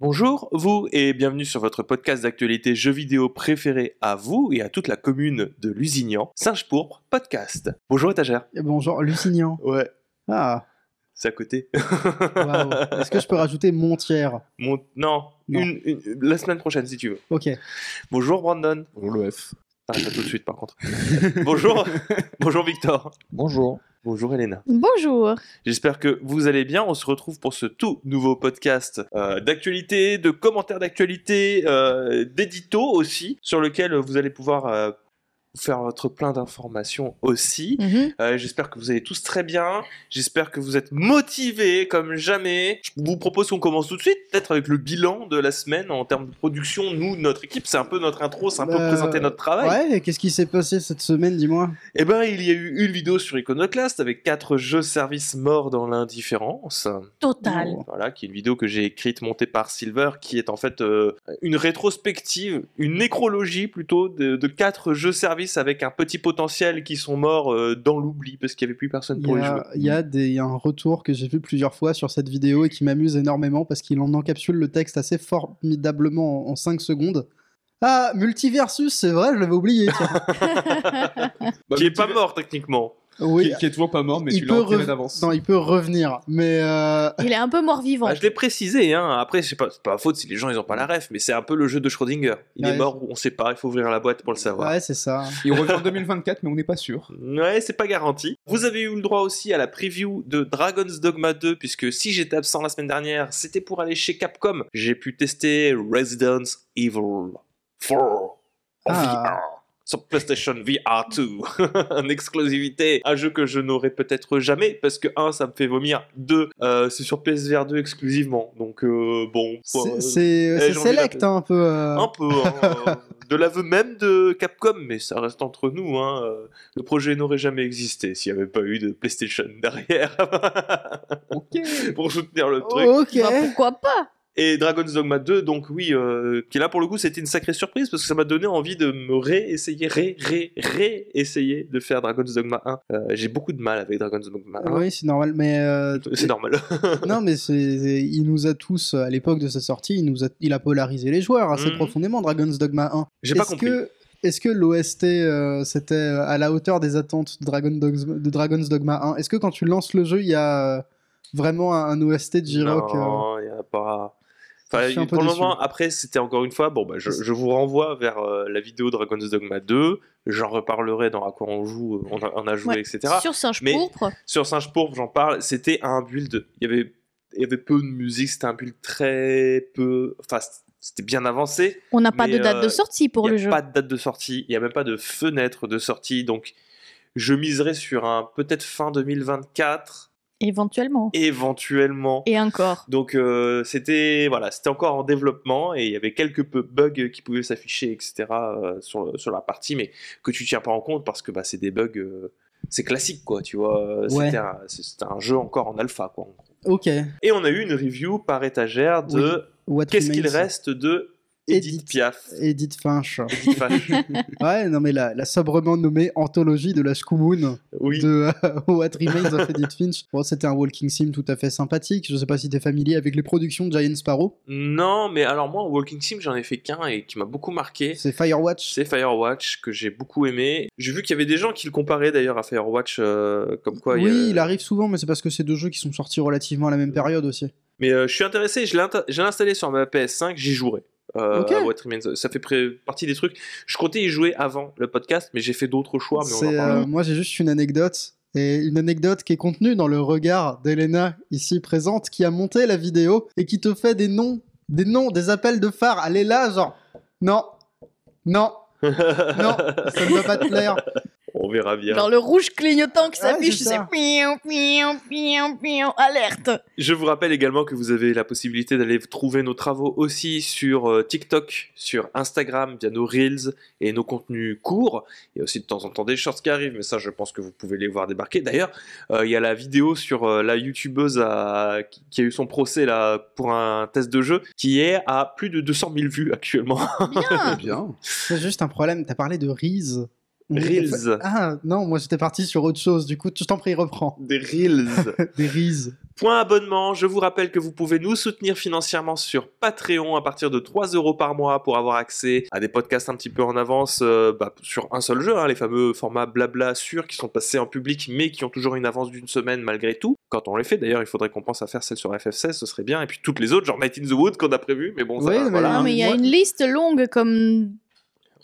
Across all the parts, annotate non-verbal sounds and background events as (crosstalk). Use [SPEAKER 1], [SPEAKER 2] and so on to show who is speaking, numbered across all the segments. [SPEAKER 1] Bonjour, vous, et bienvenue sur votre podcast d'actualité jeux vidéo préféré à vous et à toute la commune de Lusignan, Singe Pourpre Podcast. Bonjour étagère.
[SPEAKER 2] Et Bonjour, Eh Lusignan.
[SPEAKER 1] Ouais,
[SPEAKER 2] Ah,
[SPEAKER 1] c'est à côté. (laughs)
[SPEAKER 2] waouh. Est-ce que je peux rajouter Montière
[SPEAKER 1] Mon... Non,
[SPEAKER 2] Non.
[SPEAKER 1] une- une- la semaine prochaine si tu veux.
[SPEAKER 2] Ok.
[SPEAKER 1] Bonjour Brandon.
[SPEAKER 3] Bonjour l'OF.
[SPEAKER 1] Ah, pas tout de suite par contre. (laughs) Bonjour. Bonjour Victor.
[SPEAKER 3] Bonjour.
[SPEAKER 1] Bonjour Elena.
[SPEAKER 4] Bonjour.
[SPEAKER 1] J'espère que vous allez bien. On se retrouve pour ce tout nouveau podcast euh, d'actualité, de commentaires d'actualité, euh, d'édito aussi, sur lequel vous allez pouvoir euh, faire votre plein d'informations aussi.
[SPEAKER 2] Mhm.
[SPEAKER 1] Euh, J'espère que vous allez tous très bien. J'espère que vous êtes motivés comme jamais. Je vous propose qu'on commence tout de suite, peut-être avec le bilan de la semaine en termes de production. Nous, notre équipe, c'est un peu notre intro, c'est un peu
[SPEAKER 2] Euh,
[SPEAKER 1] présenter notre travail.
[SPEAKER 2] Ouais, et qu'est-ce qui s'est passé cette semaine, dis-moi
[SPEAKER 1] Eh ben, il y a eu une vidéo sur Iconoclast avec quatre jeux services morts dans l'indifférence.
[SPEAKER 4] Total.
[SPEAKER 1] Voilà, qui est une vidéo que j'ai écrite, montée par Silver, qui est en fait euh, une rétrospective, une nécrologie plutôt, de, de quatre jeux services avec un petit potentiel qui sont morts euh, dans l'oubli parce qu'il n'y avait plus personne
[SPEAKER 2] Il
[SPEAKER 1] pour
[SPEAKER 2] y,
[SPEAKER 1] les jouer.
[SPEAKER 2] a, il y a des, il y a un retour que j'ai vu plusieurs fois sur cette vidéo et qui m'amuse énormément parce qu'il en encapsule le texte assez formidablement en, 5 secondes. Ah, Multiversus, c'est vrai, je l'avais oublié. tiens.
[SPEAKER 3] Bah,
[SPEAKER 1] qui est pas mort techniquement.
[SPEAKER 2] oui,
[SPEAKER 3] qui, qui est toujours pas mort, mais
[SPEAKER 2] il
[SPEAKER 3] tu
[SPEAKER 2] peut
[SPEAKER 3] l'as enterré
[SPEAKER 2] rev-
[SPEAKER 3] d'avance.
[SPEAKER 2] non, il peut revenir, mais euh,
[SPEAKER 4] Il est un peu mort-vivant.
[SPEAKER 1] Bah, je l'ai précisé, hein. après, c'est pas, c'est pas la faute si les gens ils ont pas la ref, mais c'est un peu le jeu de Schrödinger. Il
[SPEAKER 2] Ouais.
[SPEAKER 1] est mort, ou on sait pas, il faut ouvrir la boîte pour le savoir.
[SPEAKER 2] ouais, c'est ça.
[SPEAKER 3] Il revient en 2024, mais on n'est pas sûr.
[SPEAKER 1] Ouais, c'est pas garanti. Vous avez eu le droit aussi à la preview de Dragon's Dogma 2, puisque si j'étais absent la semaine dernière, c'était pour aller chez Capcom. J'ai pu tester Resident Evil 4 en
[SPEAKER 2] Ah.
[SPEAKER 1] VR. Sur PlayStation VR 2, (laughs) en exclusivité, un jeu que je n'aurai peut-être jamais parce que 1 ça me fait vomir, 2 c'est sur PSVR 2 exclusivement, donc euh, bon,
[SPEAKER 2] C'est-
[SPEAKER 1] euh,
[SPEAKER 2] C'est c'est
[SPEAKER 1] j'ai envie
[SPEAKER 2] select
[SPEAKER 1] d'appeler.
[SPEAKER 2] hein, un peu. euh.
[SPEAKER 1] un peu hein, euh, de l'aveu même de Capcom, mais ça reste entre nous. hein, euh, Le projet n'aurait jamais existé s'il n'y avait pas eu de PlayStation derrière (laughs)
[SPEAKER 3] Ok.
[SPEAKER 1] pour soutenir le truc.
[SPEAKER 2] Ok.
[SPEAKER 4] Bah, pourquoi pas
[SPEAKER 1] Et Dragon's Dogma 2, donc oui, euh, qui là pour le coup c'était une sacrée surprise parce que ça m'a donné envie de me réessayer, ré, ré, ré essayer de faire Dragon's Dogma 1. Euh, J'ai beaucoup de mal avec Dragon's Dogma 1.
[SPEAKER 2] Ah Oui, c'est normal, mais euh,
[SPEAKER 1] C'est normal.
[SPEAKER 2] non, mais c'est- il nous a tous, à l'époque de sa sortie, il, nous a, il a polarisé les joueurs assez
[SPEAKER 1] Mhm.
[SPEAKER 2] profondément, Dragon's Dogma 1.
[SPEAKER 1] J'ai pas
[SPEAKER 2] Est-ce
[SPEAKER 1] compris.
[SPEAKER 2] que- Est-ce que l'OST, euh, c'était euh, à la hauteur des attentes de, Dragon Dogs- de Dragon's Dogma 1 Est-ce que quand tu lances le jeu, il y a euh, vraiment un, un OST de J-Rock euh,
[SPEAKER 1] Non, il n'y a pas. Enfin,
[SPEAKER 2] Je suis un peu
[SPEAKER 1] pour le
[SPEAKER 2] déçu.
[SPEAKER 1] moment, après, c'était encore une fois. Bon, bah, je, je vous renvoie vers euh, la vidéo Dragon's Dogma 2. J'en reparlerai dans à quoi on joue, euh, on a, on a joué,
[SPEAKER 4] Ouais.
[SPEAKER 1] etc.
[SPEAKER 4] Sur Singe
[SPEAKER 1] Mais-
[SPEAKER 4] Pourpre.
[SPEAKER 1] Sur Singe Pourpre, j'en parle. C'était un build. Il y avait, il y avait peu de musique. C'était un build très peu. Enfin, c'était bien avancé.
[SPEAKER 4] On n'a pas
[SPEAKER 1] mais,
[SPEAKER 4] de date
[SPEAKER 1] euh,
[SPEAKER 4] de sortie pour
[SPEAKER 1] il n'y
[SPEAKER 4] le
[SPEAKER 1] a
[SPEAKER 4] jeu.
[SPEAKER 1] pas de date de sortie, il n'y a même pas de fenêtre de sortie, donc je miserai sur un peut-être fin 2024,
[SPEAKER 4] Éventuellement.
[SPEAKER 1] éventuellement.
[SPEAKER 4] Et encore.
[SPEAKER 1] Donc euh, c'était voilà, c'était encore en développement et il y avait quelques peu- bugs qui pouvaient s'afficher, etc. euh, sur, le- sur la partie, mais que tu tiens pas en compte parce que bah, c'est des bugs, euh, c'est classique quoi, tu vois. euh,
[SPEAKER 2] Ouais.
[SPEAKER 1] C'était un, c'est- c'était un jeu encore en alpha quoi. en gros.
[SPEAKER 2] Ok.
[SPEAKER 1] Et on a eu une review par étagère de
[SPEAKER 2] What
[SPEAKER 1] qu'est-ce qu'il
[SPEAKER 2] Remains,
[SPEAKER 1] reste de Edith,
[SPEAKER 2] Edith.
[SPEAKER 1] Piaf.
[SPEAKER 2] Edith Finch.
[SPEAKER 1] Edith Finch.
[SPEAKER 2] (laughs) ouais, non, mais la, la sobrement nommée anthologie de la Shkumoun
[SPEAKER 1] oui.
[SPEAKER 2] de euh, (laughs) What Remains of Edith Finch. Bon, c'était un walking sim tout à fait sympathique. Je sais pas si t'es familier avec les productions de Giant Sparrow.
[SPEAKER 1] Non, mais alors moi, en Walking Sim, j'en ai fait qu'un et qui m'a beaucoup marqué.
[SPEAKER 2] C'est Firewatch.
[SPEAKER 1] C'est Firewatch que j'ai beaucoup aimé. J'ai vu qu'il y avait des gens qui le comparaient d'ailleurs à Firewatch, euh, comme quoi. il y a-
[SPEAKER 2] Oui, il arrive souvent, mais c'est parce que c'est deux jeux qui sont sortis relativement à la même période aussi.
[SPEAKER 1] Mais euh, je suis intéressé, je l'ai inta- je l'ai installé sur ma PS5, j'y jouerai. Euh,
[SPEAKER 2] Ok.
[SPEAKER 1] à What Remains of- Ça fait pré- partie des trucs. Je comptais y jouer avant le podcast, mais j'ai fait d'autres choix. Mais on en
[SPEAKER 2] C'est,
[SPEAKER 1] parlera.
[SPEAKER 2] euh, moi, j'ai juste une anecdote. Et une anecdote qui est contenue dans le regard d'Elena, ici présente, qui a monté la vidéo et qui te fait des noms, des noms, des appels de phare. Elle est là, genre, non,
[SPEAKER 1] (laughs)
[SPEAKER 2] non, non, ça ne va pas te plaire.
[SPEAKER 1] on verra bien.
[SPEAKER 4] Genre le rouge clignotant qui
[SPEAKER 2] Ouais,
[SPEAKER 4] s'affiche,
[SPEAKER 2] c'est
[SPEAKER 4] c'est
[SPEAKER 2] ça.
[SPEAKER 4] miaou, miaou, miaou, miaou, alerte.
[SPEAKER 1] Je vous rappelle également que vous avez la possibilité d'aller trouver nos travaux aussi sur euh, TikTok, sur Instagram via nos reels et nos contenus courts. Il y a aussi de temps en temps des shorts qui arrivent, mais ça, je pense que vous pouvez les voir débarquer. D'ailleurs, euh, il y a la vidéo sur euh, la youtubeuse à- qui- qui a eu son procès là pour un test de jeu qui est à plus de 200 000 vues actuellement.
[SPEAKER 4] Bien.
[SPEAKER 3] Bien.
[SPEAKER 2] C'est juste un problème. T'as parlé de Reels.
[SPEAKER 1] (laughs) Reels.
[SPEAKER 2] Ah non, moi j'étais parti sur autre chose. Du coup, je t'en prie, reprends.
[SPEAKER 1] (laughs) Des reels.
[SPEAKER 2] Des Reels.
[SPEAKER 1] Point abonnement, je vous rappelle que vous pouvez nous soutenir financièrement sur Patreon à partir de 3 euros par mois pour avoir accès à des podcasts un petit peu en avance euh, bah, sur un seul jeu, hein, les fameux formats blabla sûrs qui sont passés en public mais qui ont toujours une avance d'une semaine malgré tout. Quand on les fait, d'ailleurs, il faudrait qu'on pense à faire celle sur FF16, ce serait bien. Et puis toutes les autres, genre Night in the Wood qu'on a prévu, mais bon, ça
[SPEAKER 2] Oui,
[SPEAKER 1] va, (laughs)
[SPEAKER 2] mais-
[SPEAKER 1] voilà.
[SPEAKER 2] Ah,
[SPEAKER 4] Non, mais il y a
[SPEAKER 2] moi-
[SPEAKER 4] une liste longue comme.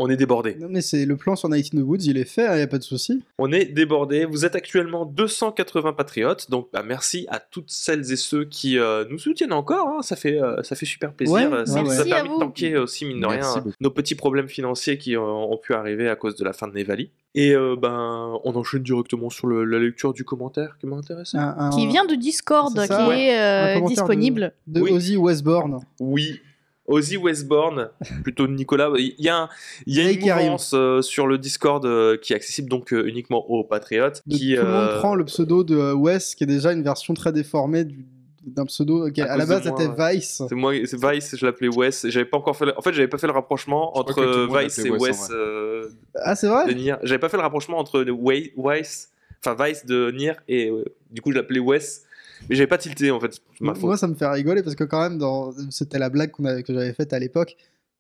[SPEAKER 1] on est débordé.
[SPEAKER 2] Non, mais c'est le plan sur Night in the Woods, il est fait, il n'y a pas de souci.
[SPEAKER 1] On est débordé. Vous êtes actuellement 280 patriotes, donc bah, merci à toutes celles et ceux qui euh, nous soutiennent encore. hein. Ça fait euh, ça fait super plaisir.
[SPEAKER 2] Ouais,
[SPEAKER 1] Euh, ça
[SPEAKER 2] ouais,
[SPEAKER 1] nous a
[SPEAKER 4] ouais. Merci à
[SPEAKER 1] permis de
[SPEAKER 4] vous.
[SPEAKER 1] tanker aussi mine de
[SPEAKER 3] Merci
[SPEAKER 1] rien
[SPEAKER 3] beaucoup.
[SPEAKER 1] nos petits problèmes financiers qui euh, ont pu arriver à cause de la fin de Nevali. Et euh, ben on enchaîne directement sur le- la lecture du commentaire qui m'intéresse.
[SPEAKER 2] Un- un-
[SPEAKER 4] Qui vient de Discord,
[SPEAKER 2] Ah. C'est ça,
[SPEAKER 4] qui
[SPEAKER 2] ouais.
[SPEAKER 4] est euh,
[SPEAKER 2] Un commentaire de-
[SPEAKER 4] disponible.
[SPEAKER 2] De
[SPEAKER 1] Oui.
[SPEAKER 2] Ozzy Westbourne.
[SPEAKER 1] Oui. Ozzy Westbourne, (laughs) plutôt de Nicolas. Il y a, un- il y a
[SPEAKER 2] Et
[SPEAKER 1] une
[SPEAKER 2] qui arrive.
[SPEAKER 1] mouvance euh, sur le Discord euh, qui est accessible donc euh, uniquement aux patriotes.
[SPEAKER 2] De-
[SPEAKER 1] qui,
[SPEAKER 2] tout le
[SPEAKER 1] euh,
[SPEAKER 2] monde prend le pseudo de euh, Wes, qui est déjà une version très déformée du- d'un pseudo qui,
[SPEAKER 1] À cause
[SPEAKER 2] à, la
[SPEAKER 1] de
[SPEAKER 2] base,
[SPEAKER 1] moi,
[SPEAKER 2] était Vice.
[SPEAKER 1] C'est moi, c'est Vice, je l'appelais Wes. J'avais pas encore fait. le- En fait, j'avais pas fait le rapprochement
[SPEAKER 3] Je crois
[SPEAKER 1] entre
[SPEAKER 3] que tout le
[SPEAKER 1] euh,
[SPEAKER 3] monde
[SPEAKER 1] Vice et
[SPEAKER 3] l'appelait Wes, en
[SPEAKER 1] Wes
[SPEAKER 3] vrai.
[SPEAKER 1] euh,
[SPEAKER 2] Ah, c'est
[SPEAKER 1] de
[SPEAKER 2] vrai
[SPEAKER 1] Nier. J'avais pas fait le rapprochement entre le Wei- Vice, enfin Vice de Nier et euh, du coup je l'appelais Wes. Mais j'avais pas tilté en fait. c'est Ma faute.
[SPEAKER 2] Moi, ça me fait rigoler parce que, quand même, dans... c'était la blague qu'on avait- que j'avais faite à l'époque.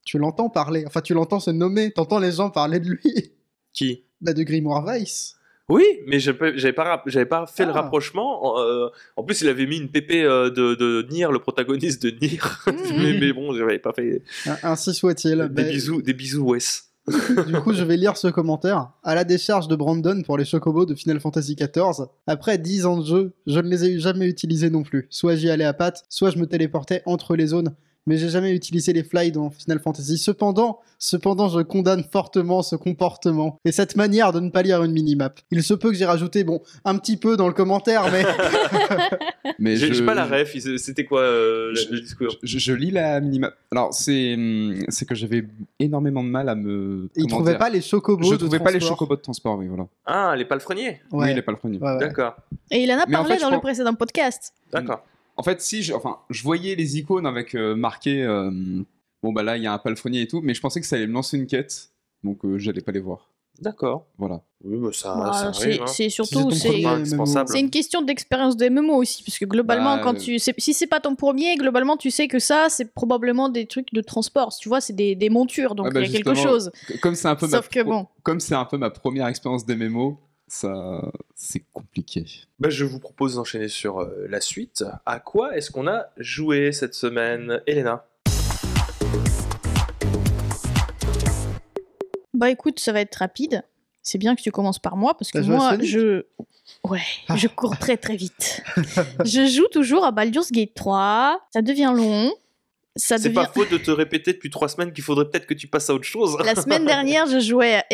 [SPEAKER 2] Tu l'entends parler, enfin, tu l'entends se nommer, t'entends les gens parler de lui. (laughs)
[SPEAKER 1] Qui
[SPEAKER 2] Bah, de Grimoire Vice.
[SPEAKER 1] Oui, mais j'avais pas, j'avais pas, rap- j'avais pas fait le
[SPEAKER 2] Ah.
[SPEAKER 1] rapprochement. En, euh, en plus, il avait mis une pépé euh, de, de Nier, le protagoniste de Nier. (laughs) mais, mais bon, j'avais pas fait.
[SPEAKER 2] Un- Ainsi soit-il.
[SPEAKER 1] Des
[SPEAKER 2] Bah,
[SPEAKER 1] bisous, des bisous Wes.
[SPEAKER 2] Du coup, je vais lire ce commentaire. À la décharge de Brandon pour les chocobos de Final Fantasy XIV, après 10 ans de jeu, je ne les ai jamais utilisés non plus. Soit j'y allais à patte, soit je me téléportais entre les zones, mais j'ai jamais utilisé les fly dans Final Fantasy. Cependant, cependant, je condamne fortement ce comportement et cette manière de ne pas lire une minimap. Il se peut que j'ai rajouté, bon, un petit peu dans le commentaire,
[SPEAKER 3] (laughs)
[SPEAKER 2] mais
[SPEAKER 3] Mais
[SPEAKER 1] J'ai
[SPEAKER 3] je-
[SPEAKER 1] j'ai pas la ref. il- C'était quoi euh, le-
[SPEAKER 3] Je-
[SPEAKER 1] le discours
[SPEAKER 3] Je, je lis la minima. Alors, c'est hum, c'est que j'avais énormément de mal à me.
[SPEAKER 2] il
[SPEAKER 3] comment
[SPEAKER 2] trouvait
[SPEAKER 3] dire
[SPEAKER 2] pas les chocobos.
[SPEAKER 3] Je
[SPEAKER 2] de
[SPEAKER 3] trouvais pas les
[SPEAKER 2] transport.
[SPEAKER 3] chocobos de transport, oui, voilà.
[SPEAKER 1] Ah, les palefreniers.
[SPEAKER 2] Ouais,
[SPEAKER 3] Oui, il est pas le premier.
[SPEAKER 2] ouais, ouais.
[SPEAKER 1] D'accord,
[SPEAKER 4] Et il en a
[SPEAKER 3] Mais en
[SPEAKER 4] parlé
[SPEAKER 3] fait, je
[SPEAKER 4] dans le
[SPEAKER 3] pense-
[SPEAKER 4] précédent podcast.
[SPEAKER 1] d'accord.
[SPEAKER 3] En fait, si, je, enfin, je voyais les icônes avec euh, marqué. euh, bon, bah là, il y a un palefrenier et tout, mais je pensais que ça allait me lancer une quête, donc euh, j'allais pas les voir.
[SPEAKER 1] D'accord.
[SPEAKER 3] Voilà.
[SPEAKER 1] Oui, mais ça,
[SPEAKER 4] Bah,
[SPEAKER 1] ça
[SPEAKER 4] c'est
[SPEAKER 1] arrive. hein.
[SPEAKER 4] c'est
[SPEAKER 2] C'est
[SPEAKER 4] surtout.
[SPEAKER 2] ton
[SPEAKER 4] C'est
[SPEAKER 2] premier MMO.
[SPEAKER 1] indispensable.
[SPEAKER 4] c'est une question d'expérience de MMO aussi, parce que globalement,
[SPEAKER 3] Bah,
[SPEAKER 4] quand
[SPEAKER 3] euh,
[SPEAKER 4] tu, c'est- si c'est pas ton premier, globalement, tu sais que ça, c'est probablement des trucs de transport. Tu vois, c'est des, des montures, donc
[SPEAKER 3] Ah bah
[SPEAKER 4] il y a quelque
[SPEAKER 3] justement,
[SPEAKER 4] chose.
[SPEAKER 3] Comme c'est un peu, ma,
[SPEAKER 4] Sauf que bon.
[SPEAKER 3] comme c'est un peu ma première expérience des MMO, ça, c'est compliqué.
[SPEAKER 1] Bah, je vous propose d'enchaîner sur euh, la suite. À quoi est-ce qu'on a joué cette semaine, Elena
[SPEAKER 4] Bah écoute, ça va être rapide. C'est bien que tu commences par moi parce que
[SPEAKER 2] Bah, je vais
[SPEAKER 4] moi,
[SPEAKER 2] assez vite.
[SPEAKER 4] je. Ouais,
[SPEAKER 2] Ah.
[SPEAKER 4] je cours très
[SPEAKER 3] (laughs)
[SPEAKER 4] très vite. je joue toujours à Baldur's Gate 3. Ça devient long. Ça
[SPEAKER 1] C'est
[SPEAKER 4] devient.
[SPEAKER 1] pas faute de te répéter depuis trois semaines qu'il faudrait peut-être que tu passes à autre chose.
[SPEAKER 4] La semaine dernière, je jouais à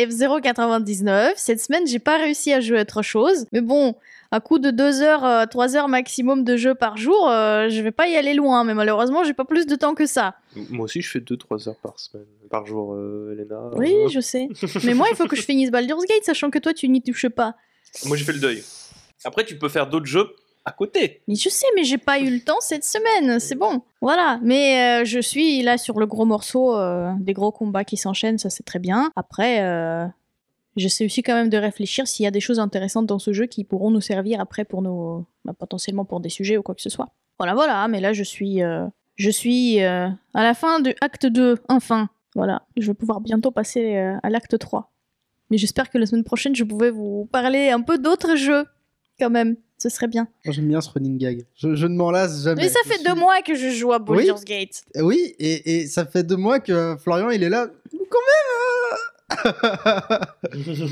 [SPEAKER 4] F099. Cette semaine, j'ai pas réussi à jouer à autre chose. Mais bon, à coup de 2 heures, euh, 3 heures maximum de jeu par jour, euh, je vais pas y aller loin. Mais malheureusement, j'ai pas plus de temps que ça.
[SPEAKER 1] Moi aussi, je fais 2-3 heures par semaine, par jour, euh, Elena.
[SPEAKER 4] Oui,
[SPEAKER 1] Euh,
[SPEAKER 4] je sais. mais moi, il faut que je finisse Baldur's Gate, sachant que toi, tu n'y touches pas.
[SPEAKER 1] Moi, j'ai fait le deuil. Après, tu peux faire d'autres jeux à côté.
[SPEAKER 4] Mais je sais, mais j'ai pas eu le temps cette semaine, c'est bon. Voilà, mais euh, je suis là sur le gros morceau, euh, des gros combats qui s'enchaînent, ça c'est très bien. Après, euh, j'essaie aussi quand même de réfléchir s'il y a des choses intéressantes dans ce jeu qui pourront nous servir après pour nos. bah, potentiellement pour des sujets ou quoi que ce soit. Voilà, voilà, mais là je suis. euh, je suis euh, à la fin de acte 2, enfin. Voilà, je vais pouvoir bientôt passer euh, à l'acte 3. Mais j'espère que la semaine prochaine je pouvais vous parler un peu d'autres jeux, quand même. Ce serait bien.
[SPEAKER 2] Moi, J'aime bien ce running gag. Je, je ne m'en lasse jamais.
[SPEAKER 4] Mais ça
[SPEAKER 2] Je
[SPEAKER 4] fait
[SPEAKER 2] suis-
[SPEAKER 4] deux mois que je joue à Baldur's Gate.
[SPEAKER 2] bah, Oui, et, et ça fait deux mois que Florian, il est là. Quand même euh.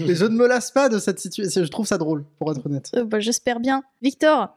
[SPEAKER 2] Mais je ne me lasse pas de cette situation. Je trouve ça drôle, pour être honnête.
[SPEAKER 4] Euh, bah, J'espère bien. Victor,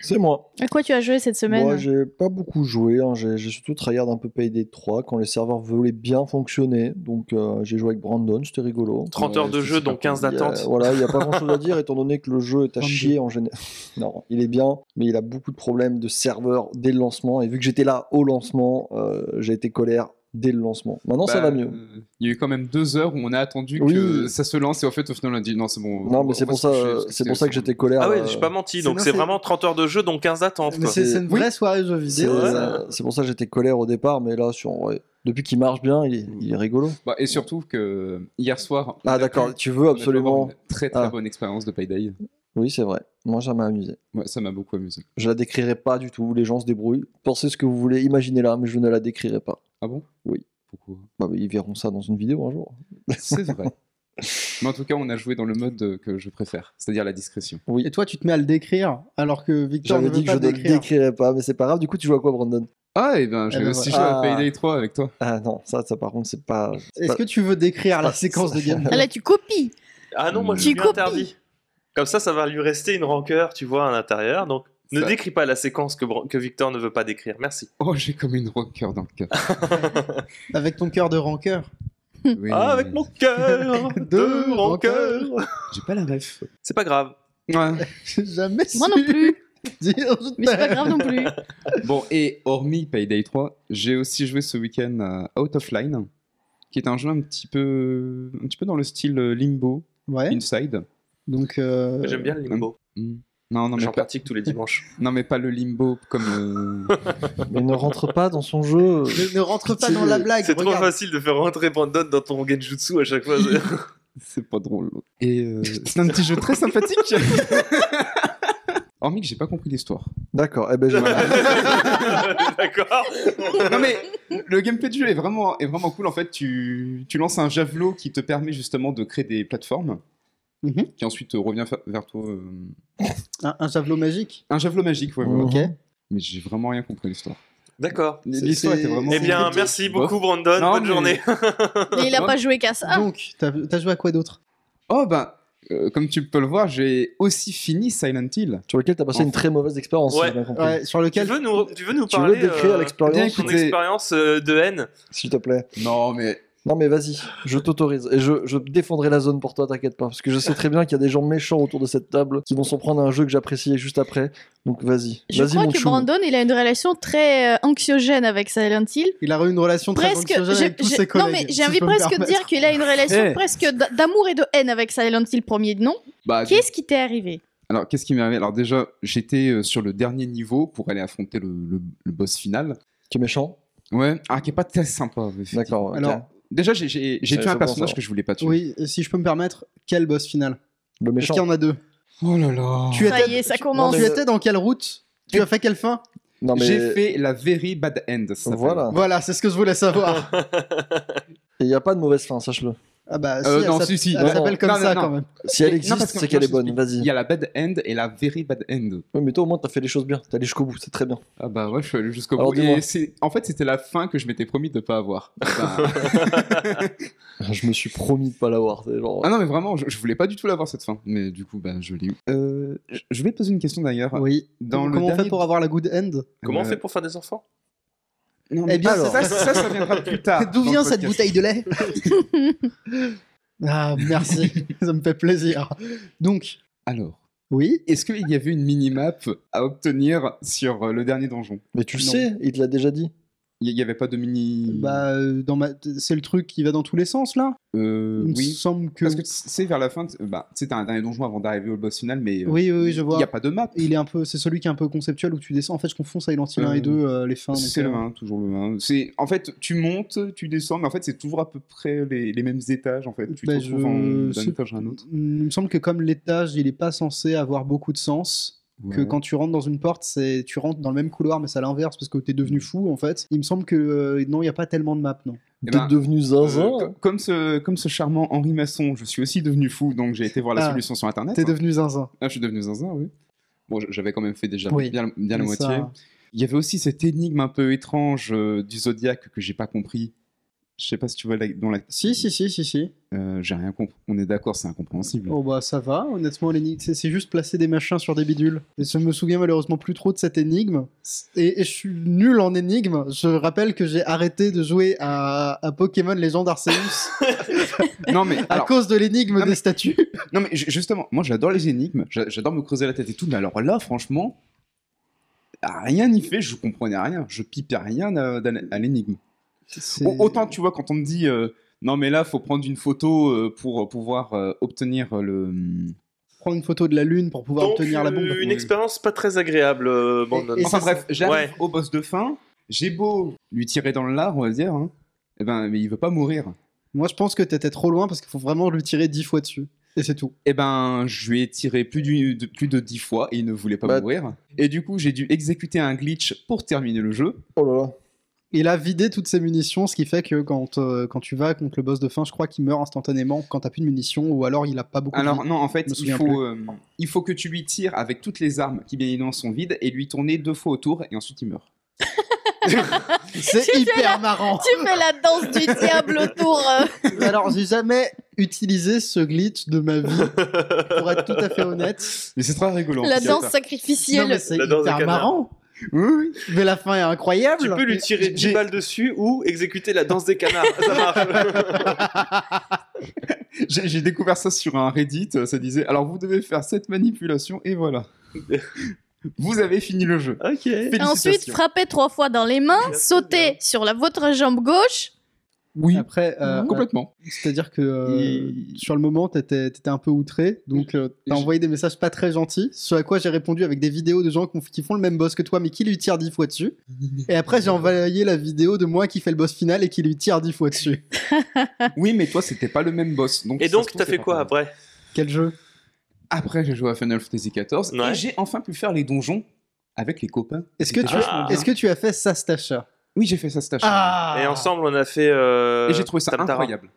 [SPEAKER 5] C'est moi.
[SPEAKER 4] à quoi tu as joué cette semaine
[SPEAKER 5] Moi, j'ai pas beaucoup joué. hein. J'ai j'ai surtout tryhard un peu Payday 3 quand les serveurs voulaient bien fonctionner. Donc, euh, j'ai joué avec Brandon, c'était rigolo.
[SPEAKER 1] 30
[SPEAKER 3] Ouais,
[SPEAKER 1] heures de
[SPEAKER 3] c'est
[SPEAKER 1] jeu,
[SPEAKER 3] super
[SPEAKER 1] dont 15
[SPEAKER 5] Il y a-
[SPEAKER 1] d'attente.
[SPEAKER 5] voilà, il n'y a pas grand chose à dire étant donné que le jeu est à
[SPEAKER 2] 32.
[SPEAKER 5] chier en général. (laughs) Non, il est bien, mais il a beaucoup de problèmes de serveur dès le lancement. Et vu que j'étais là au lancement, euh, j'ai été colère dès le lancement. Maintenant, ça
[SPEAKER 3] Bah,
[SPEAKER 5] va mieux.
[SPEAKER 3] euh, Il y a eu quand même deux heures où on a attendu que
[SPEAKER 5] Oui.
[SPEAKER 3] ça se lance et au fait, au final, on a dit non, c'est bon.
[SPEAKER 5] Non,
[SPEAKER 3] on
[SPEAKER 5] mais
[SPEAKER 3] va-
[SPEAKER 5] c'est
[SPEAKER 3] on va
[SPEAKER 5] pour
[SPEAKER 3] se
[SPEAKER 5] ça,
[SPEAKER 3] coucher,
[SPEAKER 5] euh,
[SPEAKER 3] parce que
[SPEAKER 5] c'est
[SPEAKER 3] c'était
[SPEAKER 5] pour ça que
[SPEAKER 3] aussi long.
[SPEAKER 5] j'étais colère.
[SPEAKER 1] Ah ouais,
[SPEAKER 5] euh,
[SPEAKER 1] j'ai pas menti.
[SPEAKER 2] c'est-
[SPEAKER 1] Donc,
[SPEAKER 2] non,
[SPEAKER 1] c'est
[SPEAKER 2] c'est-
[SPEAKER 1] vraiment 30 heures de jeu, dont 15 d'attente.
[SPEAKER 2] Mais
[SPEAKER 1] quoi.
[SPEAKER 2] c'est c'est une
[SPEAKER 5] Oui.
[SPEAKER 2] vraie soirée jeux
[SPEAKER 5] C'est
[SPEAKER 2] vidéo.
[SPEAKER 1] Ouais.
[SPEAKER 2] ça.
[SPEAKER 5] euh, c'est pour ça que j'étais colère au départ, mais là, sur, ouais, depuis qu'il marche bien, il est, il est rigolo.
[SPEAKER 3] Bah, et surtout que hier soir. on
[SPEAKER 5] Ah
[SPEAKER 3] a
[SPEAKER 5] d'accord,
[SPEAKER 3] pu-
[SPEAKER 5] tu
[SPEAKER 3] on a pu
[SPEAKER 5] veux
[SPEAKER 3] avoir
[SPEAKER 5] absolument.
[SPEAKER 3] une Très très
[SPEAKER 5] Ah.
[SPEAKER 3] bonne expérience de Payday.
[SPEAKER 5] Oui, c'est vrai. Moi, ça m'a amusé.
[SPEAKER 3] Ouais, ça m'a beaucoup amusé.
[SPEAKER 5] Je la décrirai pas du tout. Les gens se débrouillent. Pensez ce que vous voulez, imaginez-la, mais je ne la décrirai pas.
[SPEAKER 3] Ah bon
[SPEAKER 5] Oui. (laughs)
[SPEAKER 3] Pourquoi
[SPEAKER 5] Bah, ils verront ça dans une vidéo un jour.
[SPEAKER 3] C'est vrai. Mais en tout cas, on a joué dans le mode euh, que je préfère, c'est-à-dire la discrétion.
[SPEAKER 5] Oui.
[SPEAKER 2] Et toi, tu te mets à le décrire, alors que Victor ne
[SPEAKER 5] J'avais
[SPEAKER 2] veut
[SPEAKER 5] dit que
[SPEAKER 2] pas
[SPEAKER 5] je
[SPEAKER 2] le
[SPEAKER 5] ne le
[SPEAKER 2] décrire.
[SPEAKER 5] décrirai pas, mais c'est pas grave. Du coup, tu joues à quoi, Brandon
[SPEAKER 3] Ah, et ben, j'avais
[SPEAKER 2] ben
[SPEAKER 3] aussi
[SPEAKER 5] voilà.
[SPEAKER 3] joué à
[SPEAKER 5] Ah.
[SPEAKER 3] Payday 3 avec toi.
[SPEAKER 5] Ah non, ça, ça par contre, c'est pas. c'est
[SPEAKER 2] Est-ce
[SPEAKER 5] pas-
[SPEAKER 2] que tu veux décrire
[SPEAKER 5] c'est
[SPEAKER 2] la
[SPEAKER 5] pas-
[SPEAKER 2] séquence de gameplay
[SPEAKER 4] Ah, là, tu copies.
[SPEAKER 1] Ah non, moi je
[SPEAKER 3] Tu
[SPEAKER 1] suis
[SPEAKER 4] copies.
[SPEAKER 1] interdit. Comme ça, ça va lui rester une rancœur, tu vois, à l'intérieur. Donc, ne
[SPEAKER 3] Ça-
[SPEAKER 1] décris pas la séquence que, Bran- que Victor ne veut pas décrire. Merci.
[SPEAKER 3] Oh, j'ai comme une rancœur dans
[SPEAKER 5] (laughs)
[SPEAKER 3] le cœur.
[SPEAKER 2] avec ton cœur de rancœur (laughs)
[SPEAKER 3] Oui.
[SPEAKER 5] Ah,
[SPEAKER 1] Avec mon cœur de
[SPEAKER 2] De
[SPEAKER 1] rancœur.
[SPEAKER 3] J'ai pas la ref.
[SPEAKER 1] C'est pas grave.
[SPEAKER 3] Ouais.
[SPEAKER 2] J'ai jamais
[SPEAKER 4] Moi
[SPEAKER 2] su
[SPEAKER 4] non plus.
[SPEAKER 2] dire je
[SPEAKER 4] Mais c'est pas
[SPEAKER 2] t'aime.
[SPEAKER 4] grave non plus.
[SPEAKER 3] Bon, et hormis Payday 3, j'ai aussi joué ce week-end à Out of Line, qui est un jeu un petit peu, un petit peu dans le style euh, Limbo,
[SPEAKER 2] Ouais,
[SPEAKER 3] Inside.
[SPEAKER 2] donc. euh,
[SPEAKER 1] J'aime bien le limbo.
[SPEAKER 3] Mm. Non, non mais,
[SPEAKER 1] J'en
[SPEAKER 3] pas,
[SPEAKER 1] pratique tous les dimanches.
[SPEAKER 3] non, mais pas le Limbo comme.
[SPEAKER 2] (laughs)
[SPEAKER 3] euh,
[SPEAKER 5] (laughs) Mais ne rentre pas dans son jeu.
[SPEAKER 2] Ne, ne rentre pas
[SPEAKER 5] Pitié.
[SPEAKER 2] dans la blague.
[SPEAKER 1] C'est trop
[SPEAKER 2] Ah, regarde.
[SPEAKER 1] facile de faire rentrer Brandon dans ton genjutsu à chaque fois.
[SPEAKER 3] C'est pas drôle. Et euh, c'est un petit jeu
[SPEAKER 2] (laughs)
[SPEAKER 3] très sympathique. Hormis que j'ai pas compris l'histoire.
[SPEAKER 5] D'accord. Eh ben, je...
[SPEAKER 1] (laughs) D'accord.
[SPEAKER 3] Non mais le gameplay du jeu est vraiment, est vraiment cool. En fait, tu, tu lances un javelot qui te permet justement de créer des plateformes
[SPEAKER 2] Mhm.
[SPEAKER 3] qui ensuite euh, revient fa- vers toi. euh,
[SPEAKER 2] Un, un javelot magique.
[SPEAKER 3] Un javelot magique, ouais, voilà.
[SPEAKER 5] Mhm.
[SPEAKER 2] Ok.
[SPEAKER 3] Mais j'ai vraiment rien compris l'histoire.
[SPEAKER 1] D'accord.
[SPEAKER 2] C'est-
[SPEAKER 3] L'histoire
[SPEAKER 2] c'est-
[SPEAKER 3] était vraiment.
[SPEAKER 1] Eh bien,
[SPEAKER 2] plutôt-
[SPEAKER 1] merci
[SPEAKER 3] Bof.
[SPEAKER 1] beaucoup, Brandon.
[SPEAKER 3] Non,
[SPEAKER 1] Bonne
[SPEAKER 3] mais-
[SPEAKER 1] journée.
[SPEAKER 4] Et il a
[SPEAKER 3] Non.
[SPEAKER 4] pas joué qu'à ça.
[SPEAKER 2] Donc, t'as t'as joué à quoi d'autre
[SPEAKER 3] Oh ben, euh, comme tu peux le voir, j'ai aussi fini Silent Hill.
[SPEAKER 5] Sur lequel t'as passé
[SPEAKER 3] Enfin.
[SPEAKER 5] une très mauvaise expérience. si
[SPEAKER 1] Ouais.
[SPEAKER 5] j'ai bien compris.
[SPEAKER 2] Ouais, sur lequel.
[SPEAKER 1] Tu veux nous, tu veux nous
[SPEAKER 5] Tu veux
[SPEAKER 1] parler
[SPEAKER 5] décrire
[SPEAKER 1] euh,
[SPEAKER 3] bien
[SPEAKER 5] l'expérience,
[SPEAKER 1] ton
[SPEAKER 3] Écoutez-
[SPEAKER 1] expérience euh, de haine
[SPEAKER 5] s'il te plaît
[SPEAKER 3] Non mais
[SPEAKER 5] Non, mais vas-y, je t'autorise. Et je, je défendrai la zone pour toi, t'inquiète pas. Parce que je sais très bien qu'il y a des gens méchants autour de cette table qui vont s'en prendre à un jeu que j'appréciais juste après. Donc vas-y.
[SPEAKER 4] Je
[SPEAKER 5] Vas-y,
[SPEAKER 4] crois
[SPEAKER 5] mon
[SPEAKER 4] que
[SPEAKER 5] chou.
[SPEAKER 4] Brandon, il a une relation très euh, anxiogène avec Silent Hill.
[SPEAKER 2] Il a eu une relation très
[SPEAKER 4] Presque.
[SPEAKER 2] anxiogène
[SPEAKER 4] j'ai-
[SPEAKER 2] avec tous
[SPEAKER 4] j'ai-
[SPEAKER 2] ses collègues.
[SPEAKER 4] non, mais
[SPEAKER 2] si
[SPEAKER 4] j'ai
[SPEAKER 2] je
[SPEAKER 4] envie
[SPEAKER 2] peux me
[SPEAKER 4] presque de
[SPEAKER 2] permettre.
[SPEAKER 4] dire qu'il a une relation
[SPEAKER 3] Eh.
[SPEAKER 4] presque d- d'amour et de haine avec Silent Hill premier de nom.
[SPEAKER 3] bah.
[SPEAKER 4] Qu'est-ce qui t'est arrivé
[SPEAKER 3] Alors, qu'est-ce qui m'est arrivé Alors, déjà, j'étais euh, sur le dernier niveau pour aller affronter le, le- le boss final.
[SPEAKER 5] Tu es méchant
[SPEAKER 3] Ouais. Ah, qui est pas très sympa. effectivement.
[SPEAKER 5] D'accord. ok.
[SPEAKER 2] Alors-
[SPEAKER 3] Déjà, j'ai- j'ai j'ai
[SPEAKER 5] Ça,
[SPEAKER 3] tué un
[SPEAKER 5] je pense,
[SPEAKER 3] personnage
[SPEAKER 5] hein.
[SPEAKER 3] que je voulais pas tuer.
[SPEAKER 2] Oui, et si je peux me permettre, quel boss final
[SPEAKER 5] Le
[SPEAKER 2] Est-ce
[SPEAKER 5] méchant.
[SPEAKER 2] qu'il y en a deux
[SPEAKER 3] Oh là là.
[SPEAKER 2] Tu
[SPEAKER 4] Ça
[SPEAKER 2] étais-
[SPEAKER 4] y est, ça
[SPEAKER 2] tu-
[SPEAKER 4] commence.
[SPEAKER 5] Non,
[SPEAKER 2] Tu
[SPEAKER 5] mais-
[SPEAKER 2] étais dans quelle route Tu as fait quelle fin
[SPEAKER 5] Non, mais.
[SPEAKER 3] J'ai fait la very bad end. ça s'appelle.
[SPEAKER 5] Voilà.
[SPEAKER 2] Voilà, c'est ce que je voulais savoir.
[SPEAKER 3] (laughs) Euh,
[SPEAKER 5] Il n'y a pas de mauvaise fin, sache-le.
[SPEAKER 2] Ah bah, si,
[SPEAKER 3] Euh,
[SPEAKER 2] elle
[SPEAKER 3] non,
[SPEAKER 2] s'app-
[SPEAKER 3] si, si.
[SPEAKER 2] elle
[SPEAKER 3] Non,
[SPEAKER 2] s'appelle comme
[SPEAKER 3] non,
[SPEAKER 2] ça
[SPEAKER 3] non,
[SPEAKER 2] quand
[SPEAKER 3] non.
[SPEAKER 2] même.
[SPEAKER 5] Si elle
[SPEAKER 3] Non,
[SPEAKER 5] existe,
[SPEAKER 3] parce que-
[SPEAKER 5] c'est qu'elle
[SPEAKER 3] non,
[SPEAKER 5] est bonne,
[SPEAKER 3] je Il
[SPEAKER 5] vas-y.
[SPEAKER 3] y a la bad end et la very bad end.
[SPEAKER 5] Ouais, mais toi, au moins, t'as fait les choses bien. T'es allé jusqu'au bout, c'est
[SPEAKER 3] (laughs)
[SPEAKER 5] très bien.
[SPEAKER 3] Ah bah ouais, je suis allé jusqu'au
[SPEAKER 5] Alors,
[SPEAKER 3] bout.
[SPEAKER 5] dis-moi.
[SPEAKER 3] Et c'est- en fait, c'était la fin que je m'étais promis de pas (laughs) avoir. Bah, Enfin,
[SPEAKER 5] Je me suis promis de pas l'avoir. c'est genre-
[SPEAKER 3] ah non, mais vraiment, je, je voulais pas du tout l'avoir cette fin. Mais du coup, bah, je l'ai eu. Euh, je- je voulais te poser une question d'ailleurs.
[SPEAKER 2] Oui.
[SPEAKER 3] Dans le
[SPEAKER 2] Comment on
[SPEAKER 3] dernier-
[SPEAKER 2] fait pour avoir la good end
[SPEAKER 1] Comment on
[SPEAKER 3] Euh,
[SPEAKER 1] fait pour faire des enfants
[SPEAKER 3] non,
[SPEAKER 2] Eh
[SPEAKER 3] mais
[SPEAKER 2] bien,
[SPEAKER 3] ça,
[SPEAKER 2] alors.
[SPEAKER 3] ça, ça, ça viendra plus
[SPEAKER 2] (laughs) D'où
[SPEAKER 3] (laughs) tard. Ah, dans le
[SPEAKER 2] vient cette
[SPEAKER 3] podcast.
[SPEAKER 2] bouteille de lait
[SPEAKER 3] (laughs)
[SPEAKER 2] Ah, merci, ça me fait plaisir. Donc,
[SPEAKER 3] Alors,
[SPEAKER 2] oui,
[SPEAKER 3] est-ce qu'il y avait une minimap à obtenir sur euh, le dernier donjon
[SPEAKER 5] Mais tu le
[SPEAKER 3] Non.
[SPEAKER 5] sais, il te l'a déjà dit.
[SPEAKER 3] Il n'y avait pas de mini.
[SPEAKER 2] bah, euh, dans ma... c'est le truc qui va dans tous les sens là.
[SPEAKER 3] Euh,
[SPEAKER 2] Il me
[SPEAKER 3] oui.
[SPEAKER 2] semble que.
[SPEAKER 3] Parce que c'est vers la fin. t- Bah, tu sais, t'as un dernier donjon avant d'arriver au boss final, mais. euh,
[SPEAKER 2] Oui, oui, oui, je
[SPEAKER 3] Il
[SPEAKER 2] vois.
[SPEAKER 3] n'y a pas de map.
[SPEAKER 2] Il est un peu, c'est celui qui est un peu conceptuel où tu descends. En fait, je confonds Silent Hill 1 et
[SPEAKER 3] Euh,
[SPEAKER 2] 2, euh, les fins. donc,
[SPEAKER 3] C'est le
[SPEAKER 2] euh,
[SPEAKER 3] 1, toujours le 1. C'est, en fait, tu montes, tu descends, mais en fait, c'est toujours à peu près les, les mêmes étages. En fait, tu
[SPEAKER 2] bah,
[SPEAKER 3] te retrouves en-
[SPEAKER 2] je- Mm,
[SPEAKER 3] d'un étage à un autre.
[SPEAKER 2] Il me semble que comme l'étage, il est pas censé avoir beaucoup de sens. que
[SPEAKER 3] Ouais.
[SPEAKER 2] quand tu rentres dans une porte, c'est tu rentres dans le même couloir, mais c'est à l'inverse parce que t'es devenu
[SPEAKER 3] Mm.
[SPEAKER 2] fou en fait. Il me semble que euh, non, il y a pas tellement de maps, non.
[SPEAKER 3] Eh
[SPEAKER 5] T'es
[SPEAKER 3] ben,
[SPEAKER 5] devenu
[SPEAKER 3] euh,
[SPEAKER 5] zinzin.
[SPEAKER 3] co- comme ce, comme ce charmant Henri Masson, je suis aussi devenu fou, donc j'ai été voir la
[SPEAKER 2] Ah.
[SPEAKER 3] solution sur internet.
[SPEAKER 2] T'es
[SPEAKER 3] hein.
[SPEAKER 2] devenu zinzin.
[SPEAKER 3] Ah, je suis devenu zinzin, oui. Bon, j- j'avais quand même fait déjà
[SPEAKER 2] Oui.
[SPEAKER 3] bien, bien la
[SPEAKER 2] Mais
[SPEAKER 3] moitié.
[SPEAKER 2] ça-
[SPEAKER 3] Il y avait aussi cette énigme un peu étrange euh, du zodiaque que j'ai pas compris. Je sais pas si tu vois la- dans la.
[SPEAKER 2] Si si si si si.
[SPEAKER 3] Euh, j'ai rien compris. On est d'accord, c'est incompréhensible.
[SPEAKER 2] Oh bah ça va. Honnêtement, l'énigme, c'est c'est juste placer des machins sur des bidules. Et je me souviens malheureusement plus trop de cette énigme. Et, et je suis nul en énigme. Je rappelle que j'ai arrêté de jouer à, à Pokémon Légende Arceus (laughs)
[SPEAKER 3] Non mais
[SPEAKER 2] à
[SPEAKER 3] alors,
[SPEAKER 2] cause de l'énigme
[SPEAKER 3] Non,
[SPEAKER 2] des
[SPEAKER 3] mais-
[SPEAKER 2] statues.
[SPEAKER 3] Non, mais ju- justement, moi j'adore les énigmes, j'a- j'adore me creuser la tête et tout, mais alors là, franchement, rien n'y fait, je comprenais rien, je pipais rien à, d'à- à l'énigme.
[SPEAKER 2] C'est-
[SPEAKER 3] Au- Autant, tu vois, quand on me dit euh, non, mais là, faut prendre une photo euh, pour pouvoir euh, obtenir le.
[SPEAKER 2] prendre une photo de la lune pour pouvoir
[SPEAKER 1] Donc, euh,
[SPEAKER 2] obtenir la bombe.
[SPEAKER 1] Une
[SPEAKER 3] Oui.
[SPEAKER 1] expérience pas très agréable, euh, Brandon.
[SPEAKER 2] Et- et
[SPEAKER 3] enfin
[SPEAKER 2] ça,
[SPEAKER 3] bref, j'arrive
[SPEAKER 1] Ouais.
[SPEAKER 3] au boss de fin, j'ai beau lui tirer dans le lard, on va dire, hein, eh ben, mais il veut pas mourir.
[SPEAKER 2] Moi, je pense que t'étais trop loin parce qu'il faut vraiment lui tirer dix fois dessus. Et c'est tout.
[SPEAKER 3] Eh ben, je lui ai tiré plus, d'une- de, plus de 10 fois et il ne voulait pas
[SPEAKER 5] Bah-
[SPEAKER 3] mourir. Et du coup, j'ai dû exécuter un glitch pour terminer le jeu.
[SPEAKER 5] Oh là là.
[SPEAKER 2] Il a vidé toutes ses munitions, ce qui fait que quand, euh, quand tu vas contre le boss de fin, je crois qu'il meurt instantanément quand t'as plus de munitions, ou alors il a pas beaucoup de
[SPEAKER 3] Alors
[SPEAKER 2] vie.
[SPEAKER 3] non, en fait,
[SPEAKER 2] Je me
[SPEAKER 3] il
[SPEAKER 2] souviens
[SPEAKER 3] faut, euh, il faut que tu lui tires avec toutes les armes qui bien évidemment sont vides et lui tourner deux fois autour et ensuite il meurt.
[SPEAKER 2] C'est
[SPEAKER 4] (laughs) Tu fais
[SPEAKER 2] hyper marrant
[SPEAKER 4] Tu fais la danse du diable autour. euh.
[SPEAKER 2] Alors j'ai jamais utilisé ce glitch de ma vie, pour être tout à fait honnête.
[SPEAKER 3] Mais c'est très rigolo. en
[SPEAKER 4] la
[SPEAKER 3] tout cas.
[SPEAKER 4] danse
[SPEAKER 2] Non,
[SPEAKER 4] sacrificielle.
[SPEAKER 2] mais c'est
[SPEAKER 1] La danse des
[SPEAKER 2] hyper
[SPEAKER 1] canards.
[SPEAKER 2] marrant
[SPEAKER 3] Oui, oui.
[SPEAKER 2] Mais la fin est incroyable
[SPEAKER 1] Tu peux lui tirer 10
[SPEAKER 2] J'ai-
[SPEAKER 1] balles dessus ou exécuter la danse des canards. Ça marche.
[SPEAKER 3] J'ai j'ai découvert ça sur un Reddit. euh, Ça disait alors vous devez faire cette manipulation et (laughs) voilà. vous avez fini le jeu.
[SPEAKER 1] ok.
[SPEAKER 4] Et Ensuite,
[SPEAKER 3] Félicitations.
[SPEAKER 4] frapper trois fois dans les mains,
[SPEAKER 1] Bien sûr,
[SPEAKER 4] sauter sur la votre jambe gauche.
[SPEAKER 3] Oui,
[SPEAKER 2] Après, euh,
[SPEAKER 3] Ah, complètement.
[SPEAKER 2] euh, c'est-à-dire que euh,
[SPEAKER 3] Il-
[SPEAKER 2] sur le moment, t'étais étais un peu outré, donc euh, t'as
[SPEAKER 3] Je-
[SPEAKER 2] envoyé des messages pas très gentils, ce à quoi j'ai répondu avec des vidéos de gens qui font- qui font le même boss que toi, mais qui lui tirent 10 fois (laughs) dessus. Et après, j'ai envoyé la vidéo de moi qui fait le boss final et qui lui tire 10 fois dessus.
[SPEAKER 3] Oui, mais toi c'était pas le même boss. Donc
[SPEAKER 1] Et
[SPEAKER 3] ça se
[SPEAKER 1] donc,
[SPEAKER 3] trouve,
[SPEAKER 1] t'as
[SPEAKER 3] c'est
[SPEAKER 1] fait
[SPEAKER 3] pas
[SPEAKER 1] quoi
[SPEAKER 3] pareil.
[SPEAKER 1] après
[SPEAKER 2] Quel jeu
[SPEAKER 3] Après, j'ai joué à Final Fantasy XIV
[SPEAKER 1] Ouais.
[SPEAKER 3] et j'ai enfin pu faire les donjons avec les copains.
[SPEAKER 2] Est-ce que,
[SPEAKER 3] C'était
[SPEAKER 2] tu...
[SPEAKER 1] vachement bien.
[SPEAKER 2] est-ce Ah. que tu as fait ça, Stasher
[SPEAKER 3] Oui, j'ai fait ça stage.
[SPEAKER 1] Et ensemble, on a fait. euh,
[SPEAKER 3] et j'ai trouvé ça
[SPEAKER 1] Tamtara.
[SPEAKER 3] incroyable.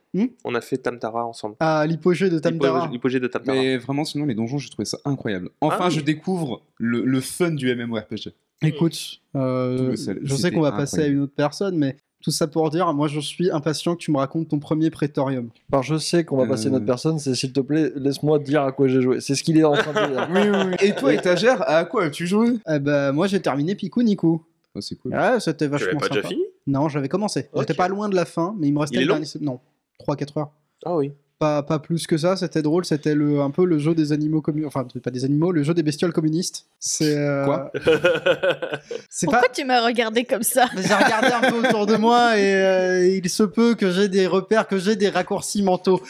[SPEAKER 1] On a fait Tamtara ensemble.
[SPEAKER 2] Ah, l'hypogée de Tamtara.
[SPEAKER 1] L'hypo- L'hypogée de Tamtara.
[SPEAKER 3] Mais vraiment, sinon, les donjons, j'ai trouvé ça incroyable. Enfin,
[SPEAKER 1] Ah oui.
[SPEAKER 3] je découvre le, le fun du MMORPG.
[SPEAKER 2] Écoute, euh,
[SPEAKER 3] Tout le-
[SPEAKER 2] je sais
[SPEAKER 3] c'était
[SPEAKER 2] qu'on va passer à
[SPEAKER 3] incroyable.
[SPEAKER 2] une autre personne, mais tout ça pour dire, moi je suis impatient que tu me racontes ton premier prétorium.
[SPEAKER 5] Alors je sais qu'on va passer
[SPEAKER 3] Euh.
[SPEAKER 5] notre personne, c'est s'il te plaît, laisse-moi dire à quoi j'ai joué. C'est ce qu'il est en train de
[SPEAKER 3] (laughs)
[SPEAKER 5] dire.
[SPEAKER 3] Oui, oui, oui. Et toi, étagère, à quoi as-tu joué
[SPEAKER 2] Eh ben, moi j'ai terminé Picou Nico.
[SPEAKER 3] oh, C'est cool.
[SPEAKER 2] Ah, c'était vachement
[SPEAKER 1] Tu l'avais pas
[SPEAKER 2] sympa.
[SPEAKER 1] déjà fini
[SPEAKER 2] Non, j'avais commencé.
[SPEAKER 1] Ok.
[SPEAKER 2] J'étais pas loin de la fin, mais il me restait
[SPEAKER 1] Il est
[SPEAKER 2] le
[SPEAKER 1] long
[SPEAKER 2] dernier- Non, 3-4 heures.
[SPEAKER 1] Ah oui.
[SPEAKER 2] Pas, pas plus que ça, c'était drôle, c'était le, un peu le jeu des animaux communistes. Enfin, pas des animaux, le jeu des bestioles communistes. C'est. euh,
[SPEAKER 3] Quoi
[SPEAKER 2] (laughs) C'est pas.
[SPEAKER 4] Pourquoi tu m'as regardé
[SPEAKER 2] (laughs)
[SPEAKER 4] comme ça
[SPEAKER 2] J'ai regardé un peu autour de moi et euh, il se peut que j'ai des repères, que j'ai des raccourcis mentaux.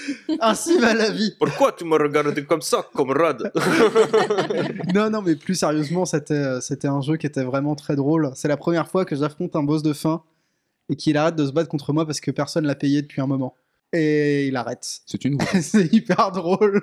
[SPEAKER 2] Ainsi va la vie.
[SPEAKER 1] Pourquoi tu me regardes comme ça, camarade
[SPEAKER 2] (laughs) Non, non, mais plus sérieusement, c'était euh, c'était un jeu qui était vraiment très drôle. C'est la première fois que j'affronte un boss de fin et qu'il arrête de se battre contre moi parce que personne l'a payé depuis un moment. Et il arrête.
[SPEAKER 3] C'est une roue.
[SPEAKER 2] (laughs) c'est hyper drôle.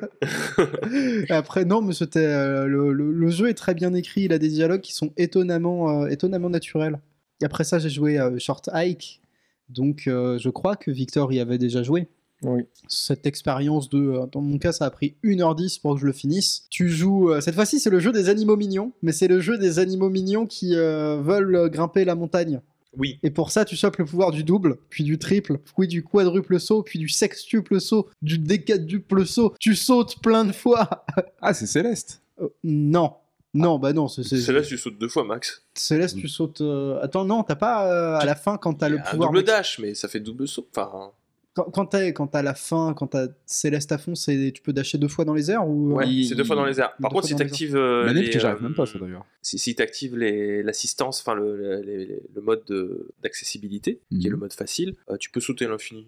[SPEAKER 2] Après, non, mais c'était euh, le, le- le jeu est très bien écrit. Il a des dialogues qui sont étonnamment, euh, étonnamment naturels. Et après ça, j'ai joué à Short Hike. Donc, euh, je crois que Victor y avait déjà joué.
[SPEAKER 5] Oui.
[SPEAKER 2] Cette expérience de. euh, Dans mon cas, ça a pris 1h10 pour que je le finisse. Tu joues. euh, Cette fois-ci, c'est le jeu des animaux mignons. Mais c'est le jeu des animaux mignons qui euh, veulent euh, grimper la montagne.
[SPEAKER 1] Oui.
[SPEAKER 2] Et pour ça, tu chopes le pouvoir du double, puis du triple, puis du quadruple saut, puis du sextuple saut, du décatuple saut. Tu sautes plein de fois. (laughs)
[SPEAKER 3] Ah, c'est Céleste.
[SPEAKER 2] Euh, non. Non, bah non, c'est- c'est-
[SPEAKER 1] Celle-là, tu sautes deux fois, max.
[SPEAKER 2] Céleste, tu sautes. euh, Attends, non, t'as pas euh, à la fin quand t'as le
[SPEAKER 1] Un
[SPEAKER 2] pouvoir.
[SPEAKER 1] double dash, mais ça fait double saut. Enfin,
[SPEAKER 2] Quand, quand t'es- quand t'as la fin, quand t'as Céleste à fond, c'est tu peux dasher deux fois dans les airs ou. euh,
[SPEAKER 1] ouais,
[SPEAKER 3] il-
[SPEAKER 1] c'est deux fois dans les airs.
[SPEAKER 2] il-
[SPEAKER 1] Par
[SPEAKER 2] deux
[SPEAKER 1] contre,
[SPEAKER 2] fois
[SPEAKER 1] si
[SPEAKER 2] dans les
[SPEAKER 1] t'actives. euh,
[SPEAKER 3] Manette
[SPEAKER 1] les,
[SPEAKER 3] que j'arrive
[SPEAKER 1] euh,
[SPEAKER 3] même pas, ça d'ailleurs.
[SPEAKER 1] Si, si t'actives les- l'assistance, enfin le, le- les- le mode de- d'accessibilité, qui est le
[SPEAKER 3] Mhm.
[SPEAKER 1] mode facile, euh, tu peux sauter à l'infini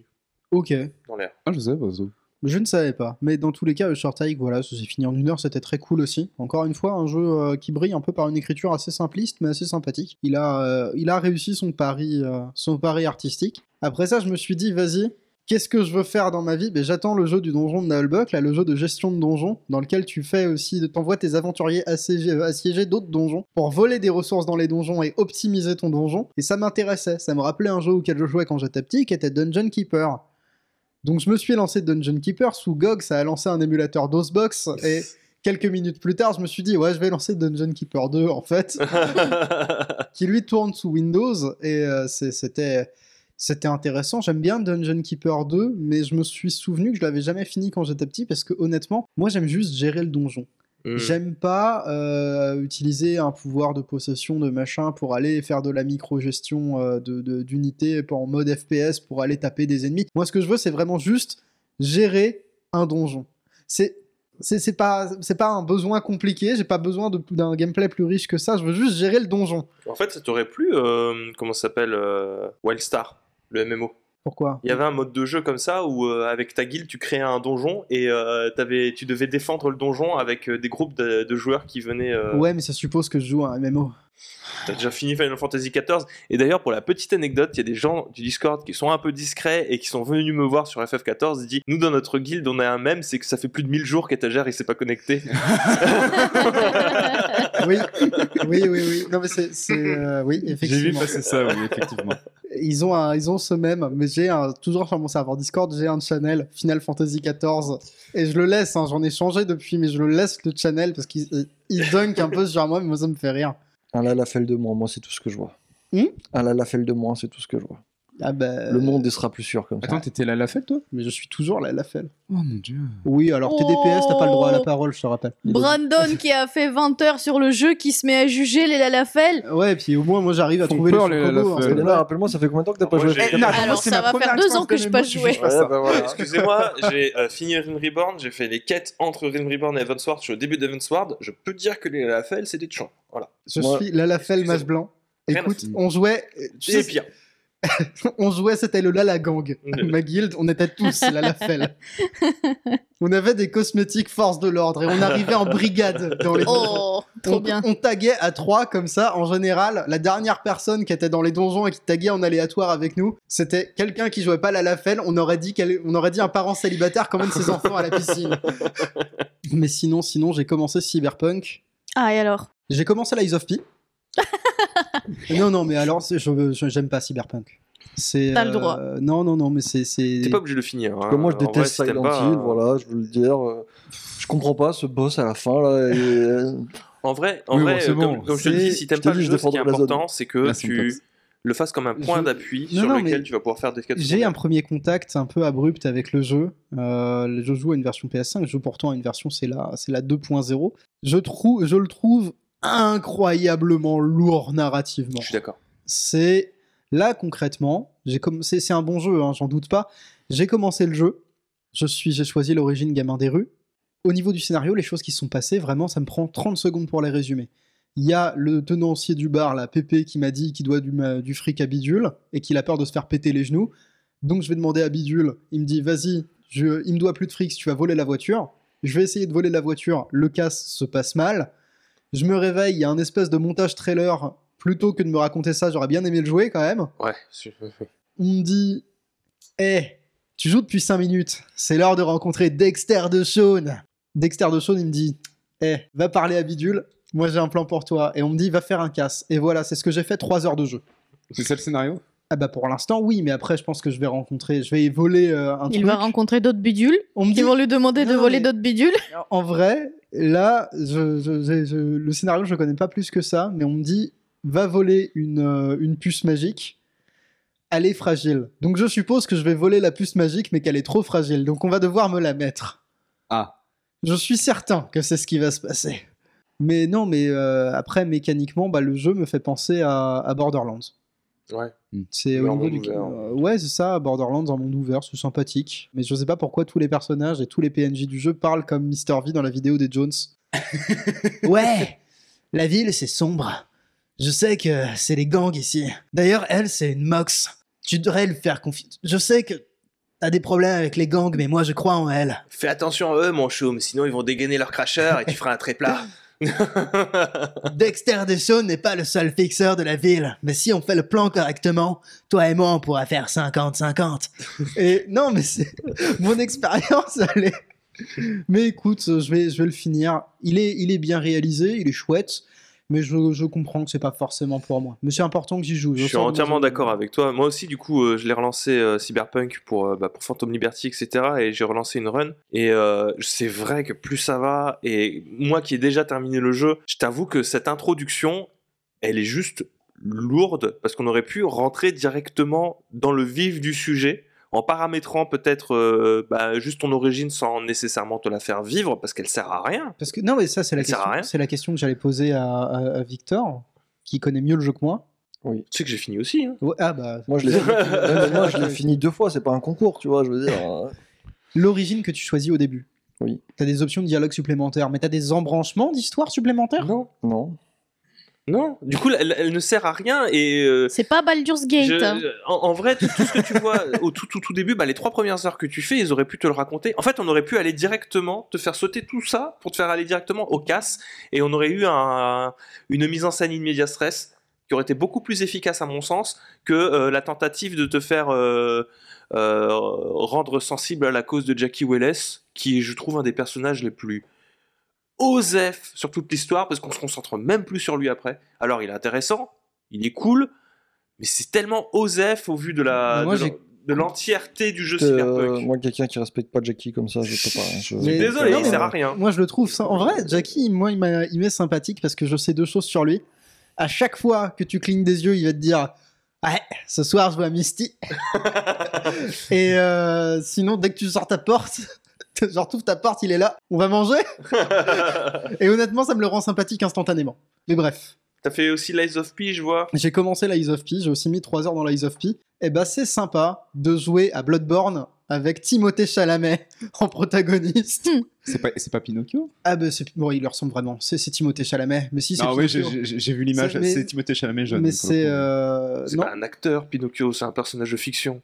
[SPEAKER 2] Ok.
[SPEAKER 1] dans l'air.
[SPEAKER 3] Ah, je sais pas, ça.
[SPEAKER 2] Je ne savais pas. Mais dans tous les cas, le Short Hike, voilà, ça s'est fini en une heure, c'était très cool aussi. Encore une fois, un jeu euh, qui brille un peu par une écriture assez simpliste, mais assez sympathique. Il a, euh, il a réussi son pari, euh, son pari artistique. Après ça, je me suis dit, vas-y, qu'est-ce que je veux faire dans ma vie Ben, J'attends le jeu du donjon de Nullbuck, là, le jeu de gestion de donjon, dans lequel tu fais aussi, t'envoies tes aventuriers assiégés, euh, assiéger d'autres donjons pour voler des ressources dans les donjons et optimiser ton donjon. Et ça m'intéressait, ça me rappelait un jeu auquel je jouais quand j'étais petit, qui était Dungeon Keeper. Donc je me suis lancé Dungeon Keeper sous GOG, ça a lancé un émulateur DOSBox et quelques minutes plus tard, je me suis dit ouais, je vais lancer Dungeon Keeper 2 en fait, qui lui tourne sous Windows et euh, c'est- c'était c'était intéressant. J'aime bien Dungeon Keeper 2, mais je me suis souvenu que je l'avais jamais fini quand j'étais petit parce que honnêtement, moi j'aime juste gérer le donjon.
[SPEAKER 3] Mm.
[SPEAKER 1] Mhm.
[SPEAKER 2] J'aime pas euh, utiliser un pouvoir de possession de machin pour aller faire de la micro-gestion euh, de- de- d'unités pas en mode FPS pour aller taper des ennemis. Moi, ce que je veux, c'est vraiment juste gérer un donjon. C'est c'est c'est pas c'est pas un besoin compliqué. J'ai pas besoin de- d'un gameplay plus riche que ça. Je veux juste gérer le donjon.
[SPEAKER 1] En fait, ça t'aurait plu, euh, comment ça s'appelle euh, Wildstar, le MMO.
[SPEAKER 2] Pourquoi
[SPEAKER 1] Il y avait un mode de jeu comme ça où, euh, avec ta guilde, tu créais un donjon et euh, t'avais- tu devais défendre le donjon avec euh, des groupes de, de joueurs qui venaient. euh,
[SPEAKER 2] Ouais, mais ça suppose que je joue à un MMO.
[SPEAKER 1] T'as déjà fini Final Fantasy XIV. Et d'ailleurs, pour la petite anecdote, il y a des gens du Discord qui sont un peu discrets et qui sont venus me voir sur FF14 et dit Nous, dans notre guilde, on a un même, c'est que ça fait plus de 1000 jours qu'Étagère, il s'est pas connecté.
[SPEAKER 3] (laughs)
[SPEAKER 2] Oui, oui, oui, oui. Non, mais c'est. c'est, euh, oui,
[SPEAKER 3] J'ai vu
[SPEAKER 2] effectivement.
[SPEAKER 3] passer ça, oui, effectivement.
[SPEAKER 2] Ils ont, un, ils ont ce même, mais j'ai un- toujours sur mon serveur Discord, j'ai un channel Final Fantasy XIV. Et je le laisse, hein, j'en ai changé depuis, mais je le laisse le channel parce qu'ils ils- ils dunkent un peu sur moi, mais moi ça me fait rire.
[SPEAKER 5] Un lalafel de moins, moi c'est tout ce que je vois.
[SPEAKER 2] Hmm
[SPEAKER 5] un lalafel de moins, c'est tout ce que je vois.
[SPEAKER 2] Ah bah,
[SPEAKER 5] Le monde il sera plus sûr comme ça.
[SPEAKER 3] (laughs) Attends, t'étais là à la fête, toi
[SPEAKER 2] Mais je suis toujours là, la Oh. fête.
[SPEAKER 3] Oh mon dieu.
[SPEAKER 2] Oui, alors TDPS, t'as pas le droit à la
[SPEAKER 4] Oh.
[SPEAKER 2] parole, je te rappelle.
[SPEAKER 4] Brandon qui a fait 20 heures sur le jeu, qui se met à juger
[SPEAKER 1] (laughs)
[SPEAKER 4] les lalafels.
[SPEAKER 2] Ouais, et puis au moins, moi j'arrive à
[SPEAKER 3] Font
[SPEAKER 2] trouver
[SPEAKER 3] peur,
[SPEAKER 2] les
[SPEAKER 3] les
[SPEAKER 2] chocobos, hein,
[SPEAKER 3] Lalafell.
[SPEAKER 2] c'est
[SPEAKER 5] Mais
[SPEAKER 3] Euh,
[SPEAKER 2] vrai.
[SPEAKER 5] là, rappelle-moi, ça fait combien de temps que t'as pas
[SPEAKER 1] Moi,
[SPEAKER 5] joué
[SPEAKER 1] j'ai-
[SPEAKER 5] à
[SPEAKER 1] Eh,
[SPEAKER 5] Final
[SPEAKER 1] non,
[SPEAKER 3] moi,
[SPEAKER 4] Alors,
[SPEAKER 3] c'est
[SPEAKER 4] ça
[SPEAKER 3] ma
[SPEAKER 4] va faire
[SPEAKER 3] première
[SPEAKER 4] deux
[SPEAKER 3] expérience
[SPEAKER 4] ans que je
[SPEAKER 3] de
[SPEAKER 4] pas
[SPEAKER 3] MMO, je Ah,
[SPEAKER 4] joué.
[SPEAKER 3] juge pas
[SPEAKER 5] Fantasy
[SPEAKER 3] ça.
[SPEAKER 5] (laughs) Ouais, bah voilà.
[SPEAKER 1] Euh, Excusez-moi, j'ai euh, fini Rim Reborn, j'ai fait les quêtes entre Rim Reborn et Heaven's Sword. Je suis au début d'Heaven's Sword. Je peux dire que les Lafel, c'est des chants. Voilà.
[SPEAKER 2] Je
[SPEAKER 5] Moi-
[SPEAKER 2] suis Lalafel
[SPEAKER 1] Excusez-moi.
[SPEAKER 2] Mage Blanc.
[SPEAKER 1] Rien à
[SPEAKER 2] Écoute,
[SPEAKER 3] foutre.
[SPEAKER 2] on jouait. tu sais,
[SPEAKER 1] C'est pire.
[SPEAKER 2] on jouait, c'était le Lala Gang.
[SPEAKER 1] Mm.
[SPEAKER 2] Ma guilde, on était tous
[SPEAKER 4] (laughs)
[SPEAKER 2] Lalafel. on avait des cosmétiques force de l'ordre et on arrivait en brigade dans les donjons.
[SPEAKER 4] Oh,
[SPEAKER 2] on,
[SPEAKER 4] trop bien.
[SPEAKER 2] on taguait à trois comme ça, en général. La dernière personne qui était dans les donjons et qui taguait en aléatoire avec nous, c'était quelqu'un qui jouait pas Lalafel. On aurait dit, qu'elle- on aurait dit un parent célibataire quand même ses enfants à la piscine. Mais sinon, sinon, j'ai commencé Cyberpunk.
[SPEAKER 4] Ah, et alors
[SPEAKER 2] J'ai commencé Lies
[SPEAKER 4] (laughs)
[SPEAKER 2] of P. non, non, mais alors, c'est- je je- j'aime pas Cyberpunk. C'est,
[SPEAKER 4] T'as le
[SPEAKER 2] euh,
[SPEAKER 4] droit.
[SPEAKER 2] non, non, non, mais c'est. c'est-
[SPEAKER 1] T'es pas obligé de le finir. hein.
[SPEAKER 5] Comme moi, je
[SPEAKER 1] En
[SPEAKER 5] déteste
[SPEAKER 1] vrai, si t'aimes
[SPEAKER 5] Silent
[SPEAKER 1] pas,
[SPEAKER 5] Hill,
[SPEAKER 1] euh,
[SPEAKER 5] voilà, je veux le dire. euh, Je comprends pas ce boss à la fin, là. et, euh,
[SPEAKER 1] En vrai, en
[SPEAKER 3] Oui, bon,
[SPEAKER 1] vrai
[SPEAKER 3] c'est
[SPEAKER 1] euh, comme,
[SPEAKER 3] bon.
[SPEAKER 1] comme je te le
[SPEAKER 5] C'est-
[SPEAKER 1] dis, si t'aimes
[SPEAKER 5] je te
[SPEAKER 1] pas le
[SPEAKER 5] dis, je
[SPEAKER 1] jeu, ce qui est
[SPEAKER 5] défendrai la zone.
[SPEAKER 1] important, c'est que
[SPEAKER 3] Là, c'est mon
[SPEAKER 1] tu
[SPEAKER 3] pote.
[SPEAKER 1] le fasses comme un point
[SPEAKER 2] Je-
[SPEAKER 1] d'appui
[SPEAKER 2] Non,
[SPEAKER 1] sur
[SPEAKER 2] non,
[SPEAKER 1] lequel
[SPEAKER 2] mais
[SPEAKER 1] tu vas pouvoir faire des quêtes.
[SPEAKER 2] J'ai un premier contact un peu abrupt avec le jeu. Euh, je joue à une version PS5, je joue pourtant à une version, c'est la, c'est la 2.0. Je, trouve, je le trouve incroyablement lourd narrativement.
[SPEAKER 1] Je suis d'accord.
[SPEAKER 2] c'est là concrètement, j'ai comme c'est c'est un bon jeu, hein, j'en doute pas. J'ai commencé le jeu, je suis j'ai choisi l'origine gamin des rues. Au niveau du scénario, les choses qui se sont passées, vraiment, ça me prend 30 secondes pour les résumer. Il y a le tenancier du bar, la Pépé, qui m'a dit qu'il doit du, ma- du fric à Bidule et qu'il a peur de se faire péter les genoux. Donc je vais demander à Bidule, il me dit vas-y, je, il me doit plus de fric si tu vas voler la voiture. Je vais essayer de voler la voiture, le casse se passe mal. Je me réveille, il y a un espèce de montage trailer. Plutôt que de me raconter ça, j'aurais bien aimé le jouer quand même.
[SPEAKER 1] Ouais. c'est-
[SPEAKER 2] On me dit Hé, tu joues depuis 5 minutes, c'est l'heure de rencontrer Dexter de Shawn. Dexter de Shawn, il me dit Hé, va parler à Bidule, moi j'ai un plan pour toi. Et on me dit Va faire un casse. Et voilà, c'est ce que j'ai fait 3 heures de jeu.
[SPEAKER 3] C'est ça le scénario
[SPEAKER 2] Ah bah pour l'instant, oui, mais après, je pense que je vais rencontrer, je vais voler euh, un
[SPEAKER 4] Il
[SPEAKER 2] truc.
[SPEAKER 4] va rencontrer d'autres bidules
[SPEAKER 2] on me
[SPEAKER 4] qui
[SPEAKER 2] dit
[SPEAKER 4] vont lui demander de
[SPEAKER 2] Non,
[SPEAKER 4] voler
[SPEAKER 2] mais-
[SPEAKER 4] d'autres
[SPEAKER 1] (laughs)
[SPEAKER 4] bidules.
[SPEAKER 2] En vrai, là, je- je- je- je- le scénario, je le connais pas plus que ça, mais on me dit va voler une, euh, une puce magique. Elle est fragile. Donc je suppose que je vais voler la puce magique, mais qu'elle est trop fragile. Donc on va devoir me la mettre.
[SPEAKER 3] Ah.
[SPEAKER 2] Je suis certain que c'est ce qui va se passer. Mais non, mais euh, après, mécaniquement, bah, le jeu me fait penser à, à Borderlands. Hmm.
[SPEAKER 1] Ouais.
[SPEAKER 2] C'est
[SPEAKER 1] Mais
[SPEAKER 2] au
[SPEAKER 1] en
[SPEAKER 2] niveau
[SPEAKER 1] monde
[SPEAKER 2] du.
[SPEAKER 1] ouvert.
[SPEAKER 2] euh, ouais, c'est ça, Borderlands en monde ouvert, c'est sympathique. Mais je sais pas pourquoi tous les personnages et tous les PNJ du jeu parlent comme Mr. V dans la vidéo des Jones. (laughs) ouais, la ville c'est sombre. Je sais que c'est les gangs ici. D'ailleurs, elle c'est une mox. Tu devrais lui faire confiance. Je sais que t'as des problèmes avec les gangs, mais moi je crois en elle.
[SPEAKER 1] Fais attention à eux, mon chum, sinon ils vont dégainer leur cracheur et tu feras un tréplat.
[SPEAKER 2] Dexter Deshawn n'est pas le seul fixeur de la ville, mais si on fait le plan correctement, toi et moi on pourra faire 50-50. et non, mais c'est mon expérience, elle est- Mais écoute, je vais, je vais le finir. Il est, il est bien réalisé, il est chouette, mais je, je comprends que c'est pas forcément pour moi. Mais c'est important que j'y joue.
[SPEAKER 1] Je suis
[SPEAKER 2] sens que-
[SPEAKER 1] entièrement d'accord avec toi. Moi aussi, du coup, euh, je l'ai relancé euh, Cyberpunk pour, euh, bah, pour Phantom Liberty, etc. Et j'ai relancé une run. Et euh, c'est vrai que plus ça va, et moi qui ai déjà terminé le jeu, je t'avoue que cette introduction, elle est juste lourde parce qu'on aurait pu rentrer directement dans le vif du sujet en paramétrant peut-être euh, bah, juste ton origine sans nécessairement te la faire vivre parce qu'elle sert à rien.
[SPEAKER 2] Parce que non, mais ça c'est la
[SPEAKER 1] Ça sert à
[SPEAKER 2] question.
[SPEAKER 1] rien.
[SPEAKER 2] C'est la question que j'allais poser à, à- à Victor, qui connaît mieux le jeu que moi.
[SPEAKER 1] Tu sais que j'ai fini aussi. hein.
[SPEAKER 2] Ouais, ah bah.
[SPEAKER 5] Moi, je l'ai fini, Ouais, mais moi, je l'ai fini deux fois, c'est pas un concours, tu vois, je veux dire. hein.
[SPEAKER 2] l'origine que tu choisis au début.
[SPEAKER 5] Oui.
[SPEAKER 2] T'as des options de dialogue supplémentaires, mais t'as des embranchements d'histoire supplémentaires
[SPEAKER 1] Non,
[SPEAKER 5] Non.
[SPEAKER 1] non. Du coup, elle, elle ne sert à rien et. euh,
[SPEAKER 4] C'est pas Baldur's Gate.
[SPEAKER 1] Je-
[SPEAKER 4] hein.
[SPEAKER 1] je- en, en vrai, tout, tout ce que tu vois (laughs) au tout, tout, tout début, bah, les trois premières heures que tu fais, ils auraient pu te le raconter. En fait, on aurait pu aller directement, te faire sauter tout ça pour te faire aller directement au casse et on aurait eu un- une mise en scène immédiat stress qui aurait été beaucoup plus efficace à mon sens que euh, la tentative de te faire euh, euh, rendre sensible à la cause de Jackie Welles, qui est, je trouve, un des personnages les plus osef sur toute l'histoire, parce qu'on se concentre même plus sur lui après. Alors, il est intéressant, il est cool, mais c'est tellement osef au vu de la...
[SPEAKER 2] Moi,
[SPEAKER 1] de l'en-
[SPEAKER 2] j'ai-
[SPEAKER 1] de l'entièreté du jeu
[SPEAKER 5] Euh,
[SPEAKER 1] cyberpunk.
[SPEAKER 5] moi, quelqu'un qui respecte pas Jackie comme ça, je peux pas. hein, je-
[SPEAKER 2] Mais-
[SPEAKER 1] Désolé,
[SPEAKER 2] Non,
[SPEAKER 1] il
[SPEAKER 2] mais-
[SPEAKER 1] sert à rien.
[SPEAKER 2] Moi, je le trouve. ça- En vrai, Jackie, moi, il m'a- il m'est sympathique parce que je sais deux choses sur lui. À chaque fois que tu clignes des yeux, il va te dire Ouais, ce soir, je vois Misty. (laughs) Et euh, sinon, dès que tu sors ta porte, (laughs) genre, t'ouvres ta porte, il est là, on va manger. Et honnêtement, ça me le rend sympathique instantanément. Mais bref,
[SPEAKER 1] T'as fait aussi Lies of P, je vois.
[SPEAKER 2] j'ai commencé l'Eyes of Pi, j'ai aussi mis 3 heures dans l'Eyes of Pi. Et bah, c'est sympa de jouer à Bloodborne avec Timothée Chalamet (laughs) en protagoniste.
[SPEAKER 3] C'est pas, c'est pas Pinocchio
[SPEAKER 2] Ah bah c'est bon, il leur ressemble vraiment. C'est c'est Timothée Chalamet, mais si c'est
[SPEAKER 3] Non, oui, j'ai
[SPEAKER 2] Pinocchio.
[SPEAKER 3] j'ai- j'ai vu l'image.
[SPEAKER 2] C'est- mais-
[SPEAKER 3] C'est Timothée Chalamet jeune.
[SPEAKER 2] mais
[SPEAKER 3] pour le
[SPEAKER 2] c'est
[SPEAKER 3] coup.
[SPEAKER 2] euh,
[SPEAKER 1] C'est
[SPEAKER 2] non.
[SPEAKER 1] pas un acteur, Pinocchio, c'est un personnage de fiction.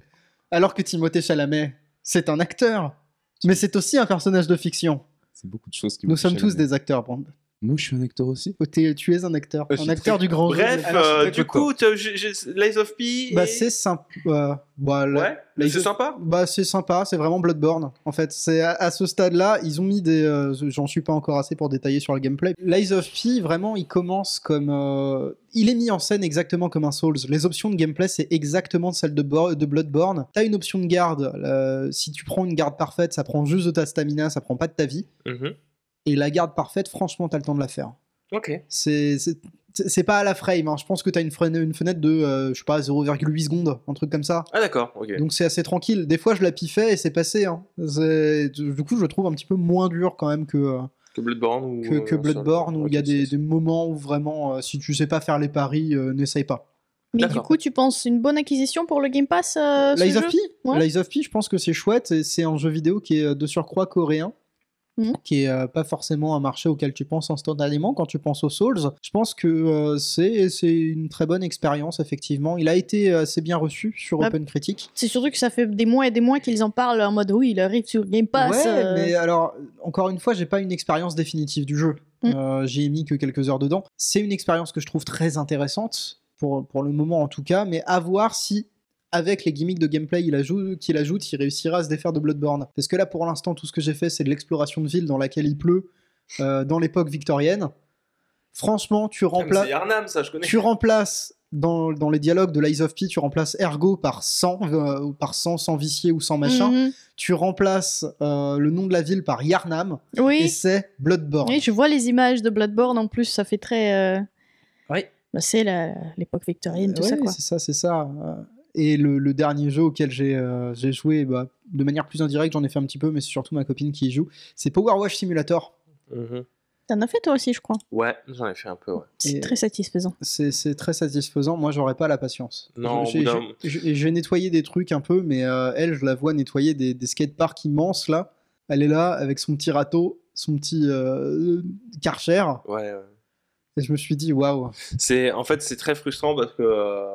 [SPEAKER 2] Alors que Timothée Chalamet, c'est un acteur, mais c'est aussi un personnage de fiction.
[SPEAKER 3] C'est beaucoup de choses qui
[SPEAKER 2] Nous
[SPEAKER 3] me
[SPEAKER 2] sommes
[SPEAKER 3] touchent à
[SPEAKER 2] tous
[SPEAKER 3] la main.
[SPEAKER 2] des acteurs, Brand.
[SPEAKER 3] Moi, je suis un acteur aussi.
[SPEAKER 2] Oh, t'es- Tu es un acteur,
[SPEAKER 3] Euh, je
[SPEAKER 2] un
[SPEAKER 3] suis
[SPEAKER 2] acteur
[SPEAKER 3] très-
[SPEAKER 2] du grand jeu.
[SPEAKER 1] Bref,
[SPEAKER 2] Alors,
[SPEAKER 1] euh,
[SPEAKER 2] c'est très
[SPEAKER 1] du
[SPEAKER 2] coco.
[SPEAKER 1] coup, t'as- j'ai- j'ai- Lies of P.
[SPEAKER 2] bah
[SPEAKER 1] et-
[SPEAKER 2] c'est sympa. euh, bah, là-
[SPEAKER 1] Ouais,
[SPEAKER 2] Lies
[SPEAKER 1] c'est
[SPEAKER 2] of-
[SPEAKER 1] sympa.
[SPEAKER 2] Bah c'est sympa, c'est vraiment Bloodborne en fait. C'est à, à ce stade-là, ils ont mis des. euh, J'en suis pas encore assez pour détailler sur le gameplay. Lies of P, vraiment, il commence comme. euh, il est mis en scène exactement comme un Souls. Les options de gameplay, c'est exactement celle de, Bo- de Bloodborne. T'as une option de garde. euh, si tu prends une garde parfaite, ça prend juste de ta stamina, ça prend pas de ta vie.
[SPEAKER 1] Mhm.
[SPEAKER 2] Et la garde parfaite, franchement, t'as le temps de la faire.
[SPEAKER 1] Ok.
[SPEAKER 2] C'est. c'est- c'est pas à la frame, hein. je pense que t'as une, fren- une fenêtre de, euh, je sais pas, 0,8 secondes, un truc comme ça.
[SPEAKER 1] Ah d'accord, ok.
[SPEAKER 2] Donc c'est assez tranquille. Des fois, je la piffais et c'est passé. hein. C'est- Du coup, je le trouve un petit peu moins dur quand même que, euh,
[SPEAKER 1] Que Bloodborne ou...
[SPEAKER 2] que, que
[SPEAKER 1] euh,
[SPEAKER 2] Bloodborne,
[SPEAKER 1] sur-
[SPEAKER 2] où il y a
[SPEAKER 1] Ok,
[SPEAKER 2] des,
[SPEAKER 1] c'est-
[SPEAKER 2] des moments où vraiment, euh, si tu sais pas faire les paris, euh, n'essaye pas.
[SPEAKER 4] Mais du
[SPEAKER 1] D'accord.
[SPEAKER 4] coup, tu penses une bonne acquisition pour le Game Pass euh, ce
[SPEAKER 2] Lies of
[SPEAKER 4] jeu
[SPEAKER 2] P
[SPEAKER 4] Ouais.
[SPEAKER 2] Lies of P, je pense que c'est chouette. et C'est un jeu vidéo qui est euh, de surcroît coréen.
[SPEAKER 4] Mhm.
[SPEAKER 2] qui est euh, pas forcément un marché auquel tu penses instantanément quand tu penses aux Souls. Je pense que euh, c'est c'est une très bonne expérience, effectivement. Il a été euh, assez bien reçu sur
[SPEAKER 4] Bah,
[SPEAKER 2] Open Critique.
[SPEAKER 4] C'est surtout que ça fait des mois et des mois qu'ils en parlent en mode oui, il arrive sur Game Pass.
[SPEAKER 2] Ouais,
[SPEAKER 4] euh,
[SPEAKER 2] mais alors, encore une fois, j'ai pas une expérience définitive du jeu.
[SPEAKER 4] Mm.
[SPEAKER 2] Euh, J'y ai mis que quelques heures dedans. C'est une expérience que je trouve très intéressante, pour, pour le moment en tout cas, mais à voir si, avec les gimmicks de gameplay qu'il ajoute, qu'il ajoute, il réussira à se défaire de Bloodborne. Parce que là, pour l'instant, tout ce que j'ai fait, c'est de l'exploration de ville dans laquelle il pleut, euh, dans l'époque victorienne. Franchement, tu
[SPEAKER 1] Ah, mais
[SPEAKER 2] remplaces
[SPEAKER 1] C'est Arnam, ça, je connais.
[SPEAKER 2] tu remplaces dans, dans les dialogues de Lies of P, tu remplaces Ergo par 100, euh, ou par 100, sans vicié ou sans machin.
[SPEAKER 4] mhm.
[SPEAKER 2] Tu remplaces euh, le nom de la ville par Yarnam et
[SPEAKER 4] Oui.
[SPEAKER 2] c'est Bloodborne.
[SPEAKER 4] Oui, je vois les images de Bloodborne en plus, ça fait très. euh,
[SPEAKER 2] Oui.
[SPEAKER 4] bah, c'est la- l'époque victorienne, tout
[SPEAKER 2] Ouais,
[SPEAKER 4] ça quoi.
[SPEAKER 2] C'est ça, c'est ça. Euh, Et le, le dernier jeu auquel j'ai euh, j'ai joué bah, de manière plus indirecte, j'en ai fait un petit peu, mais c'est surtout ma copine qui y joue, c'est Power Wash Simulator.
[SPEAKER 1] Mhm.
[SPEAKER 4] T'en as fait toi aussi, je crois.
[SPEAKER 1] Ouais, j'en ai fait un peu, ouais.
[SPEAKER 4] C'est
[SPEAKER 2] Et-
[SPEAKER 4] très satisfaisant.
[SPEAKER 2] C'est c'est très satisfaisant. Moi, j'aurais pas la patience.
[SPEAKER 1] Non,
[SPEAKER 2] Je-
[SPEAKER 1] au
[SPEAKER 2] j'ai-
[SPEAKER 1] bout d'un-
[SPEAKER 2] j'ai j'ai- j'ai nettoyé des trucs un peu, mais euh, elle, je la vois nettoyer des, des skateparks immenses là. Elle est là avec son petit râteau, son petit euh, karcher.
[SPEAKER 1] Ouais, ouais.
[SPEAKER 2] Et je me suis dit, waouh.
[SPEAKER 1] C'est en fait c'est très frustrant parce que euh,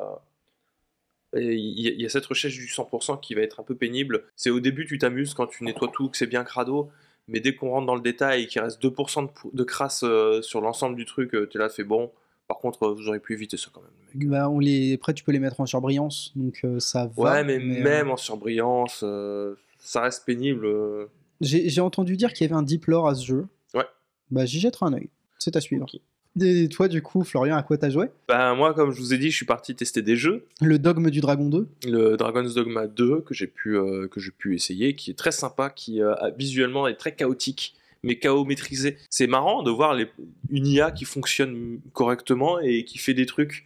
[SPEAKER 1] il y, il y a cette recherche du 100% qui va être un peu pénible. C'est au début tu t'amuses quand tu nettoies tout, que c'est bien crado, mais dès qu'on rentre dans le détail et qu'il reste 2% de, pou- de crasse euh, sur l'ensemble du truc, euh, t'es là, tu fais bon. Par contre, euh, vous auriez pu éviter ça quand même. mec.
[SPEAKER 2] Bah, on les... Après, tu peux les mettre en surbrillance, donc euh, ça va.
[SPEAKER 1] Ouais, mais,
[SPEAKER 2] euh,
[SPEAKER 1] même en surbrillance, euh, ça reste pénible. euh.
[SPEAKER 2] J'ai j'ai entendu dire qu'il y avait un deep lore à ce jeu.
[SPEAKER 1] Ouais.
[SPEAKER 2] Bah, j'y jetterai un œil. C'est à suivre.
[SPEAKER 1] Ok.
[SPEAKER 2] Et toi, du coup, Florian, à quoi t'as joué
[SPEAKER 1] Ben, moi, comme je vous ai dit, je suis parti tester des jeux.
[SPEAKER 2] Le dogme du Dragon 2
[SPEAKER 1] le Dragon's Dogma 2 que j'ai pu, euh, que j'ai pu essayer, qui est très sympa, qui euh, a- visuellement est très chaotique, mais chaos maîtrisé. C'est marrant de voir les, une IA qui fonctionne correctement et qui fait des trucs.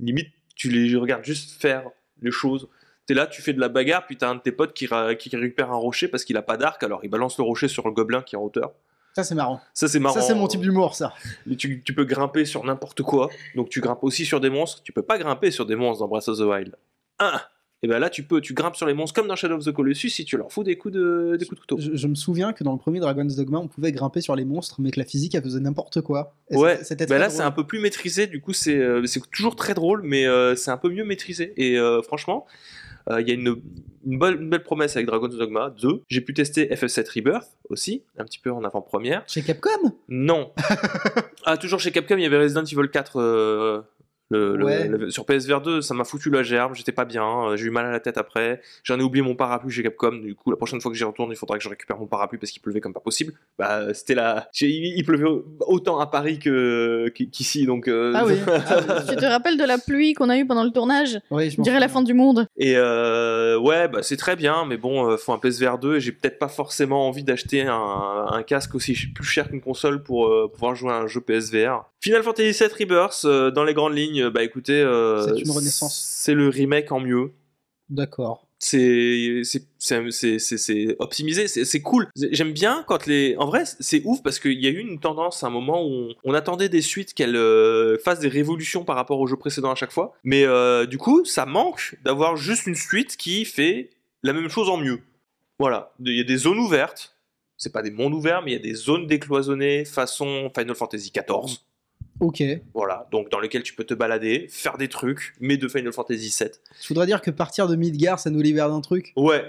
[SPEAKER 1] Limite, tu les regardes juste faire les choses. T'es là, tu fais de la bagarre, puis t'as un de tes potes qui, ra- qui récupère un rocher parce qu'il a pas d'arc, alors il balance le rocher sur le gobelin qui est en hauteur.
[SPEAKER 2] Ça, c'est marrant.
[SPEAKER 1] Ça, c'est marrant.
[SPEAKER 2] Ça, c'est mon type d'humour, ça.
[SPEAKER 1] Mais Tu, tu peux grimper sur n'importe quoi, donc tu grimpes aussi sur des monstres. Tu peux pas grimper sur des monstres dans Breath of the Wild. 1. Et ben là, tu peux, tu grimpes sur les monstres comme dans Shadow of the Colossus si tu leur fous des coups de, des coups de couteau.
[SPEAKER 2] Je, je me souviens que dans le premier Dragon's Dogma, on pouvait grimper sur les monstres, mais que la physique, elle faisait n'importe quoi. Et
[SPEAKER 1] Ouais,
[SPEAKER 2] c'était- c'était
[SPEAKER 1] Ben
[SPEAKER 2] très
[SPEAKER 1] là,
[SPEAKER 2] drôle.
[SPEAKER 1] c'est un peu plus maîtrisé, du coup, c'est euh, c'est toujours très drôle, mais euh, c'est un peu mieux maîtrisé. Et euh, franchement, euh, il y a une, une bonne- une belle promesse avec Dragon's Dogma 2. J'ai pu tester FF7 Rebirth aussi, un petit peu en avant-première. (laughs)
[SPEAKER 2] Chez Capcom
[SPEAKER 1] Non. ah, toujours chez Capcom, il y avait Resident Evil 4, euh, Le- le-
[SPEAKER 2] Ouais.
[SPEAKER 1] le- sur PSVR 2, ça m'a foutu la gerbe, j'étais pas bien, euh, j'ai eu mal à la tête après, j'en ai oublié mon parapluie chez Capcom, du coup la prochaine fois que j'y retourne, il faudra que je récupère mon parapluie parce qu'il pleuvait comme pas possible. Bah c'était là, j'ai- il, il pleuvait au- autant à Paris que qu'ici, donc euh,
[SPEAKER 2] Ah oui.
[SPEAKER 4] Tu te rappelles de la pluie qu'on a eue pendant le tournage
[SPEAKER 2] oui, je
[SPEAKER 4] Je
[SPEAKER 2] m'en
[SPEAKER 4] dirais la fin
[SPEAKER 2] souviens.
[SPEAKER 4] du monde.
[SPEAKER 1] Et euh, ouais, bah c'est très bien, mais bon, euh, faut un PSVR 2 et j'ai peut-être pas forcément envie d'acheter un, un casque aussi ch- plus cher qu'une console pour euh, pouvoir jouer à un jeu PSVR. Final Fantasy VII Rebirth, euh, dans les grandes lignes, euh, bah écoutez, euh,
[SPEAKER 2] C'est une renaissance.
[SPEAKER 1] C'est le remake en mieux.
[SPEAKER 2] D'accord.
[SPEAKER 1] C'est c'est- c'est- c'est- c'est- c'est optimisé, c'est c'est cool. J'aime bien quand les. En vrai, c'est ouf parce qu'il y a eu une tendance à un moment où on, on attendait des suites qu'elles euh, fassent des révolutions par rapport aux jeux précédents à chaque fois. Mais euh, du coup, ça manque d'avoir juste une suite qui fait la même chose en mieux. Voilà. Il y a des zones ouvertes. C'est pas des mondes ouverts, mais il y a des zones décloisonnées façon Final Fantasy XIV.
[SPEAKER 2] Ok.
[SPEAKER 1] Voilà. Donc dans lesquelles tu peux te balader, faire des trucs, mais de Final Fantasy VII.
[SPEAKER 2] Je voudrais dire que partir de Midgar, ça nous libère d'un truc.
[SPEAKER 1] Ouais.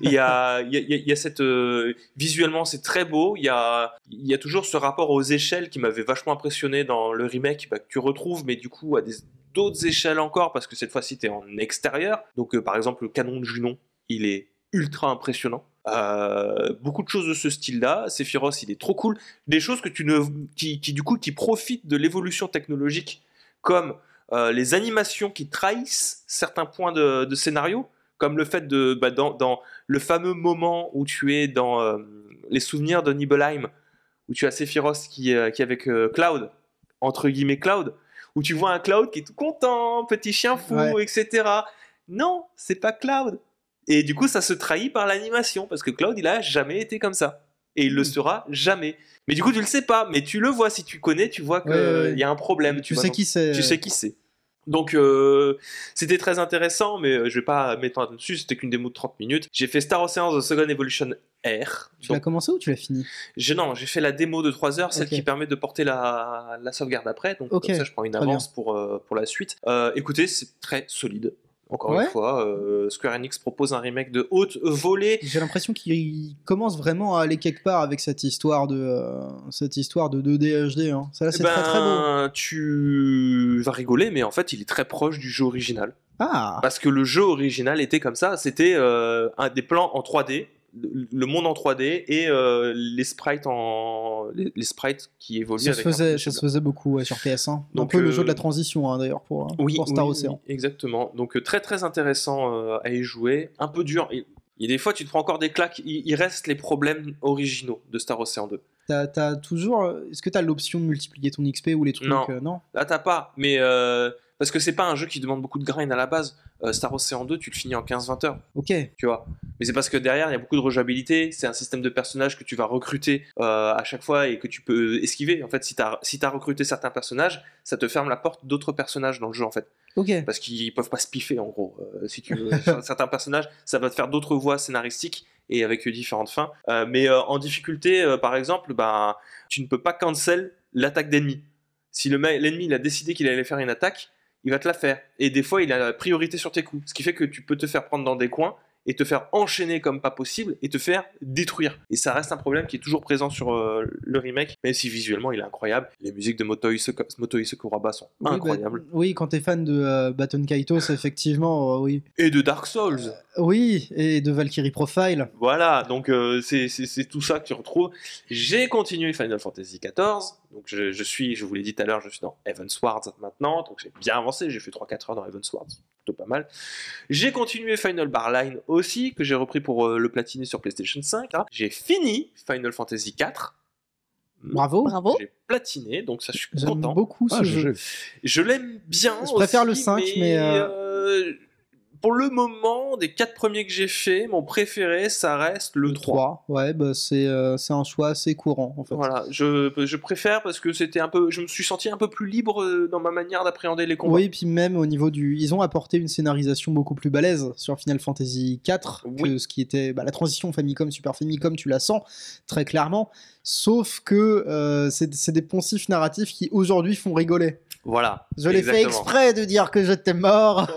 [SPEAKER 1] Il y a, il y a- il y a- il y a cette. euh, visuellement, c'est très beau. Il y a, il y a toujours ce rapport aux échelles qui m'avait vachement impressionné dans le remake, bah, que tu retrouves, mais du coup, à des- d'autres échelles encore, parce que cette fois-ci, t'es en extérieur. Donc, euh, par exemple, le canon de Junon, il est ultra impressionnant. Euh, beaucoup de choses de ce style-là. Sephiroth, il est trop cool. Des choses que tu ne, qui, qui, du coup, qui profitent de l'évolution technologique, comme euh, les animations qui trahissent certains points de, de scénario comme le fait de bah, dans, dans le fameux moment où tu es dans euh, les souvenirs de Nibelheim où tu as Sephiroth qui, euh, qui est avec euh, Cloud entre guillemets Cloud où tu vois un Cloud qui est tout content petit chien fou
[SPEAKER 2] Ouais.
[SPEAKER 1] etc non c'est pas Cloud et du coup ça se trahit par l'animation parce que Cloud il a jamais été comme ça et
[SPEAKER 2] Mm.
[SPEAKER 1] il le sera jamais mais du coup tu le sais pas mais tu le vois si tu connais tu vois qu'il
[SPEAKER 2] Ouais, ouais, ouais.
[SPEAKER 1] y a un problème tu,
[SPEAKER 2] Tu
[SPEAKER 1] vois,
[SPEAKER 2] sais
[SPEAKER 1] donc-
[SPEAKER 2] qui euh, c'est
[SPEAKER 1] tu sais qui c'est. Donc euh, c'était très intéressant, mais euh, je vais pas m'étendre dessus, c'était qu'une démo de 30 minutes. J'ai fait Star Ocean The Second Evolution R.
[SPEAKER 2] Tu
[SPEAKER 1] Donc,
[SPEAKER 2] l'as commencé ou tu l'as fini
[SPEAKER 1] j'ai- non, j'ai fait la démo de 3 heures, celle
[SPEAKER 2] Ok.
[SPEAKER 1] qui permet de porter la, la sauvegarde après, donc
[SPEAKER 2] Ok,
[SPEAKER 1] comme ça je prends une
[SPEAKER 2] très
[SPEAKER 1] avance pour, euh, pour la suite. Euh, écoutez, c'est très solide. Encore
[SPEAKER 2] Ouais.
[SPEAKER 1] une fois, euh, Square Enix propose un remake de haute volée.
[SPEAKER 2] J'ai l'impression qu'il commence vraiment à aller quelque part avec cette histoire de euh, cette histoire de 2D HD. hein. Ça là, c'est
[SPEAKER 1] Eh ben,
[SPEAKER 2] très très beau.
[SPEAKER 1] Tu vas rigoler, mais en fait, il est très proche du jeu original.
[SPEAKER 2] Ah,
[SPEAKER 1] Parce que le jeu original était comme ça, c'était euh, un des plans en 3D, le le monde en 3D et euh, les sprites en les, les sprites qui évoluent
[SPEAKER 2] ça se
[SPEAKER 1] avec un
[SPEAKER 2] faisait, ça
[SPEAKER 1] flash.
[SPEAKER 2] se faisait beaucoup ouais, sur PS1. Donc
[SPEAKER 1] Donc,
[SPEAKER 2] le
[SPEAKER 1] euh,
[SPEAKER 2] jeu de la transition hein, d'ailleurs pour, euh,
[SPEAKER 1] Oui,
[SPEAKER 2] pour Star
[SPEAKER 1] oui,
[SPEAKER 2] Ocean.
[SPEAKER 1] oui, exactement. Donc euh, très très intéressant euh, à y jouer, un peu dur. Et, et des fois tu te prends encore des claques, il, il reste les problèmes originaux de Star Ocean 2.
[SPEAKER 2] T'as, t'as toujours, euh, est-ce que t'as l'option de multiplier ton XP ou les trucs
[SPEAKER 1] Non.
[SPEAKER 2] euh, non
[SPEAKER 1] Là t'as pas, mais euh, parce que c'est pas un jeu qui demande beaucoup de grind à la base. Euh, Star Ocean 2, tu le finis en 15-20 heures.
[SPEAKER 2] Ok.
[SPEAKER 1] tu vois. Mais c'est parce que derrière, il y a beaucoup de rejouabilité, c'est un système de personnages que tu vas recruter euh, à chaque fois et que tu peux euh, esquiver. En fait, si tu as, si t'as recruté certains personnages, ça te ferme la porte d'autres personnages dans le jeu, en fait.
[SPEAKER 2] Ok.
[SPEAKER 1] Parce qu'ils peuvent pas se piffer, en gros. Euh, si tu veux, sur certains personnages, ça va te faire d'autres voies scénaristiques et avec différentes fins. Euh, mais euh, en difficulté, euh, par exemple, ben, tu ne peux pas cancel l'attaque d'ennemis. Si le ma- l'ennemi il a décidé qu'il allait faire une attaque, il va te la faire. Et des fois, il a la priorité sur tes coups. Ce qui fait que tu peux te faire prendre dans des coins et te faire enchaîner comme pas possible et te faire détruire. Et ça reste un problème qui est toujours présent sur euh, le remake, même si visuellement il est incroyable. Les musiques de Motoi Seko- Motoi Sakuraba sont
[SPEAKER 2] Oui, bah,
[SPEAKER 1] incroyables.
[SPEAKER 2] oui, quand t'es fan de euh, Baton
[SPEAKER 1] (laughs)
[SPEAKER 2] Kaito, c'est effectivement, euh, oui.
[SPEAKER 1] Et de Dark Souls.
[SPEAKER 2] Oui, et de Valkyrie Profile.
[SPEAKER 1] Voilà, donc euh, c'est- c'est c'est tout ça que tu retrouves. J'ai continué Final Fantasy XIV, donc je, je suis, je vous l'ai dit tout à l'heure, je suis dans Evansward maintenant, donc j'ai bien avancé, j'ai fait 3-4 heures dans Evansward, c'est plutôt pas mal. J'ai continué Final Barline aussi, que j'ai repris pour euh, le platiner sur PlayStation 5. hein. J'ai fini Final Fantasy IV.
[SPEAKER 2] Bravo.
[SPEAKER 4] Bravo.
[SPEAKER 1] J'ai platiné, donc ça je suis
[SPEAKER 2] Oh. J'aime
[SPEAKER 1] content.
[SPEAKER 2] beaucoup ce
[SPEAKER 3] Ah, je-
[SPEAKER 2] jeu.
[SPEAKER 1] Je l'aime bien.
[SPEAKER 2] Je préfère
[SPEAKER 1] aussi,
[SPEAKER 2] le cinq, mais, euh,
[SPEAKER 1] euh, Pour le moment, des quatre premiers que j'ai fait, mon préféré, ça reste le 3.
[SPEAKER 2] 3, ouais, bah, c'est, euh, c'est un choix assez courant en fait.
[SPEAKER 1] Voilà, je, je préfère parce que c'était un peu, je me suis senti un peu plus libre euh, dans ma manière d'appréhender les combats.
[SPEAKER 2] Oui, puis même au niveau du. Ils ont apporté une scénarisation beaucoup plus balèze sur Final Fantasy IV que
[SPEAKER 1] Oui.
[SPEAKER 2] ce qui était. bah, la transition Famicom, Super Famicom, tu la sens très clairement. Sauf que euh, c'est c'est des poncifs narratifs qui aujourd'hui font rigoler.
[SPEAKER 1] Voilà. (laughs)
[SPEAKER 2] Je l'ai fait exprès de dire que je t'ai mort.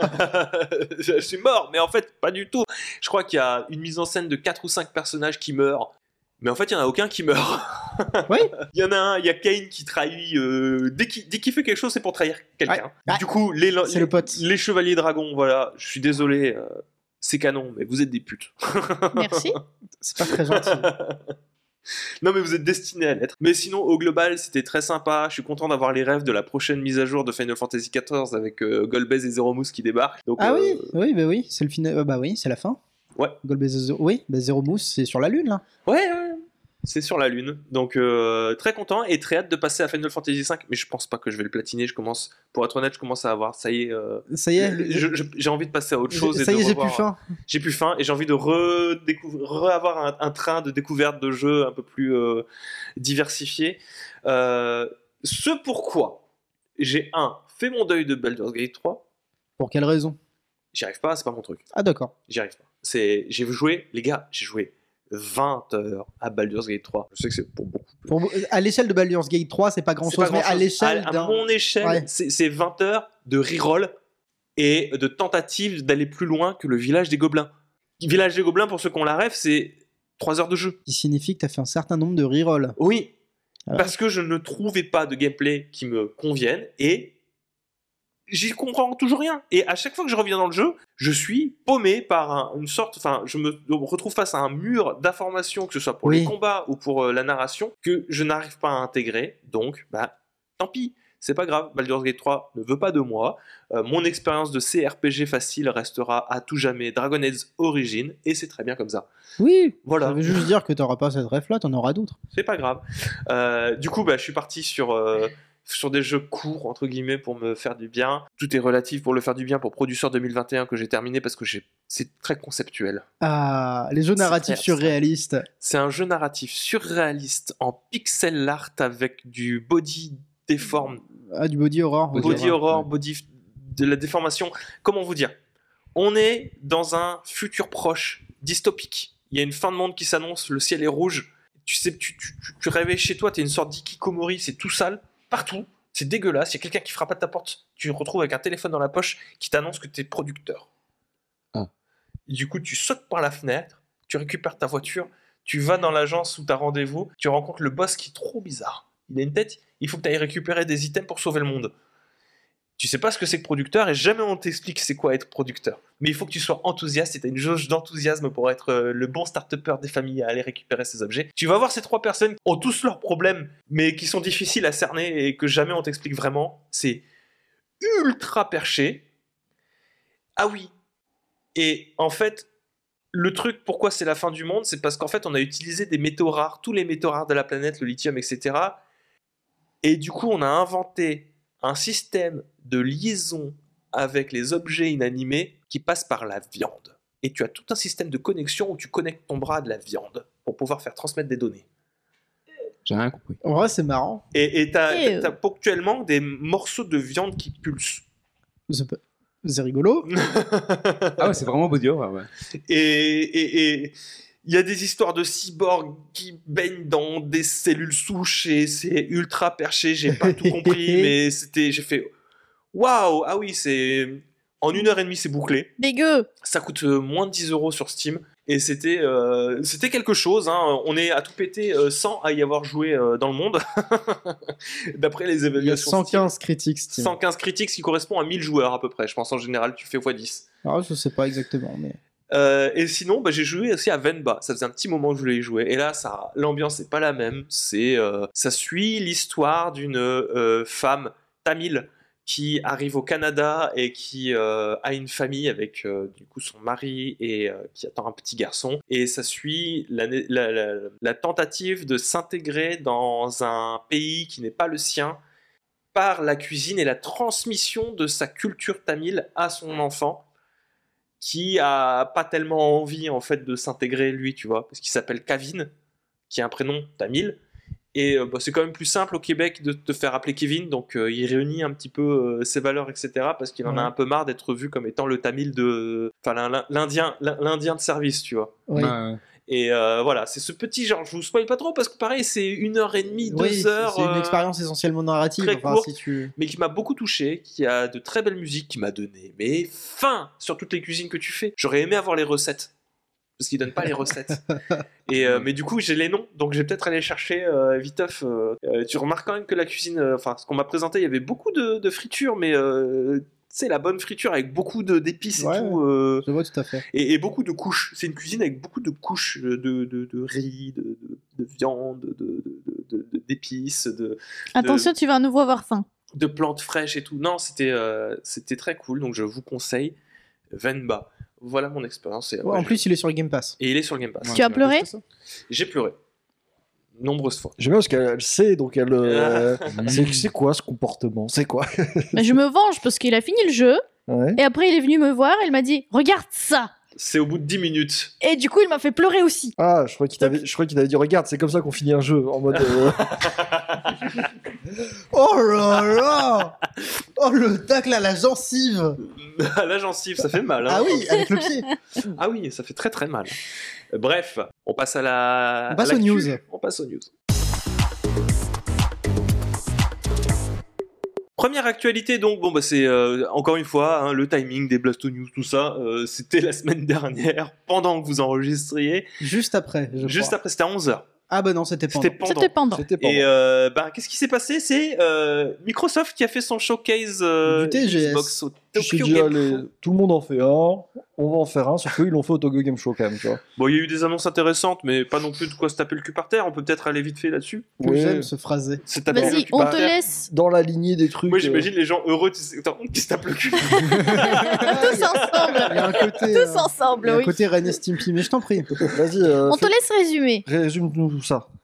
[SPEAKER 1] je suis mort, mais en fait, pas du tout. Je crois qu'il y a une mise en scène de 4 ou 5 personnages qui meurent. Mais en fait, il n'y en a aucun qui meurt. (laughs)
[SPEAKER 2] Oui.
[SPEAKER 1] Il y en a un, il y a Kane qui trahit. euh, dès qu'il dès qu'il fait quelque chose, c'est pour trahir quelqu'un.
[SPEAKER 2] Ouais. Ah.
[SPEAKER 1] Du coup, les,
[SPEAKER 2] C'est le pote.
[SPEAKER 1] les chevaliers dragons, voilà, je suis désolé, euh, c'est canon, mais vous êtes des putes.
[SPEAKER 4] Merci.
[SPEAKER 2] C'est pas
[SPEAKER 1] (laughs)
[SPEAKER 2] très gentil.
[SPEAKER 1] Non, mais vous êtes destinés à l'être. Mais sinon, au global, c'était très sympa. Je suis content d'avoir les rêves de la prochaine mise à jour de Final Fantasy XIV avec euh, Golbez et Zero Moose qui débarquent. Donc,
[SPEAKER 2] Ah
[SPEAKER 1] euh,
[SPEAKER 2] oui, oui, bah oui, c'est le final. euh, bah oui, c'est la fin.
[SPEAKER 1] Ouais.
[SPEAKER 2] Golbez Zero- Oui, bah Zero Mousse, c'est sur la lune là.
[SPEAKER 1] Ouais, ouais. C'est sur la lune. Donc, euh, très content et très hâte de passer à Final Fantasy V. Mais je pense pas que je vais le platiner. Je commence, pour être honnête, je commence à avoir. Ça y est. euh,
[SPEAKER 2] Ça y est,
[SPEAKER 1] je- je- j'ai envie de passer à autre
[SPEAKER 2] j'ai-
[SPEAKER 1] chose. et
[SPEAKER 2] ça y
[SPEAKER 1] de
[SPEAKER 2] est, j'ai
[SPEAKER 1] revoir- euh,
[SPEAKER 2] plus faim.
[SPEAKER 1] J'ai plus faim et j'ai envie de redécouvrir, re-avoir un, un train de découverte de jeux un peu plus euh, diversifié. Euh, ce pourquoi j'ai un fait mon deuil de Baldur's Gate 3.
[SPEAKER 2] Pour quelle raison
[SPEAKER 1] J'y arrive pas, c'est pas mon truc.
[SPEAKER 2] Ah d'accord.
[SPEAKER 1] J'y arrive pas. C'est, j'ai joué, les gars, j'ai joué 20 heures à Baldur's Gate 3. Je sais que c'est pour beaucoup.
[SPEAKER 2] Pour vous- À l'échelle de Baldur's Gate 3, c'est pas grand
[SPEAKER 1] C'est
[SPEAKER 2] chose,
[SPEAKER 1] pas
[SPEAKER 2] mais à
[SPEAKER 1] grand-chose.
[SPEAKER 2] l'échelle
[SPEAKER 1] À- à,
[SPEAKER 2] d'un.
[SPEAKER 1] mon échelle,
[SPEAKER 2] Ouais.
[SPEAKER 1] c'est, c'est 20 heures de reroll et de tentative d'aller plus loin que le village des gobelins. Village des gobelins, pour ceux qui ont la rêve, c'est 3 heures de jeu.
[SPEAKER 2] qui signifie que t'as fait un certain nombre de rerolls.
[SPEAKER 1] Oui,
[SPEAKER 2] Ah.
[SPEAKER 1] parce que je ne trouvais pas de gameplay qui me convienne et j'y comprends toujours rien. Et à chaque fois que je reviens dans le jeu, je suis paumé par un- une sorte, enfin, je me retrouve face à un mur d'informations, que ce soit pour les
[SPEAKER 2] Oui.
[SPEAKER 1] combats ou pour euh, la narration, que je n'arrive pas à intégrer. Donc, bah, tant pis. C'est pas grave, Baldur's Gate 3 ne veut pas de moi. Euh, mon expérience de CRPG facile restera à tout jamais Dragon Age Origin et c'est très bien comme ça.
[SPEAKER 2] Oui.
[SPEAKER 1] Voilà.
[SPEAKER 2] Ça veut juste dire que t'auras pas cette ref là, t'en auras d'autres.
[SPEAKER 1] C'est pas grave. Euh, du coup, bah, je suis parti sur, euh, sur des jeux courts, entre guillemets, pour me faire du bien. Tout est relatif pour le faire du bien pour Produceur 2021 que j'ai terminé parce que j'ai- c'est très conceptuel.
[SPEAKER 2] Ah, les jeux
[SPEAKER 1] C'est
[SPEAKER 2] narratifs
[SPEAKER 1] très abstrait.
[SPEAKER 2] surréalistes.
[SPEAKER 1] C'est un jeu narratif surréaliste en pixel art avec du body déforme,
[SPEAKER 2] Ah, du body horror. on
[SPEAKER 1] body,
[SPEAKER 2] dirait.
[SPEAKER 1] horror, body f- de la déformation. Comment vous dire On est dans un futur proche, dystopique. Il y a une fin de monde qui s'annonce, le ciel est rouge. Tu sais, tu, tu, tu- tu réveilles chez toi, t'es une sorte d'ikikomori, c'est tout sale, partout. C'est dégueulasse, il y a quelqu'un qui frappe à ta porte, tu te retrouves avec un téléphone dans la poche qui t'annonce que t'es producteur.
[SPEAKER 3] Ah.
[SPEAKER 1] Et du coup, tu sautes par la fenêtre, tu récupères ta voiture, tu vas dans l'agence où t'as rendez-vous, tu rencontres le boss qui est trop bizarre. Il a une tête, il faut que t'ailles récupérer des items pour sauver le monde. Tu sais pas ce que c'est que producteur et jamais on t'explique c'est quoi être producteur. Mais il faut que tu sois enthousiaste et t'as une jauge d'enthousiasme pour être euh, le bon start-upper des familles à aller récupérer ces objets. Tu vas voir ces trois personnes qui ont tous leurs problèmes, mais qui sont difficiles à cerner et que jamais on t'explique vraiment. C'est ultra perché. Ah oui. Et en fait, le truc pourquoi c'est la fin du monde, c'est parce qu'en fait on a utilisé des métaux rares, tous les métaux rares de la planète, le lithium, etc. Et du coup, on a inventé un système de liaison avec les objets inanimés qui passe par la viande. Et tu as tout un système de connexion où tu connectes ton bras à de la viande pour pouvoir faire transmettre des données.
[SPEAKER 3] J'ai rien compris.
[SPEAKER 2] En vrai, c'est marrant.
[SPEAKER 1] Et et t'as
[SPEAKER 4] Et, euh,
[SPEAKER 1] as ponctuellement des morceaux de viande qui pulsent.
[SPEAKER 2] C'est pas- c'est rigolo.
[SPEAKER 3] Ah ouais, c'est vraiment body horror, ouais.
[SPEAKER 1] Et et- et il y a des histoires de cyborgs qui baignent dans des cellules souches et c'est ultra perché. J'ai pas tout compris, mais c'était, j'ai fait waouh, ah oui, c'est en une heure et demie, c'est bouclé.
[SPEAKER 4] Dégueu.
[SPEAKER 1] Ça coûte euh, moins de 10 euros sur Steam. Et c'était euh, c'était quelque chose. hein. On est à tout péter euh, sans à y avoir joué euh, dans le monde. (laughs) D'après les
[SPEAKER 2] Il y a
[SPEAKER 1] évaluations. Steam.
[SPEAKER 2] 115 critiques Steam.
[SPEAKER 1] 115 critiques, ce qui correspond à 1000 joueurs à peu près. Je pense en général, tu fais x10.
[SPEAKER 2] Ah, je sais pas exactement, mais.
[SPEAKER 1] Euh, et sinon, bah, j'ai joué aussi à Venba. Ça faisait un petit moment que je voulais y jouer. Et là, ça, l'ambiance n'est pas la même. C'est, euh, ça suit l'histoire d'une euh, femme tamile qui arrive au Canada et qui euh, a une famille avec euh, du coup son mari et euh, qui attend un petit garçon. Et ça suit la, la- la- la tentative de s'intégrer dans un pays qui n'est pas le sien par la cuisine et la transmission de sa culture tamile à son enfant qui a pas tellement envie en fait de s'intégrer lui, tu vois, parce qu'il s'appelle Kavin, qui a un prénom tamil, et euh, bah, c'est quand même plus simple au Québec de te faire appeler Kevin, donc euh, il réunit un petit peu euh, ses valeurs, etc., parce qu'il en a
[SPEAKER 2] Ouais.
[SPEAKER 1] un peu marre d'être vu comme étant le tamil de, enfin l'in- l'in- l'indien, l'in- l'indien de service, tu vois.
[SPEAKER 2] Oui.
[SPEAKER 3] Ouais, ouais.
[SPEAKER 1] Et euh, voilà, c'est ce petit genre, je vous spoil pas trop parce que pareil, c'est une heure et demie,
[SPEAKER 2] Oui,
[SPEAKER 1] deux
[SPEAKER 2] c'est-
[SPEAKER 1] heures.
[SPEAKER 2] C'est une
[SPEAKER 1] euh,
[SPEAKER 2] expérience essentiellement narrative.
[SPEAKER 1] très
[SPEAKER 2] Enfin,
[SPEAKER 1] courte.
[SPEAKER 2] si tu.
[SPEAKER 1] mais qui m'a beaucoup touché, qui a de très belles musiques, qui m'a donné mais faim sur toutes les cuisines que tu fais. J'aurais aimé avoir les recettes. parce qu'ils donnent pas les
[SPEAKER 2] (laughs)
[SPEAKER 1] recettes. Et, euh, mais du coup, j'ai les noms, donc j'ai peut-être aller chercher euh, viteuf. euh, euh, tu remarques quand même que la cuisine, euh, enfin, ce qu'on m'a présenté, il y avait beaucoup de, de fritures, mais euh, tu sais, la bonne friture avec beaucoup de- d'épices
[SPEAKER 2] Ouais.
[SPEAKER 1] et tout. euh,
[SPEAKER 2] Je vois tout à fait.
[SPEAKER 1] et, et beaucoup de couches. C'est une cuisine avec beaucoup de couches euh, de, de, de riz, de, de- de viande, de- de- de- de- de- d'épices, de,
[SPEAKER 4] Attention, tu vas à nouveau avoir faim.
[SPEAKER 1] de plantes fraîches et tout. Non, c'était euh, c'était très cool. Donc je vous conseille Venba. Voilà mon expérience. et
[SPEAKER 2] Ouais,
[SPEAKER 1] après,
[SPEAKER 2] en
[SPEAKER 1] je-
[SPEAKER 2] plus, il est sur Game Pass.
[SPEAKER 1] et il est sur le Game Pass.
[SPEAKER 4] Tu as pleuré
[SPEAKER 1] J'ai pleuré nombreuses fois.
[SPEAKER 5] J'aime bien parce qu'elle elle sait, donc elle. euh,
[SPEAKER 1] Ah.
[SPEAKER 5] c'est c'est quoi ce comportement C'est quoi
[SPEAKER 4] Mais je me venge parce qu'il a fini le jeu.
[SPEAKER 5] Ouais.
[SPEAKER 4] Et après, il est venu me voir et il m'a dit Regarde ça
[SPEAKER 1] C'est au bout de 10 minutes. (laughs)
[SPEAKER 4] Et du coup, il m'a fait pleurer aussi.
[SPEAKER 5] Ah, je crois qu'il t'avait, je crois qu'il t'avait dit, regarde, c'est comme ça qu'on finit un jeu en mode.
[SPEAKER 1] (laughs)
[SPEAKER 5] euh,
[SPEAKER 2] Oh là
[SPEAKER 1] (laughs)
[SPEAKER 2] là Oh le tacle à la gencive
[SPEAKER 1] À la gencive, ça fait mal. hein.
[SPEAKER 2] Ah oui, avec le pied
[SPEAKER 1] Ah oui, ça fait très très mal. Euh, Bref, on passe à la.
[SPEAKER 2] On passe
[SPEAKER 1] à l'actu.
[SPEAKER 2] aux news.
[SPEAKER 1] On passe aux news. Première actualité, donc, bon, bah, c'est euh, encore une fois hein, le timing des Blasto News, tout ça. euh, c'était la semaine dernière, pendant que vous enregistriez.
[SPEAKER 2] Juste après, je
[SPEAKER 1] Juste
[SPEAKER 2] crois.
[SPEAKER 1] après, c'était à 11h.
[SPEAKER 2] Ah bah non, c'était pendant.
[SPEAKER 1] C'était pendant.
[SPEAKER 4] C'était pendant.
[SPEAKER 5] C'était pas.
[SPEAKER 1] Et euh, bah, qu'est-ce qui s'est passé C'est euh, Microsoft qui a fait son showcase euh,
[SPEAKER 2] Du TGS.
[SPEAKER 1] Xbox au
[SPEAKER 5] Je me suis
[SPEAKER 1] Tokyo
[SPEAKER 5] dit,
[SPEAKER 1] Game
[SPEAKER 5] allez,
[SPEAKER 1] Show.
[SPEAKER 5] tout le monde en fait un, on va en faire un, sauf qu'ils l'ont fait au Tokyo Game Show quand même, tu vois.
[SPEAKER 1] Bon, il y a eu des annonces intéressantes, mais pas non plus de quoi se taper le cul par terre. On peut peut-être aller vite fait là-dessus.
[SPEAKER 2] Que
[SPEAKER 5] Ouais,
[SPEAKER 2] J'aime ce phrasé.
[SPEAKER 1] Se taper le
[SPEAKER 4] Vas-y,
[SPEAKER 1] cul
[SPEAKER 4] on
[SPEAKER 1] par
[SPEAKER 4] te
[SPEAKER 1] terre.
[SPEAKER 4] laisse. (laughs)
[SPEAKER 5] Dans la lignée des trucs.
[SPEAKER 1] Moi,
[SPEAKER 5] euh,
[SPEAKER 1] j'imagine les gens heureux tu sais, attends, qui se tapent le cul.
[SPEAKER 4] Tous
[SPEAKER 2] (laughs)
[SPEAKER 4] ensemble.
[SPEAKER 2] (laughs) Il y a un côté, euh,
[SPEAKER 4] Tous
[SPEAKER 2] il y
[SPEAKER 4] ensemble,
[SPEAKER 2] a un
[SPEAKER 4] oui.
[SPEAKER 2] côté Ren et Stimpy, mais je t'en prie.
[SPEAKER 5] Vas-y, euh,
[SPEAKER 4] On te
[SPEAKER 5] fais-
[SPEAKER 4] laisse résumer.
[SPEAKER 5] résume-nous tout ça.
[SPEAKER 1] (laughs)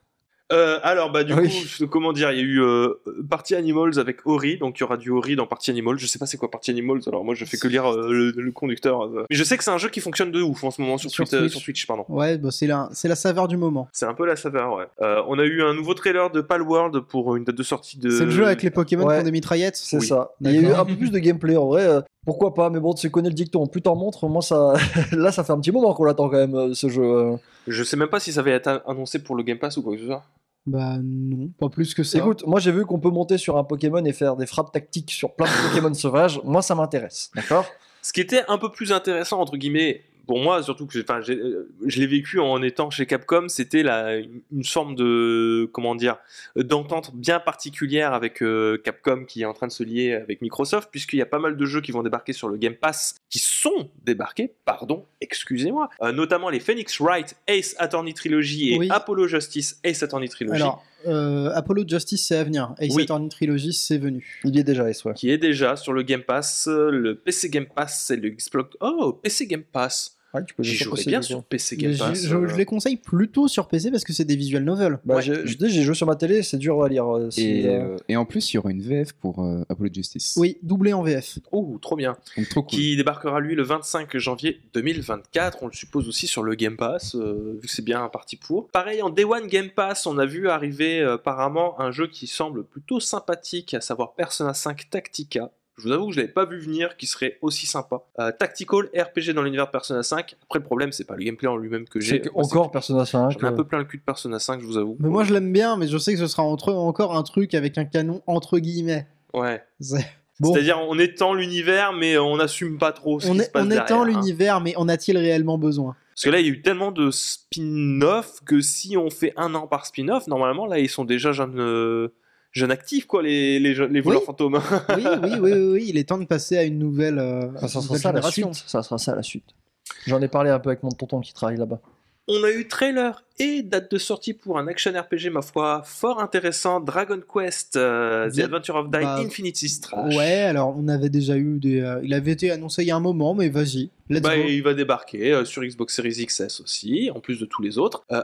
[SPEAKER 1] Euh, alors, bah, du
[SPEAKER 5] Oui.
[SPEAKER 1] coup, je- comment dire, il y a eu euh, Party Animals avec Ori, donc il y aura du Ori dans Party Animals. Je sais pas c'est quoi Party Animals, alors moi je fais que lire euh, le, le conducteur. euh. Mais je sais que c'est un jeu qui fonctionne de ouf en ce moment sur,
[SPEAKER 2] Sur
[SPEAKER 1] Twitch, euh,
[SPEAKER 2] Twitch.
[SPEAKER 1] sur Twitch, pardon.
[SPEAKER 2] Ouais, bah, c'est la, c'est la saveur du moment.
[SPEAKER 1] C'est un peu la saveur, ouais. Euh, on a eu un nouveau trailer de Palworld pour une date de sortie de.
[SPEAKER 2] C'est le jeu avec les Pokémon
[SPEAKER 5] ouais.
[SPEAKER 2] qui ont des mitraillettes.
[SPEAKER 5] C'est
[SPEAKER 1] Oui.
[SPEAKER 5] ça. Il y a eu
[SPEAKER 2] D'accord.
[SPEAKER 5] un peu plus de gameplay en vrai. euh, Pourquoi pas Mais bon, tu connais le dicton. Plus t'en montres, moi ça. (laughs) Là, ça fait un petit moment qu'on l'attend quand même euh, ce jeu. euh.
[SPEAKER 1] Je sais même pas si ça avait été annoncé pour le Game Pass ou quoi que ce soit.
[SPEAKER 2] Bah non, pas plus que ça.
[SPEAKER 5] Écoute, moi j'ai vu qu'on peut monter sur un Pokémon et faire des frappes tactiques sur plein de Pokémon sauvages. Moi, ça m'intéresse. D'accord
[SPEAKER 1] Ce qui était un peu plus intéressant, entre guillemets, pour moi, surtout que j'ai- enfin, j'ai- euh, je l'ai vécu en étant chez Capcom, c'était la- une une forme de, comment dire, d'entente bien particulière avec euh, Capcom qui est en train de se lier avec Microsoft, puisqu'il y a pas mal de jeux qui vont débarquer sur le Game Pass, qui sont débarqués, pardon, excusez-moi, Euh, notamment les Phoenix Wright, Ace Attorney Trilogy et
[SPEAKER 2] Oui.
[SPEAKER 1] Apollo Justice, Ace Attorney Trilogy.
[SPEAKER 2] Alors, euh, Apollo Justice, c'est à venir. Ace
[SPEAKER 1] Oui.
[SPEAKER 2] Attorney Trilogy, c'est venu.
[SPEAKER 5] Il y est déjà, S, ouais.
[SPEAKER 1] qui est déjà sur le Game Pass, euh, le PC Game Pass, c'est le Xbox. Oh, PC Game Pass.
[SPEAKER 5] Ouais, tu peux
[SPEAKER 1] J'y
[SPEAKER 5] déjà
[SPEAKER 1] jouerais
[SPEAKER 5] passer
[SPEAKER 1] bien
[SPEAKER 5] dessus.
[SPEAKER 1] sur PC
[SPEAKER 2] Mais
[SPEAKER 1] Game
[SPEAKER 2] Je,
[SPEAKER 1] Pass.
[SPEAKER 2] je-
[SPEAKER 1] euh.
[SPEAKER 2] je les conseille plutôt sur PC parce que c'est des visual novels.
[SPEAKER 5] Bah,
[SPEAKER 1] Ouais.
[SPEAKER 5] j'ai- je dis, j'ai joué sur ma télé, c'est dur à lire. euh, si,
[SPEAKER 3] Et,
[SPEAKER 5] euh,
[SPEAKER 3] euh, et en plus, il y aura une VF pour euh, Apollo Justice.
[SPEAKER 2] Oui, doublé en VF.
[SPEAKER 1] Oh, trop bien.
[SPEAKER 3] Donc, trop cool.
[SPEAKER 1] Qui débarquera, lui, le 25 janvier 2024. On le suppose aussi sur le Game Pass, euh, vu que c'est bien parti pour. Pareil, en Day One Game Pass, on a vu arriver euh, apparemment un jeu qui semble plutôt sympathique, à savoir Persona 5 Tactica. Je vous avoue que je l'avais pas vu venir, qui serait aussi sympa. Euh, tactical RPG dans l'univers de Persona 5. Après, le problème, c'est pas le gameplay en lui-même que
[SPEAKER 5] C'est
[SPEAKER 1] j'ai.
[SPEAKER 5] que
[SPEAKER 1] Moi,
[SPEAKER 5] encore Persona 5.
[SPEAKER 1] J'en ai un
[SPEAKER 5] euh,
[SPEAKER 1] peu plein le cul de Persona 5, je vous avoue.
[SPEAKER 2] Mais moi, je l'aime bien, mais je sais que ce sera entre, encore un truc avec un canon entre guillemets.
[SPEAKER 1] Ouais.
[SPEAKER 2] C'est- Bon,
[SPEAKER 1] C'est-à-dire, on étend l'univers, mais on n'assume pas trop ce
[SPEAKER 2] on,
[SPEAKER 1] qui
[SPEAKER 2] est-
[SPEAKER 1] se passe
[SPEAKER 2] on
[SPEAKER 1] derrière.
[SPEAKER 2] étend
[SPEAKER 1] hein.
[SPEAKER 2] l'univers, mais en a-t-il réellement besoin
[SPEAKER 1] Parce que là, il y a eu tellement de spin-off que si on fait un an par spin-off, normalement, là, ils sont déjà jeunes, euh, jeunes actifs, quoi, les, les, je- les voleurs
[SPEAKER 2] Oui.
[SPEAKER 1] fantômes. (laughs)
[SPEAKER 2] oui, oui, oui, oui, oui, il est temps de passer à une nouvelle, euh,
[SPEAKER 5] Ça, ça sera
[SPEAKER 2] nouvelle
[SPEAKER 5] ça la
[SPEAKER 2] génération.
[SPEAKER 5] suite. Ça sera ça la suite. J'en ai parlé un peu avec mon tonton qui travaille là-bas.
[SPEAKER 1] on a eu trailer et date de sortie pour un action RPG, ma foi, fort intéressant, Dragon Quest, euh, The
[SPEAKER 2] Bien.
[SPEAKER 1] Adventure of Die,
[SPEAKER 2] Bah,
[SPEAKER 1] Infinity Strash.
[SPEAKER 2] Ouais, alors on avait déjà eu des. euh, il avait été annoncé il y a un moment, mais vas-y, let's
[SPEAKER 1] Bah,
[SPEAKER 2] go.
[SPEAKER 1] il va débarquer euh, sur Xbox Series XS aussi, en plus de tous les autres. Euh,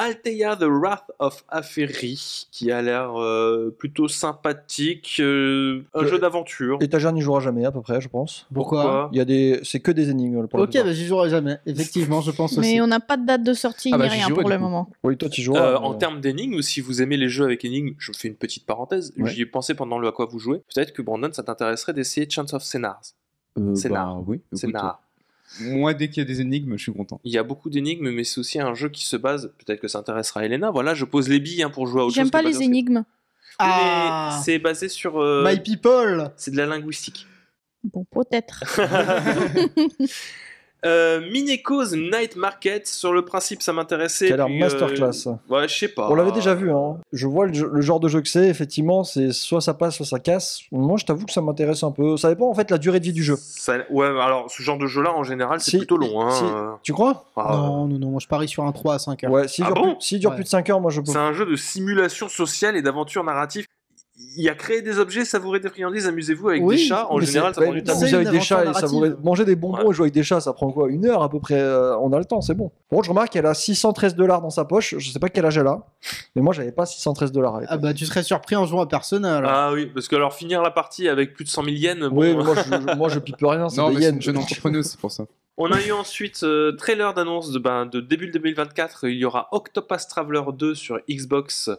[SPEAKER 1] Altea The Wrath of Aferi, qui a l'air euh, plutôt sympathique, euh, un
[SPEAKER 5] Le-
[SPEAKER 1] jeu d'aventure.
[SPEAKER 5] Et Tajan n'y jouera jamais à peu près, je pense.
[SPEAKER 2] Pourquoi
[SPEAKER 5] Il y a des, c'est que des énigmes pour la
[SPEAKER 2] Ok,
[SPEAKER 5] plupart.
[SPEAKER 2] bah, j'y jouerai jamais.
[SPEAKER 1] (laughs)
[SPEAKER 2] Effectivement, je pense aussi.
[SPEAKER 4] Mais on n'a pas de date de sortie
[SPEAKER 3] Ah bah,
[SPEAKER 4] ni
[SPEAKER 3] j'y
[SPEAKER 4] rien
[SPEAKER 3] jouerai,
[SPEAKER 4] pour
[SPEAKER 3] du
[SPEAKER 4] le
[SPEAKER 3] coup.
[SPEAKER 4] moment.
[SPEAKER 5] Oui, toi tu joueras.
[SPEAKER 1] Euh,
[SPEAKER 5] mais-
[SPEAKER 1] en termes d'énigmes, si vous aimez les jeux avec énigmes, je fais une petite parenthèse,
[SPEAKER 3] Ouais.
[SPEAKER 1] j'y ai pensé pendant le à quoi vous jouez. Peut-être que Brandon, ça t'intéresserait d'essayer Chance of Scénars.
[SPEAKER 3] Euh,
[SPEAKER 1] c'est
[SPEAKER 3] bah,
[SPEAKER 1] narre.
[SPEAKER 3] oui. écoute,
[SPEAKER 1] Scénar.
[SPEAKER 3] euh, Moi, dès qu'il y a des énigmes, je suis content.
[SPEAKER 1] Il y a beaucoup d'énigmes, mais c'est aussi un jeu qui se base. Peut-être que ça intéressera Elena. Voilà, je pose les billes hein, pour jouer à autre chose.
[SPEAKER 4] J'aime pas
[SPEAKER 1] que
[SPEAKER 4] les
[SPEAKER 1] basé-
[SPEAKER 4] énigmes.
[SPEAKER 1] Oui, mais
[SPEAKER 2] Ah,
[SPEAKER 1] C'est basé sur. euh,
[SPEAKER 2] My People
[SPEAKER 1] (laughs) C'est de la linguistique.
[SPEAKER 4] Bon, peut-être.
[SPEAKER 1] Euh, Mineco's Night Market, sur le principe, ça m'intéressait.
[SPEAKER 5] Qui a l'air
[SPEAKER 1] puis, euh,
[SPEAKER 5] masterclass. ça.
[SPEAKER 1] Ouais, je sais pas.
[SPEAKER 5] On l'avait déjà vu, hein. Je vois le, jeu- le genre de jeu que c'est, effectivement, c'est soit ça passe, soit ça casse. Moi, je t'avoue que ça m'intéresse un peu. Ça dépend en fait de la durée de vie du jeu.
[SPEAKER 1] Ça- ouais, alors ce genre de jeu-là, en général, c'est
[SPEAKER 5] Si,
[SPEAKER 1] plutôt long. Hein.
[SPEAKER 5] si.
[SPEAKER 1] Euh,
[SPEAKER 5] Tu crois
[SPEAKER 1] ah,
[SPEAKER 2] Non, non, non, moi je parie sur un 3 à hein. 5 heures.
[SPEAKER 5] Ouais, s'il
[SPEAKER 1] Ah
[SPEAKER 5] dure,
[SPEAKER 1] bon
[SPEAKER 5] plus, s'il dure
[SPEAKER 2] Ouais.
[SPEAKER 5] plus de 5 heures, moi je peux.
[SPEAKER 1] C'est un jeu de simulation sociale et d'aventure narrative. Il y a créé des objets, savourer des friandises, amusez-vous avec
[SPEAKER 2] Oui,
[SPEAKER 1] des chats. En
[SPEAKER 5] Mais
[SPEAKER 1] général,
[SPEAKER 5] c'est-
[SPEAKER 1] ça prend du
[SPEAKER 5] ouais,
[SPEAKER 1] temps.
[SPEAKER 5] manger
[SPEAKER 2] C'est
[SPEAKER 5] avec
[SPEAKER 2] une
[SPEAKER 5] des chats et
[SPEAKER 2] aventure
[SPEAKER 5] savourer-
[SPEAKER 2] narrative.
[SPEAKER 5] Manger des bonbons et jouer avec des chats, ça prend quoi Une heure à peu près euh, On a le temps, c'est bon. Bon, je remarque qu'elle a 613 dollars dans sa poche. Je sais pas quel âge elle a, mais moi j'avais pas 613 dollars avec.
[SPEAKER 1] Euh,
[SPEAKER 2] Ah bah tu serais surpris en jouant à Persona alors.
[SPEAKER 1] Ah oui, parce que alors finir la partie avec plus de 100 000 yens.
[SPEAKER 5] Oui,
[SPEAKER 1] bon, hein.
[SPEAKER 5] mais moi je, je- moi je pipe rien, c'est
[SPEAKER 3] Non,
[SPEAKER 5] des
[SPEAKER 3] mais c'est
[SPEAKER 5] yens.
[SPEAKER 3] une jeune entrepreneuse, c'est pour ça.
[SPEAKER 1] On a eu ensuite euh, trailer d'annonce de, ben, de début 2024. Il y aura Octopath Traveler 2 sur Xbox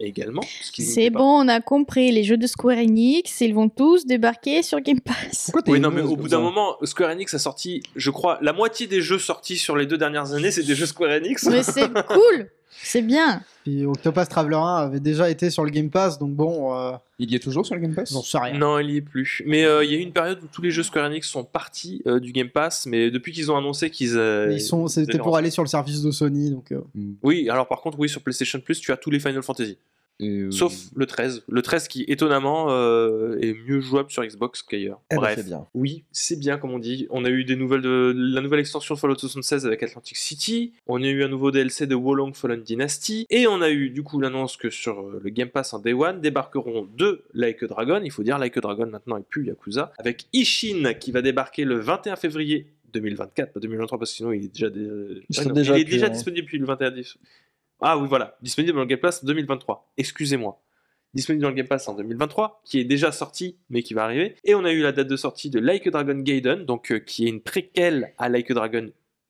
[SPEAKER 1] également. ce qui
[SPEAKER 4] C'est
[SPEAKER 1] n'était pas.
[SPEAKER 4] bon, on a compris. Les jeux de Square Enix, ils vont tous débarquer sur
[SPEAKER 1] (laughs)
[SPEAKER 4] Game Pass.
[SPEAKER 5] Pourquoi t'es
[SPEAKER 1] Oui, non, mais
[SPEAKER 5] haineuse
[SPEAKER 1] au
[SPEAKER 5] comme
[SPEAKER 1] bout
[SPEAKER 5] ça
[SPEAKER 1] d'un moment, Square Enix a sorti, je crois, la moitié des jeux sortis sur les deux dernières années, c'est des jeux Square Enix.
[SPEAKER 4] Mais c'est cool, c'est bien.
[SPEAKER 2] Puis Octopath Traveler 1 avait déjà été sur le Game Pass, donc bon, euh,
[SPEAKER 3] Il y est toujours sur le Game Pass
[SPEAKER 2] j'en sais rien.
[SPEAKER 1] Non, il y est plus. Mais euh, il y a eu une période où tous les jeux Square Enix sont partis euh, du Game Pass, mais depuis qu'ils ont annoncé qu'ils. euh,
[SPEAKER 2] Mais ils sont, c'était pour
[SPEAKER 1] ils-
[SPEAKER 2] aller sur le service de Sony, donc euh,
[SPEAKER 1] Oui, alors par contre, oui, sur PlayStation Plus, tu as tous les Final Fantasy.
[SPEAKER 3] Et, euh,
[SPEAKER 1] Sauf le 13. Le 13 qui, étonnamment, euh, est mieux jouable sur Xbox qu'ailleurs.
[SPEAKER 5] Eh ben,
[SPEAKER 1] Bref.
[SPEAKER 5] c'est bien.
[SPEAKER 1] Oui, c'est bien comme on dit. On a eu des nouvelles de la nouvelle extension de Fallout 76 avec Atlantic City. On a eu un nouveau DLC de Wolong Fallen Dynasty. Et on a eu du coup l'annonce que sur euh, le Game Pass en Day One débarqueront deux Like a Dragon. Il faut dire Like a Dragon maintenant et plus Yakuza. Avec Ishin qui va débarquer le 21 février 2024, pas 2023 parce que sinon il est déjà, dé- euh,
[SPEAKER 5] serait
[SPEAKER 1] Ouais, non,
[SPEAKER 5] déjà
[SPEAKER 1] il est
[SPEAKER 5] plus,
[SPEAKER 1] déjà
[SPEAKER 5] hein.
[SPEAKER 1] disponible depuis le 21 10. Ah oui voilà, disponible dans le Game Pass 2023. Excusez-moi disponible dans le Game Pass en 2023, qui est déjà sorti, mais qui va arriver. Et on a eu la date de sortie de Like a Dragon Gaiden, donc euh, qui est une préquelle à Like a Dragon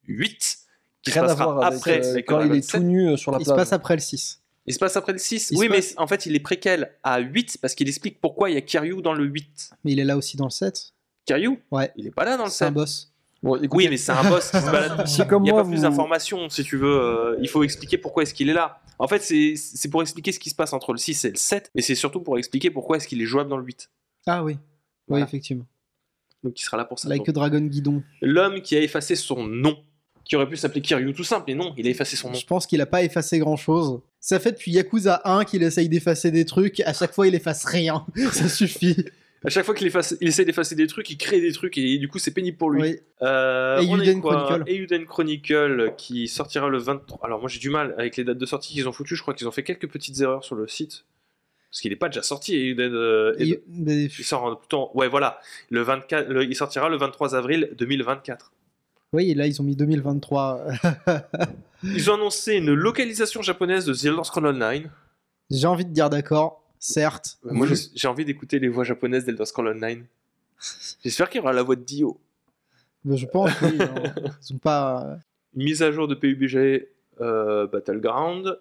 [SPEAKER 1] 8, qui se
[SPEAKER 5] Rien à
[SPEAKER 1] passera
[SPEAKER 5] voir avec
[SPEAKER 1] après
[SPEAKER 5] euh,
[SPEAKER 1] Like a
[SPEAKER 5] quand il
[SPEAKER 1] Dragon
[SPEAKER 5] est
[SPEAKER 1] 7.
[SPEAKER 5] tout nu euh, sur la
[SPEAKER 2] il se passe
[SPEAKER 5] plage.
[SPEAKER 2] après le 6.
[SPEAKER 1] Il se passe après le 6
[SPEAKER 2] Il se
[SPEAKER 1] Oui, mais
[SPEAKER 2] passe-
[SPEAKER 1] en fait, il est préquel à 8 parce qu'il explique pourquoi il y a Kiryu dans le 8.
[SPEAKER 2] Mais il est là aussi dans le 7.
[SPEAKER 1] Kiryu
[SPEAKER 2] Ouais.
[SPEAKER 1] Il est pas là dans le
[SPEAKER 2] C'est un
[SPEAKER 1] 7.
[SPEAKER 2] boss.
[SPEAKER 5] Bon, écoutez,
[SPEAKER 1] Oui, mais c'est un boss qui se
[SPEAKER 5] (laughs)
[SPEAKER 1] balade.
[SPEAKER 5] si
[SPEAKER 1] Il
[SPEAKER 5] comme
[SPEAKER 1] n'y a
[SPEAKER 5] moi
[SPEAKER 1] pas
[SPEAKER 5] vous,
[SPEAKER 1] plus d'informations, si tu veux. euh, il faut expliquer pourquoi est-ce qu'il est là. En fait, c'est c'est pour expliquer ce qui se passe entre le 6 et le 7, mais c'est surtout pour expliquer pourquoi est-ce qu'il est jouable dans le 8.
[SPEAKER 2] Ah oui.
[SPEAKER 1] Voilà.
[SPEAKER 2] Oui, effectivement.
[SPEAKER 1] Donc il sera là pour ça.
[SPEAKER 2] Like
[SPEAKER 1] Donc,
[SPEAKER 2] a Dragon Guidon.
[SPEAKER 1] l'homme qui a effacé son nom, qui aurait pu s'appeler Kiryu tout simple, mais non, il a effacé son nom.
[SPEAKER 2] Je pense qu'il a pas effacé grand chose. Ça fait depuis Yakuza 1 qu'il essaye d'effacer des trucs, à chaque fois il efface rien. (laughs) Ça suffit.
[SPEAKER 1] À chaque fois qu'il efface- il essaie d'effacer des trucs, il crée des trucs et du coup c'est pénible pour lui.
[SPEAKER 2] Oui.
[SPEAKER 1] Euh,
[SPEAKER 2] Et
[SPEAKER 1] on a eu
[SPEAKER 2] Euden
[SPEAKER 1] quoi
[SPEAKER 2] Chronicle.
[SPEAKER 1] Et Euden Chronicle qui sortira le 23. Alors moi j'ai du mal avec les dates de sortie qu'ils ont foutues, je crois qu'ils ont fait quelques petites erreurs sur le site. Parce qu'il n'est pas déjà sorti, Euden. euh, Euden-
[SPEAKER 2] Et- mais-
[SPEAKER 1] Il sort en plutôt- Ouais, voilà. Le 24, le- il sortira le 23 avril 2024.
[SPEAKER 2] Oui, et là ils ont mis 2023.
[SPEAKER 1] Ils ont annoncé une localisation japonaise de The Elder Scrolls Online.
[SPEAKER 2] (laughs) J'ai envie de dire d'accord, certes.
[SPEAKER 1] Moi, j'ai- j'ai envie d'écouter les voix japonaises d'Elder Scrolls Online. J'espère qu'il y aura la voix de Dio.
[SPEAKER 2] Mais je pense oui, (laughs) hein. ils ont pas.
[SPEAKER 1] Mise à jour de PUBG euh, Battleground.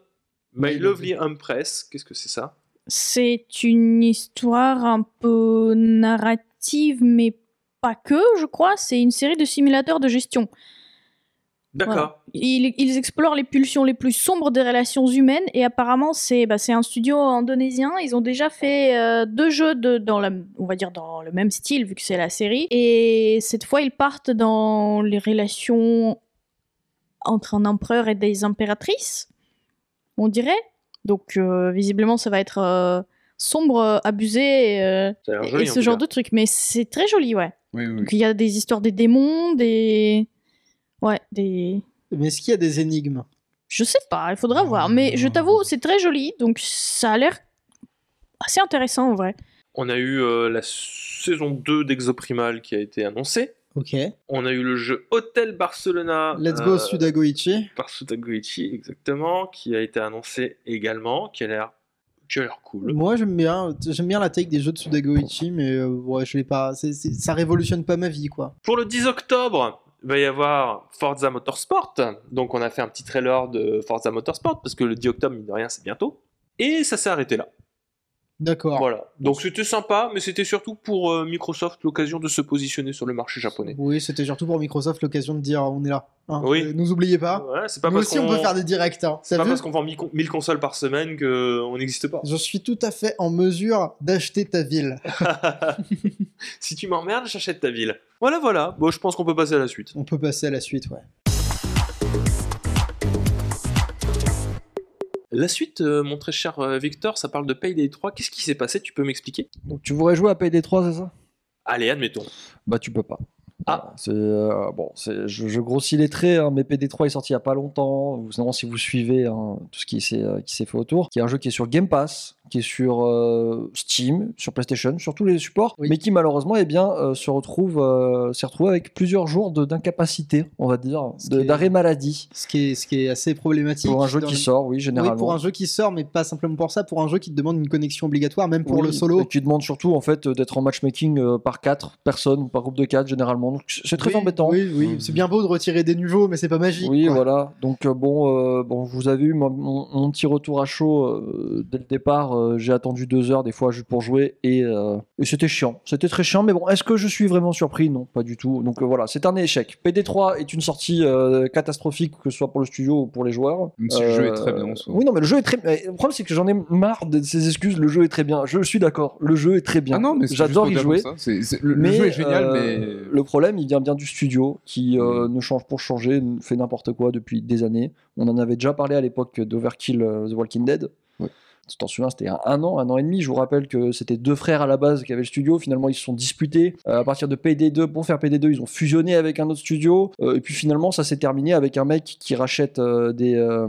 [SPEAKER 1] My
[SPEAKER 2] Oui,
[SPEAKER 1] Lovely Empress. Qu'est-ce que c'est ça
[SPEAKER 4] C'est une histoire un peu narrative, mais pas que, je crois. C'est une série de simulateurs de gestion.
[SPEAKER 1] D'accord.
[SPEAKER 4] Ils, ils explorent les pulsions les plus sombres des relations humaines et apparemment c'est bah, c'est un studio indonésien. Ils ont déjà fait euh, deux jeux de, dans la, on va dire dans le même style vu que c'est la série. Et cette fois ils partent dans les relations entre un empereur et des impératrices, on dirait. Donc euh, visiblement ça va être euh, sombre, abusé euh,
[SPEAKER 1] Ça a l'air
[SPEAKER 4] et,
[SPEAKER 1] joli,
[SPEAKER 4] et
[SPEAKER 1] en
[SPEAKER 4] ce
[SPEAKER 1] tout
[SPEAKER 4] genre
[SPEAKER 1] cas.
[SPEAKER 4] de truc. Mais c'est très joli, ouais.
[SPEAKER 3] Oui, oui.
[SPEAKER 4] Donc il y a des histoires des démons, des ouais des
[SPEAKER 2] Mais est-ce qu'il y a des énigmes
[SPEAKER 4] je sais pas, il
[SPEAKER 5] Ah.
[SPEAKER 4] faudra voir. Mais je t'avoue, c'est très joli, donc ça a l'air assez intéressant en vrai.
[SPEAKER 1] On a eu euh, la saison 2 d'Exoprimal qui a été annoncée.
[SPEAKER 2] Ok.
[SPEAKER 1] On a eu le jeu Hotel Barcelona.
[SPEAKER 2] Let's
[SPEAKER 1] euh,
[SPEAKER 2] go Sudagoichi.
[SPEAKER 1] Par Sutaguichi, exactement. Qui a été annoncé également. Qui a l'air qui a l'air cool.
[SPEAKER 2] Moi j'aime bien, j'aime bien la tech des jeux de Sudagoichi, mais euh, ouais, je l'ai pas. c'est- c'est- ça révolutionne pas ma vie quoi.
[SPEAKER 1] Pour le 10 octobre, il va y avoir Forza Motorsport. Donc on a fait un petit trailer de Forza Motorsport parce que le 10 octobre, mine de rien, c'est bientôt. Et ça s'est arrêté là.
[SPEAKER 2] D'accord.
[SPEAKER 1] Voilà. Donc c'était sympa, mais c'était surtout pour euh, Microsoft l'occasion de se positionner sur le marché japonais.
[SPEAKER 2] Oui, c'était surtout pour Microsoft l'occasion de dire on est là. hein.
[SPEAKER 1] Oui.
[SPEAKER 2] Euh, Nous oubliez pas.
[SPEAKER 1] Voilà, c'est pas
[SPEAKER 2] Nous
[SPEAKER 1] parce
[SPEAKER 2] aussi,
[SPEAKER 1] qu'on
[SPEAKER 2] on peut faire des directs. hein.
[SPEAKER 1] c'est
[SPEAKER 2] Ça
[SPEAKER 1] pas
[SPEAKER 2] veut
[SPEAKER 1] parce qu'on vend 1000 con- 1000 consoles par semaine qu'on n'existe pas.
[SPEAKER 2] Je suis tout à fait en mesure d'acheter ta ville.
[SPEAKER 1] si tu m'emmerdes, j'achète ta ville. Voilà, voilà. Bon, je pense qu'on peut passer à la suite.
[SPEAKER 2] On peut passer à la suite, ouais.
[SPEAKER 1] La suite, euh, mon très cher euh, Victor, ça parle de Payday 3. Qu'est-ce qui s'est passé Tu peux m'expliquer
[SPEAKER 5] Donc tu voudrais jouer à Payday 3, c'est ça
[SPEAKER 1] Allez, admettons.
[SPEAKER 5] Bah tu peux pas.
[SPEAKER 1] Ah.
[SPEAKER 5] Voilà, c'est euh, bon, c'est je, je grossis les traits. hein, mais PD3 est sorti il y a pas longtemps. Vous- Sinon, si vous suivez hein, tout ce qui s'est euh, qui s'est fait autour, qui est un jeu qui est sur Game Pass, qui est sur euh, Steam, sur PlayStation, sur tous les supports,
[SPEAKER 2] Oui.
[SPEAKER 5] mais qui malheureusement, eh bien, euh, se retrouve euh, s'est retrouvé avec plusieurs jours de- d'incapacité, on va dire,
[SPEAKER 2] Ce
[SPEAKER 5] de-
[SPEAKER 2] qui est-
[SPEAKER 5] d'arrêt maladie
[SPEAKER 2] Ce qui est, ce qui est assez problématique.
[SPEAKER 5] pour un jeu
[SPEAKER 2] dans
[SPEAKER 5] qui
[SPEAKER 2] le-
[SPEAKER 5] sort, oui,
[SPEAKER 2] Oui,
[SPEAKER 5] généralement.
[SPEAKER 2] pour un jeu qui sort, mais pas simplement pour ça, pour un jeu qui te demande une connexion obligatoire, même pour
[SPEAKER 5] Oui,
[SPEAKER 2] le solo.
[SPEAKER 5] et qui demande surtout en fait euh, d'être en matchmaking euh, par quatre personnes ou par groupe de quatre généralement. Donc, c'est c'est très
[SPEAKER 2] Oui,
[SPEAKER 5] embêtant.
[SPEAKER 2] Oui, oui,
[SPEAKER 5] Mm.
[SPEAKER 2] c'est bien beau de retirer des nouveaux, mais c'est pas magique.
[SPEAKER 5] Oui,
[SPEAKER 2] quoi.
[SPEAKER 5] voilà. Donc euh, bon, euh, bon, vous avez eu mon, mon- mon petit retour à chaud euh, dès le départ. euh, J'ai attendu deux heures des fois juste pour jouer et, euh, et c'était chiant. C'était très chiant. Mais bon, est-ce que je suis vraiment surpris Non, pas du tout. Donc euh, voilà, c'est un échec. PD3 est une sortie euh, catastrophique que ce soit pour le studio ou pour les joueurs. Euh,
[SPEAKER 3] Même si le jeu est très bien en soi.
[SPEAKER 5] Oui, non, mais le jeu est très. mais Le problème c'est que j'en ai marre de ces excuses. Le jeu est très bien. Je suis d'accord. Le jeu est très bien.
[SPEAKER 3] Ah non, mais c'est
[SPEAKER 5] j'adore y
[SPEAKER 3] juste au-delà
[SPEAKER 5] jouer.
[SPEAKER 3] comme ça. C'est- c'est- le, le
[SPEAKER 5] Mais,
[SPEAKER 3] jeu est génial,
[SPEAKER 5] euh,
[SPEAKER 3] mais.
[SPEAKER 5] Le problème, il vient bien du studio qui euh, ne change pour changer, n- fait n'importe quoi depuis des années. On en avait déjà parlé à l'époque d'Overkill euh, The Walking Dead.
[SPEAKER 3] Ouais.
[SPEAKER 5] Tu t'en souviens, c'était il y a un an, un an et demi. Je vous rappelle que c'était deux frères à la base qui avaient le studio. Finalement, ils se sont disputés. Euh, à partir de PD2, pour faire PD2, ils ont fusionné avec un autre studio. Euh, et puis finalement, ça s'est terminé avec un mec qui rachète euh, des, euh,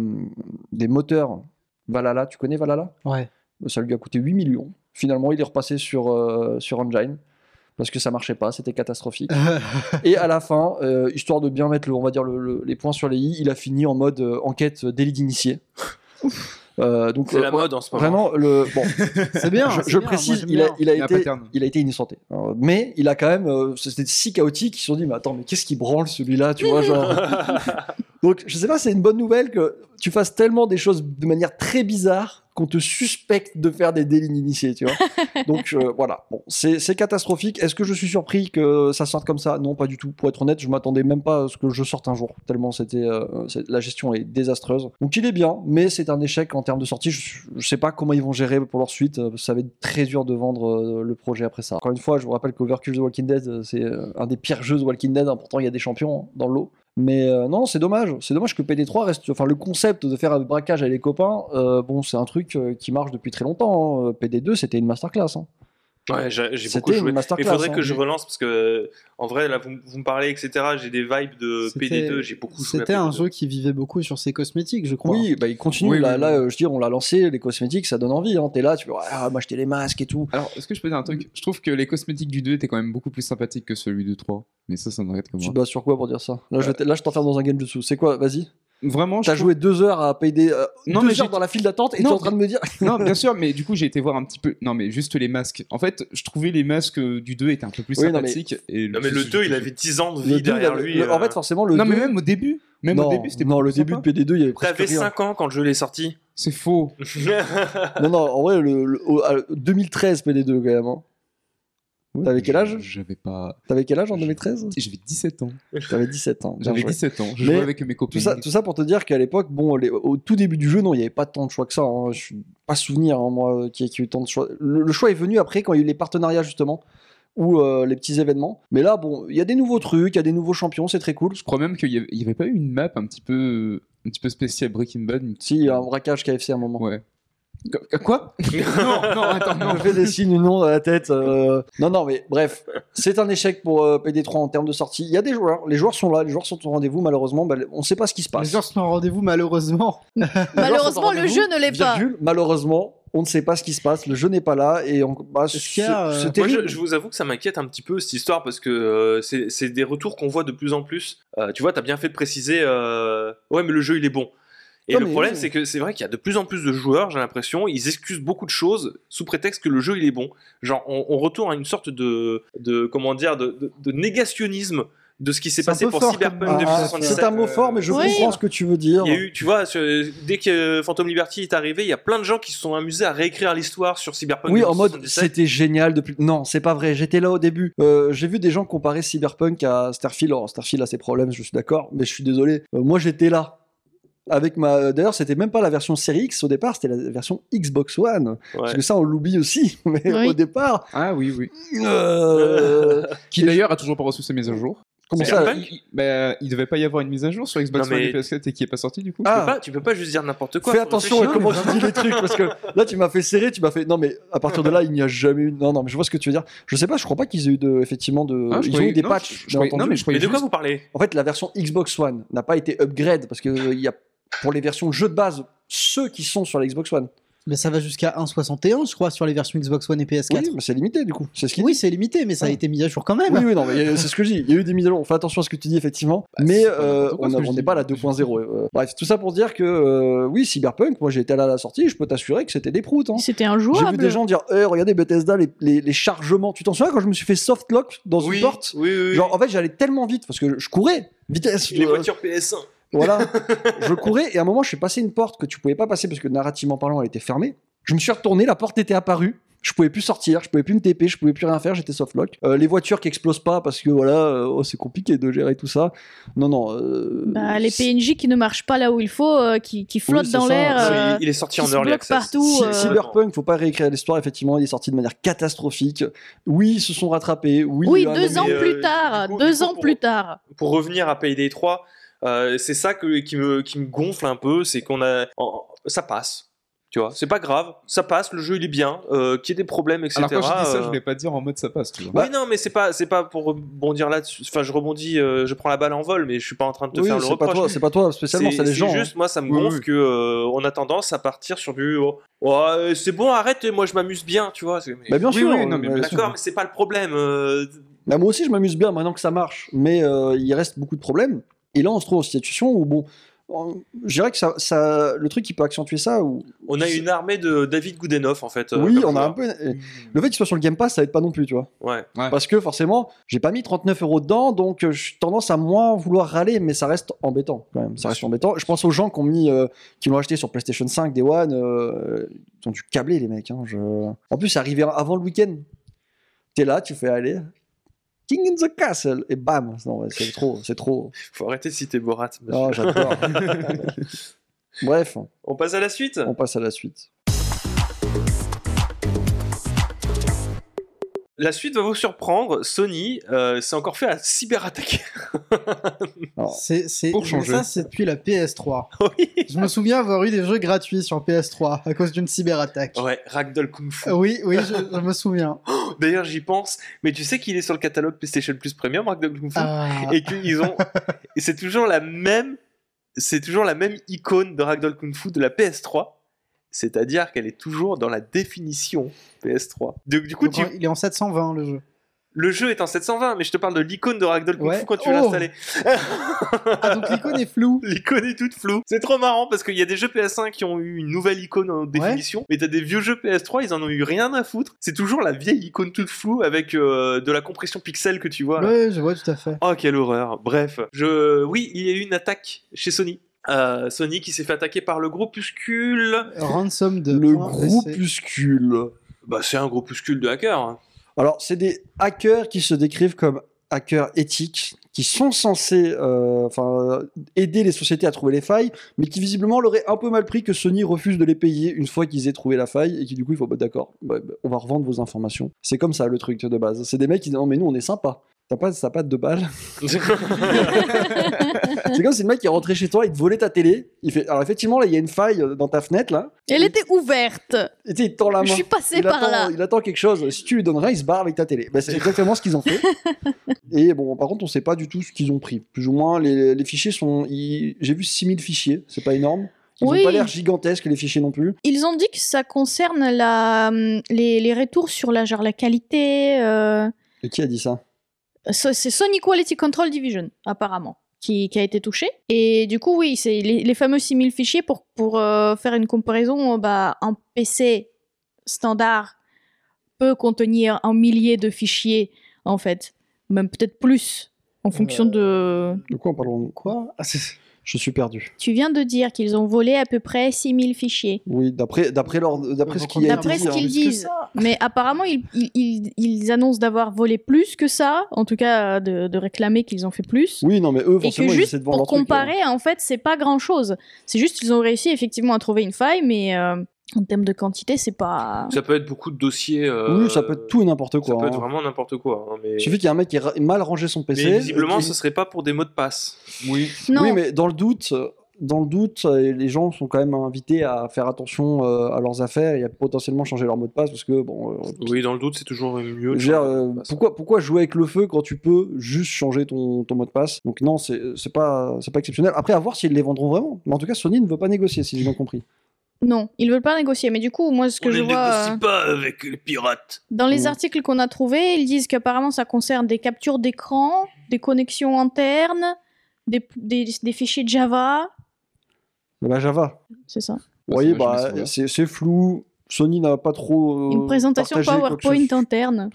[SPEAKER 5] des moteurs. Valhalla, tu connais Valhalla
[SPEAKER 2] Ouais.
[SPEAKER 5] ça lui a coûté 8 millions. Finalement, il est repassé sur, euh, sur Engine parce que ça marchait pas, c'était catastrophique. Et à la fin, euh, histoire de bien mettre, le, on va dire, le- le- les points sur les i, il a fini en mode euh, enquête euh, délit d'initié. Euh, donc
[SPEAKER 1] C'est
[SPEAKER 5] euh,
[SPEAKER 1] la mode en ce moment.
[SPEAKER 5] vraiment le bon.
[SPEAKER 2] (laughs) C'est bien.
[SPEAKER 5] je
[SPEAKER 2] c'est
[SPEAKER 5] je
[SPEAKER 2] bien, moi,
[SPEAKER 5] précise,
[SPEAKER 2] j'aime
[SPEAKER 5] il a,
[SPEAKER 2] bien.
[SPEAKER 5] il a
[SPEAKER 3] Il y a un
[SPEAKER 5] été,
[SPEAKER 3] pattern.
[SPEAKER 5] il a été innocenté. Alors, mais il a quand même, euh, c'était si chaotique qu'ils se sont dit, mais attends, mais qu'est-ce qui branle celui-là, tu
[SPEAKER 1] (laughs)
[SPEAKER 5] vois, genre. Donc, je sais pas, c'est une bonne nouvelle que tu fasses tellement des choses de manière très bizarre qu'on te suspecte de faire des délits initiés, tu vois. Donc, euh, voilà. Bon, c'est c'est catastrophique. Est-ce que je suis surpris que ça sorte comme ça Non, pas du tout. Pour être honnête, je m'attendais même pas à ce que je sorte un jour, tellement c'était. euh, c'est- la gestion est désastreuse. Donc, il est bien, mais c'est un échec en termes de sortie. Je, je sais pas comment ils vont gérer pour leur suite. euh, Ça va être très dur de vendre euh, le projet après ça. Encore une fois, je vous rappelle qu'Overkill The Walking Dead, euh, c'est euh, un des pires jeux de Walking Dead. hein. Pourtant, il y a des champions hein, dans le lot. Mais euh, non, c'est dommage. C'est dommage que PD3 reste. Enfin, le concept de faire un braquage avec les copains, euh, bon, c'est un truc euh, qui marche depuis très longtemps. hein. PD2, c'était une masterclass. hein.
[SPEAKER 1] Ouais, j'ai j'ai beaucoup
[SPEAKER 5] C'était
[SPEAKER 1] joué.
[SPEAKER 5] une
[SPEAKER 1] Il
[SPEAKER 5] masterclass.
[SPEAKER 1] faudrait
[SPEAKER 5] hein.
[SPEAKER 1] que je relance parce que, euh, en vrai, là, vous, m- vous me parlez, etc. J'ai des vibes de
[SPEAKER 2] C'était-
[SPEAKER 1] PD2. J'ai beaucoup joué. à
[SPEAKER 2] C'était un
[SPEAKER 1] PD2.
[SPEAKER 2] jeu qui vivait beaucoup sur ses cosmétiques, je crois.
[SPEAKER 5] Oui, bah, il continue.
[SPEAKER 3] Oui,
[SPEAKER 5] là,
[SPEAKER 3] oui,
[SPEAKER 5] là,
[SPEAKER 3] oui.
[SPEAKER 5] euh, je dis, on l'a lancé, les cosmétiques, ça donne envie. Hein. T'es là, tu peux ah, m'acheter les masques et tout.
[SPEAKER 3] Alors, est-ce que je peux dire un truc Je trouve que les cosmétiques du 2 étaient quand même beaucoup plus sympathiques que celui du 3. Mais ça, ça m'arrête comme
[SPEAKER 5] Tu te
[SPEAKER 3] moi.
[SPEAKER 5] bases sur quoi pour dire ça Là, je, vais t- là, je t'enferme dans un game dessous. C'est quoi Vas-y.
[SPEAKER 3] Vraiment, je
[SPEAKER 5] T'as joué deux heures à payer des. euh,
[SPEAKER 3] Non,
[SPEAKER 5] deux
[SPEAKER 3] mais
[SPEAKER 5] heures
[SPEAKER 3] j'ai-
[SPEAKER 5] dans la file d'attente et t'es
[SPEAKER 3] Non,
[SPEAKER 5] en train de me dire.
[SPEAKER 3] Non, bien sûr, mais du coup, j'ai été voir un petit peu. Non, mais juste les masques. En fait, je trouvais les masques euh, du 2 étaient un peu plus
[SPEAKER 5] Oui, non, mais-
[SPEAKER 3] sympathiques. et
[SPEAKER 1] Non, mais le 2, il avait 10 ans de vie
[SPEAKER 5] Le deux, il
[SPEAKER 1] derrière
[SPEAKER 5] avait-
[SPEAKER 1] lui.
[SPEAKER 5] le- En
[SPEAKER 1] euh.
[SPEAKER 5] fait, forcément, le
[SPEAKER 3] Non, mais
[SPEAKER 5] deux-
[SPEAKER 3] même au début. Même
[SPEAKER 5] non,
[SPEAKER 3] au début, c'était
[SPEAKER 5] non,
[SPEAKER 3] beaucoup
[SPEAKER 5] le
[SPEAKER 3] plus
[SPEAKER 5] début
[SPEAKER 3] sympa.
[SPEAKER 5] de PD2, il y avait presque
[SPEAKER 1] T'avais
[SPEAKER 5] rien.
[SPEAKER 1] 5 ans quand le jeu est
[SPEAKER 5] (laughs)
[SPEAKER 1] sorti.
[SPEAKER 3] C'est faux.
[SPEAKER 5] Non, non, en vrai, le, le- au- à- 2013 PD2 quand même. hein. T'avais quel âge
[SPEAKER 3] J'avais pas.
[SPEAKER 5] T'avais quel âge en 2013
[SPEAKER 3] J'avais 17 ans.
[SPEAKER 5] T'avais 17 ans. bien
[SPEAKER 3] J'avais
[SPEAKER 5] joué.
[SPEAKER 3] 17 ans. Je
[SPEAKER 5] Mais
[SPEAKER 3] jouais avec mes copains.
[SPEAKER 5] Tout ça, tout ça pour te dire qu'à l'époque, bon, les- au tout début du jeu, non, il n'y avait pas tant de choix que ça. hein. Je suis pas souvenir, hein, moi, qu'il y ait qu'il y ait eu tant de choix. Le, le choix est venu après quand il y a eu les partenariats, justement, ou euh, les petits événements. Mais là, bon, il y a des nouveaux trucs, il y a des nouveaux champions, c'est très cool.
[SPEAKER 3] Je crois même qu'il n'y avait, il y avait pas eu une map un petit peu, un petit peu spéciale Breaking Bad. une petite-
[SPEAKER 5] Si, il y a un braquage KFC à un moment.
[SPEAKER 3] Ouais.
[SPEAKER 1] (laughs)
[SPEAKER 3] Qu- Quoi Non, non, attends, non.
[SPEAKER 5] Je fais des signes du nom à la tête. euh. Non, non, mais bref, c'est un échec pour euh, PD3 en termes de sortie. Il y a des joueurs, les joueurs sont là, les joueurs sont au rendez-vous, malheureusement, bah, on ne sait pas ce qui se
[SPEAKER 2] Les
[SPEAKER 5] passe.
[SPEAKER 2] gens sont en rendez-vous, malheureusement.
[SPEAKER 5] Les joueurs sont au
[SPEAKER 4] Malheureusement, le
[SPEAKER 5] rendez-vous,
[SPEAKER 4] jeu ne l'est pas.
[SPEAKER 5] virgule, Malheureusement, on ne sait pas ce qui se passe, le jeu n'est pas là, et on... bah, c'est
[SPEAKER 2] qu'il y a, euh,
[SPEAKER 5] c'est
[SPEAKER 1] Moi, je,
[SPEAKER 5] terrible.
[SPEAKER 1] je vous avoue que ça m'inquiète un petit peu cette histoire parce que euh, c'est c'est des retours qu'on voit de plus en plus. Euh, tu vois, t'as bien fait de préciser. euh, Ouais, mais le jeu il est bon. Et
[SPEAKER 5] Non,
[SPEAKER 1] le
[SPEAKER 5] mais
[SPEAKER 1] problème,
[SPEAKER 5] oui.
[SPEAKER 1] c'est que c'est vrai qu'il y a de plus en plus de joueurs, j'ai l'impression, ils excusent beaucoup de choses sous prétexte que le jeu il est bon. Genre, on, on retourne à une sorte de, de comment dire, de, de- de négationnisme de ce qui s'est
[SPEAKER 2] C'est un
[SPEAKER 1] passé
[SPEAKER 2] peu
[SPEAKER 1] pour
[SPEAKER 2] fort
[SPEAKER 1] Cyberpunk
[SPEAKER 2] comme-
[SPEAKER 5] Ah,
[SPEAKER 1] 2077.
[SPEAKER 5] c'est un mot fort, mais je
[SPEAKER 4] Oui.
[SPEAKER 5] comprends ce que tu veux dire.
[SPEAKER 1] Il y a eu, tu vois, ce- dès que euh, Phantom Liberty est arrivé, il y a plein de gens qui se sont amusés à réécrire l'histoire sur Cyberpunk.
[SPEAKER 5] Oui, en mode
[SPEAKER 1] 2077.
[SPEAKER 5] c'était génial depuis. Non, c'est pas vrai. J'étais là au début. Euh, j'ai vu des gens comparer Cyberpunk à Starfield. Alors Starfield a ses problèmes, je suis d'accord, mais je suis désolé. Euh, moi, j'étais là. Avec ma. D'ailleurs, c'était même pas la version série X au départ, c'était la version Xbox One. Parce
[SPEAKER 1] Ouais.
[SPEAKER 5] que ça, on l'oublie aussi. (laughs) Mais
[SPEAKER 4] Oui.
[SPEAKER 5] au départ,
[SPEAKER 3] Ah oui, oui. (laughs)
[SPEAKER 5] euh,
[SPEAKER 3] Qui d'ailleurs a toujours pas reçu ses mises à jour.
[SPEAKER 5] comment
[SPEAKER 1] C'est
[SPEAKER 5] ça
[SPEAKER 1] Cyberpunk
[SPEAKER 3] il, bah, il devait pas y avoir une mise à jour sur Xbox
[SPEAKER 1] Non, mais-
[SPEAKER 3] One et PS4 et qui est pas sortie du coup.
[SPEAKER 1] Tu,
[SPEAKER 5] Ah.
[SPEAKER 1] peux pas, tu peux pas juste dire n'importe quoi.
[SPEAKER 5] Fais
[SPEAKER 1] faut
[SPEAKER 5] attention à
[SPEAKER 1] réfléchir.
[SPEAKER 5] comment je dis les trucs parce que là tu m'as fait serrer, tu m'as fait non mais à partir de là il n'y a jamais eu non non mais je vois ce que tu veux dire. Je sais pas, je crois pas qu'ils aient eu de effectivement de
[SPEAKER 3] Ah, je
[SPEAKER 5] ils ont
[SPEAKER 3] croyais-
[SPEAKER 5] eu des
[SPEAKER 3] non, je-
[SPEAKER 5] patchs.
[SPEAKER 3] je
[SPEAKER 5] j'ai
[SPEAKER 3] croyais-
[SPEAKER 5] entendu.
[SPEAKER 3] non, mais je croyais
[SPEAKER 1] Mais de quoi
[SPEAKER 3] juste-
[SPEAKER 1] vous parlez
[SPEAKER 5] En fait, la version Xbox One n'a pas été upgrade parce que euh, il y a pour les versions jeux de base ceux qui sont sur la Xbox One.
[SPEAKER 2] Mais ça va jusqu'à 1,61, je crois, sur les versions Xbox One et PS4.
[SPEAKER 5] Oui, mais c'est limité du coup. C'est ce
[SPEAKER 2] Oui,
[SPEAKER 5] qu'il dit.
[SPEAKER 2] c'est limité, mais ça a
[SPEAKER 5] Ouais.
[SPEAKER 2] été mis à jour quand même.
[SPEAKER 5] Oui, oui, non, mais il y a- c'est ce que je dis. Il y a eu des mises à jour. On fait attention à ce que tu dis, effectivement.
[SPEAKER 3] Bah,
[SPEAKER 5] mais
[SPEAKER 3] c'est pas
[SPEAKER 5] euh,
[SPEAKER 3] n'importe quoi,
[SPEAKER 5] on
[SPEAKER 3] ce
[SPEAKER 5] a-
[SPEAKER 3] que je
[SPEAKER 5] on n'est
[SPEAKER 3] dis.
[SPEAKER 5] pas à la 2.0. euh, bref, tout ça pour dire que, euh, oui, Cyberpunk, moi j'ai été là à la sortie, je peux t'assurer que c'était des proutes. hein.
[SPEAKER 4] C'était un
[SPEAKER 5] J'ai
[SPEAKER 4] jouable.
[SPEAKER 5] vu des gens dire Eh, regardez Bethesda, les, les- les chargements. Tu t'en souviens quand je me suis fait softlock dans une
[SPEAKER 1] oui,
[SPEAKER 5] porte
[SPEAKER 1] oui, oui, oui.
[SPEAKER 5] Genre, en fait, j'allais tellement vite parce que je courais, vitesse.
[SPEAKER 1] les
[SPEAKER 5] euh,
[SPEAKER 1] voitures PS1.
[SPEAKER 5] Voilà, je courais et à un moment, je suis passé une porte que tu pouvais pas passer parce que narrativement parlant, elle était fermée. Je me suis retourné, la porte était apparue. Je pouvais plus sortir, je pouvais plus me TP, je pouvais plus rien faire, j'étais softlock. Euh, les voitures qui explosent pas parce que voilà, euh, oh, c'est compliqué de gérer tout ça. Non, non. euh,
[SPEAKER 4] Bah, les
[SPEAKER 5] c'est-
[SPEAKER 4] PNJ qui ne marchent pas là où il faut, euh, qui, qui flottent
[SPEAKER 5] c'est
[SPEAKER 4] dans
[SPEAKER 5] ça.
[SPEAKER 4] l'air.
[SPEAKER 5] C'est-
[SPEAKER 4] euh,
[SPEAKER 1] il, il est sorti
[SPEAKER 4] qui
[SPEAKER 1] en
[SPEAKER 4] se
[SPEAKER 1] early
[SPEAKER 4] bloque
[SPEAKER 1] access.
[SPEAKER 4] partout,
[SPEAKER 5] Cy-
[SPEAKER 4] euh,
[SPEAKER 5] Cyberpunk, faut pas réécrire l'histoire, effectivement, il est sorti de manière catastrophique. Oui, ils se sont rattrapés. Oui,
[SPEAKER 4] Oui,
[SPEAKER 5] ah,
[SPEAKER 4] deux
[SPEAKER 5] non,
[SPEAKER 4] ans
[SPEAKER 5] mais,
[SPEAKER 1] euh,
[SPEAKER 4] plus
[SPEAKER 1] du
[SPEAKER 4] tard.
[SPEAKER 1] coup- du
[SPEAKER 4] Deux
[SPEAKER 1] coup,
[SPEAKER 4] ans
[SPEAKER 1] pour-
[SPEAKER 4] plus tard.
[SPEAKER 1] pour revenir à Payday 3, euh, c'est ça que, qui, me, qui me gonfle un peu, c'est qu'on a. en- ça passe. Tu vois, c'est pas grave, ça passe, le jeu il est bien, euh, qu'il y ait des problèmes, etc.
[SPEAKER 3] Alors quand je dis ça,
[SPEAKER 1] euh,
[SPEAKER 3] je voulais pas dire en mode ça passe. Tu vois.
[SPEAKER 5] Bah,
[SPEAKER 1] Oui, non, mais c'est pas, c'est pas pour rebondir là-dessus. Enfin, je rebondis, euh, je prends la balle en vol, mais je suis pas en train de te
[SPEAKER 5] oui,
[SPEAKER 1] faire le
[SPEAKER 5] c'est pas
[SPEAKER 1] reproche.
[SPEAKER 5] toi, c'est pas toi spécialement, c'est les gens. hein.
[SPEAKER 1] juste, moi, ça me
[SPEAKER 3] Oui,
[SPEAKER 1] gonfle
[SPEAKER 3] oui.
[SPEAKER 1] que euh, on a tendance à partir sur du. oh, oh, euh, c'est bon, arrête, moi je m'amuse bien, tu vois. c'est- mais-
[SPEAKER 5] hein. Bah, bien
[SPEAKER 3] Oui,
[SPEAKER 5] sûr.
[SPEAKER 3] oui, non, mais
[SPEAKER 5] euh,
[SPEAKER 3] bien
[SPEAKER 1] D'accord, mais c'est pas le problème. euh,
[SPEAKER 5] Bah, moi aussi, je m'amuse bien maintenant que ça marche, mais euh, il reste beaucoup de problèmes. Et là, on se trouve en situation où, bon, on- je dirais que ça, ça- le truc qui peut accentuer ça, où,
[SPEAKER 1] on a
[SPEAKER 5] C'est-
[SPEAKER 1] une armée de David Goodenough en fait. euh,
[SPEAKER 5] oui,
[SPEAKER 1] comme
[SPEAKER 5] on a un
[SPEAKER 1] joueur.
[SPEAKER 5] peu. Le fait qu'il soit sur le Game Pass, ça aide pas non plus, tu vois.
[SPEAKER 1] Ouais.
[SPEAKER 3] Ouais.
[SPEAKER 5] Parce que forcément, j'ai pas mis 39 euros dedans, donc euh, j'ai tendance à moins vouloir râler, mais ça reste embêtant quand même. Ça reste embêtant. Je pense aux gens qui ont mis, euh, qui l'ont acheté sur PlayStation 5, Day One, euh, ils ont dû câbler les mecs. hein, je- En plus, c'est arrivé avant le week-end. T'es là, tu fais aller. King in the Castle et bam, non ouais, c'est trop, c'est trop.
[SPEAKER 1] Faut arrêter de citer Borat. monsieur. (laughs)
[SPEAKER 5] Non, j'adore. Bref,
[SPEAKER 1] On passe à la suite
[SPEAKER 5] on passe à la suite.
[SPEAKER 1] La suite va vous surprendre. Sony euh, s'est encore fait à
[SPEAKER 5] (laughs)
[SPEAKER 1] cyberattaquer.
[SPEAKER 2] Oh. C'est, c'est,
[SPEAKER 3] Pour changer.
[SPEAKER 2] Ça, c'est depuis la
[SPEAKER 5] (laughs)
[SPEAKER 2] PS3.
[SPEAKER 1] oui.
[SPEAKER 2] Je me souviens avoir eu des jeux gratuits sur PS3 à cause d'une cyberattaque.
[SPEAKER 1] Ouais, Ragdoll Kung Fu.
[SPEAKER 5] Ah
[SPEAKER 2] Euh, Oui, oui, je, je me
[SPEAKER 5] (laughs)
[SPEAKER 2] souviens.
[SPEAKER 1] D'ailleurs, j'y pense. Mais tu sais qu'il est sur le catalogue PlayStation Plus Premium, Ragdoll Kung Fu
[SPEAKER 2] Ah.
[SPEAKER 1] Et qu'ils ont. et c'est toujours la même. C'est toujours la même icône de Ragdoll Kung Fu de la PS3. C'est-à-dire qu'elle est toujours dans la définition PS3. Donc, du coup,
[SPEAKER 2] Donc,
[SPEAKER 1] tu-
[SPEAKER 2] Il est en 720 le jeu.
[SPEAKER 1] le jeu est en 720, mais je te parle de l'icône de Ragdoll Kung
[SPEAKER 2] Ouais.
[SPEAKER 1] Fu quand tu
[SPEAKER 2] Oh.
[SPEAKER 1] l'as installé.
[SPEAKER 2] Ah, donc l'icône est floue.
[SPEAKER 1] L'icône est toute floue. C'est trop marrant parce qu'il y a des jeux PS1 qui ont eu une nouvelle icône en définition, mais t'as des vieux jeux PS3, ils en ont eu rien à foutre. C'est toujours la vieille icône toute floue avec euh, de la compression pixel que tu vois. là.
[SPEAKER 2] Oui, je vois tout à fait.
[SPEAKER 1] Oh, quelle horreur. Bref, je... oui, il y a eu une attaque chez Sony. Euh, Sony qui s'est fait attaquer par le groupuscule.
[SPEAKER 2] Ransom de
[SPEAKER 5] Le
[SPEAKER 2] point EC.
[SPEAKER 5] groupuscule.
[SPEAKER 1] Bah, c'est un groupuscule de hackers.
[SPEAKER 5] (laughs)
[SPEAKER 1] hein.
[SPEAKER 5] Alors, c'est des hackers qui se décrivent comme hackers éthiques, qui sont censés euh, enfin, euh, aider les sociétés à trouver les failles, mais qui visiblement l'auraient un peu mal pris que Sony refuse de les payer une fois qu'ils aient trouvé la faille et qui du coup, il faut, bah, d'accord, bah, bah, on va revendre vos informations. C'est comme ça le truc de base. C'est des mecs qui disent, non, mais nous, on est sympa. T'as pas, t'as pas de deux balles. c'est comme si le mec qui est rentré chez toi, il te volait ta télé. Il fait, alors effectivement, là, il y a une faille euh, dans ta fenêtre, là.
[SPEAKER 4] Elle était ouverte.
[SPEAKER 5] Et tu sais, il te tend la main
[SPEAKER 4] Je suis passée
[SPEAKER 5] Ah, il
[SPEAKER 4] par
[SPEAKER 5] attend,
[SPEAKER 4] là.
[SPEAKER 5] il attend quelque chose. Si tu lui donnes rien, il se barre avec ta télé. Bah, c'est exactement ce qu'ils
[SPEAKER 4] (laughs)
[SPEAKER 5] ont fait. Et bon, par contre, on sait pas du tout ce qu'ils ont pris. Plus ou moins, les, les fichiers sont. ils- J'ai vu 6000 fichiers, c'est pas énorme. Ils ont
[SPEAKER 4] Oui.
[SPEAKER 5] pas l'air gigantesques, les fichiers non plus.
[SPEAKER 4] Ils ont dit que ça concerne la, hum, les, les retours sur la, genre, la qualité. euh,
[SPEAKER 5] Et qui a dit ça
[SPEAKER 4] so- C'est Sony Quality Control Division, apparemment, qui, qui a été touché. Et du coup, oui, c'est les, les fameux 6000 fichiers pour, pour euh, faire une comparaison. euh, Bah, un PC standard peut contenir un millier de fichiers, en fait, même peut-être plus. En fonction de.
[SPEAKER 5] De quoi on parle (laughs)
[SPEAKER 2] Quoi Ah, c'est-
[SPEAKER 5] Je suis perdu.
[SPEAKER 4] Tu viens de dire qu'ils ont volé à peu près 6000 fichiers.
[SPEAKER 5] Oui, d'après d'après leur d'après ce
[SPEAKER 2] Donc,
[SPEAKER 5] qu'il y a
[SPEAKER 4] D'après
[SPEAKER 5] dit,
[SPEAKER 4] ce
[SPEAKER 5] hein.
[SPEAKER 4] qu'ils
[SPEAKER 2] plus que
[SPEAKER 4] disent. Mais apparemment, ils, ils- ils- ils annoncent d'avoir volé plus que ça, en tout cas euh, de, de réclamer qu'ils ont fait plus.
[SPEAKER 5] Oui, non, mais eux,
[SPEAKER 4] Et que
[SPEAKER 5] forcément, ils essaient
[SPEAKER 4] juste
[SPEAKER 5] de vendre
[SPEAKER 4] pour
[SPEAKER 5] leur truc, hein.
[SPEAKER 4] comparer, en fait, c'est pas grand chose. C'est juste qu'ils ont réussi effectivement à trouver une faille, mais euh, en termes de quantité, c'est pas.
[SPEAKER 1] Ça peut être beaucoup de dossiers.
[SPEAKER 5] hein.
[SPEAKER 1] euh,
[SPEAKER 5] Oui, ça peut être tout et n'importe
[SPEAKER 1] Ça
[SPEAKER 5] quoi.
[SPEAKER 1] peut être
[SPEAKER 5] hein.
[SPEAKER 1] vraiment n'importe quoi. hein, mais...
[SPEAKER 5] Il suffit qu'il y ait un mec qui ait ra- mal rangé son PC.
[SPEAKER 1] mais visiblement,
[SPEAKER 5] euh,
[SPEAKER 1] ce serait pas pour des mots de passe.
[SPEAKER 3] Oui.
[SPEAKER 4] Non,
[SPEAKER 5] Oui, mais dans le doute, euh, dans le doute, euh, les gens sont quand même invités à faire attention euh, à leurs affaires et à potentiellement changer leur mot de passe parce que bon. euh,
[SPEAKER 1] Oui, dans le doute, c'est toujours mieux. de
[SPEAKER 5] je veux dire,
[SPEAKER 1] changer
[SPEAKER 5] euh,
[SPEAKER 1] de passe.
[SPEAKER 5] pourquoi, pourquoi jouer avec le feu quand tu peux juste changer ton, ton mot de passe Donc non, c'est c'est pas, c'est pas exceptionnel. Après, à voir s'ils les vendront vraiment. Mais en tout cas, Sony ne veut pas négocier, si j'ai bien compris.
[SPEAKER 4] non, ils veulent pas négocier. Mais du coup, moi, ce que je vois. euh,
[SPEAKER 1] pas avec les pirates.
[SPEAKER 4] Dans les
[SPEAKER 5] Mm.
[SPEAKER 4] articles qu'on a trouvés, ils disent qu'apparemment ça concerne des captures d'écran, des connexions internes, des, des, des fichiers Java.
[SPEAKER 5] Mais la Java,
[SPEAKER 4] C'est ça.
[SPEAKER 5] vous voyez,
[SPEAKER 3] ça va, je
[SPEAKER 5] bah,
[SPEAKER 3] vais sur le-
[SPEAKER 5] c'est c'est flou. Sony n'a pas trop. euh,
[SPEAKER 4] Une présentation
[SPEAKER 5] partagé quoi que ce
[SPEAKER 4] PowerPoint hein.
[SPEAKER 5] soit.
[SPEAKER 4] interne.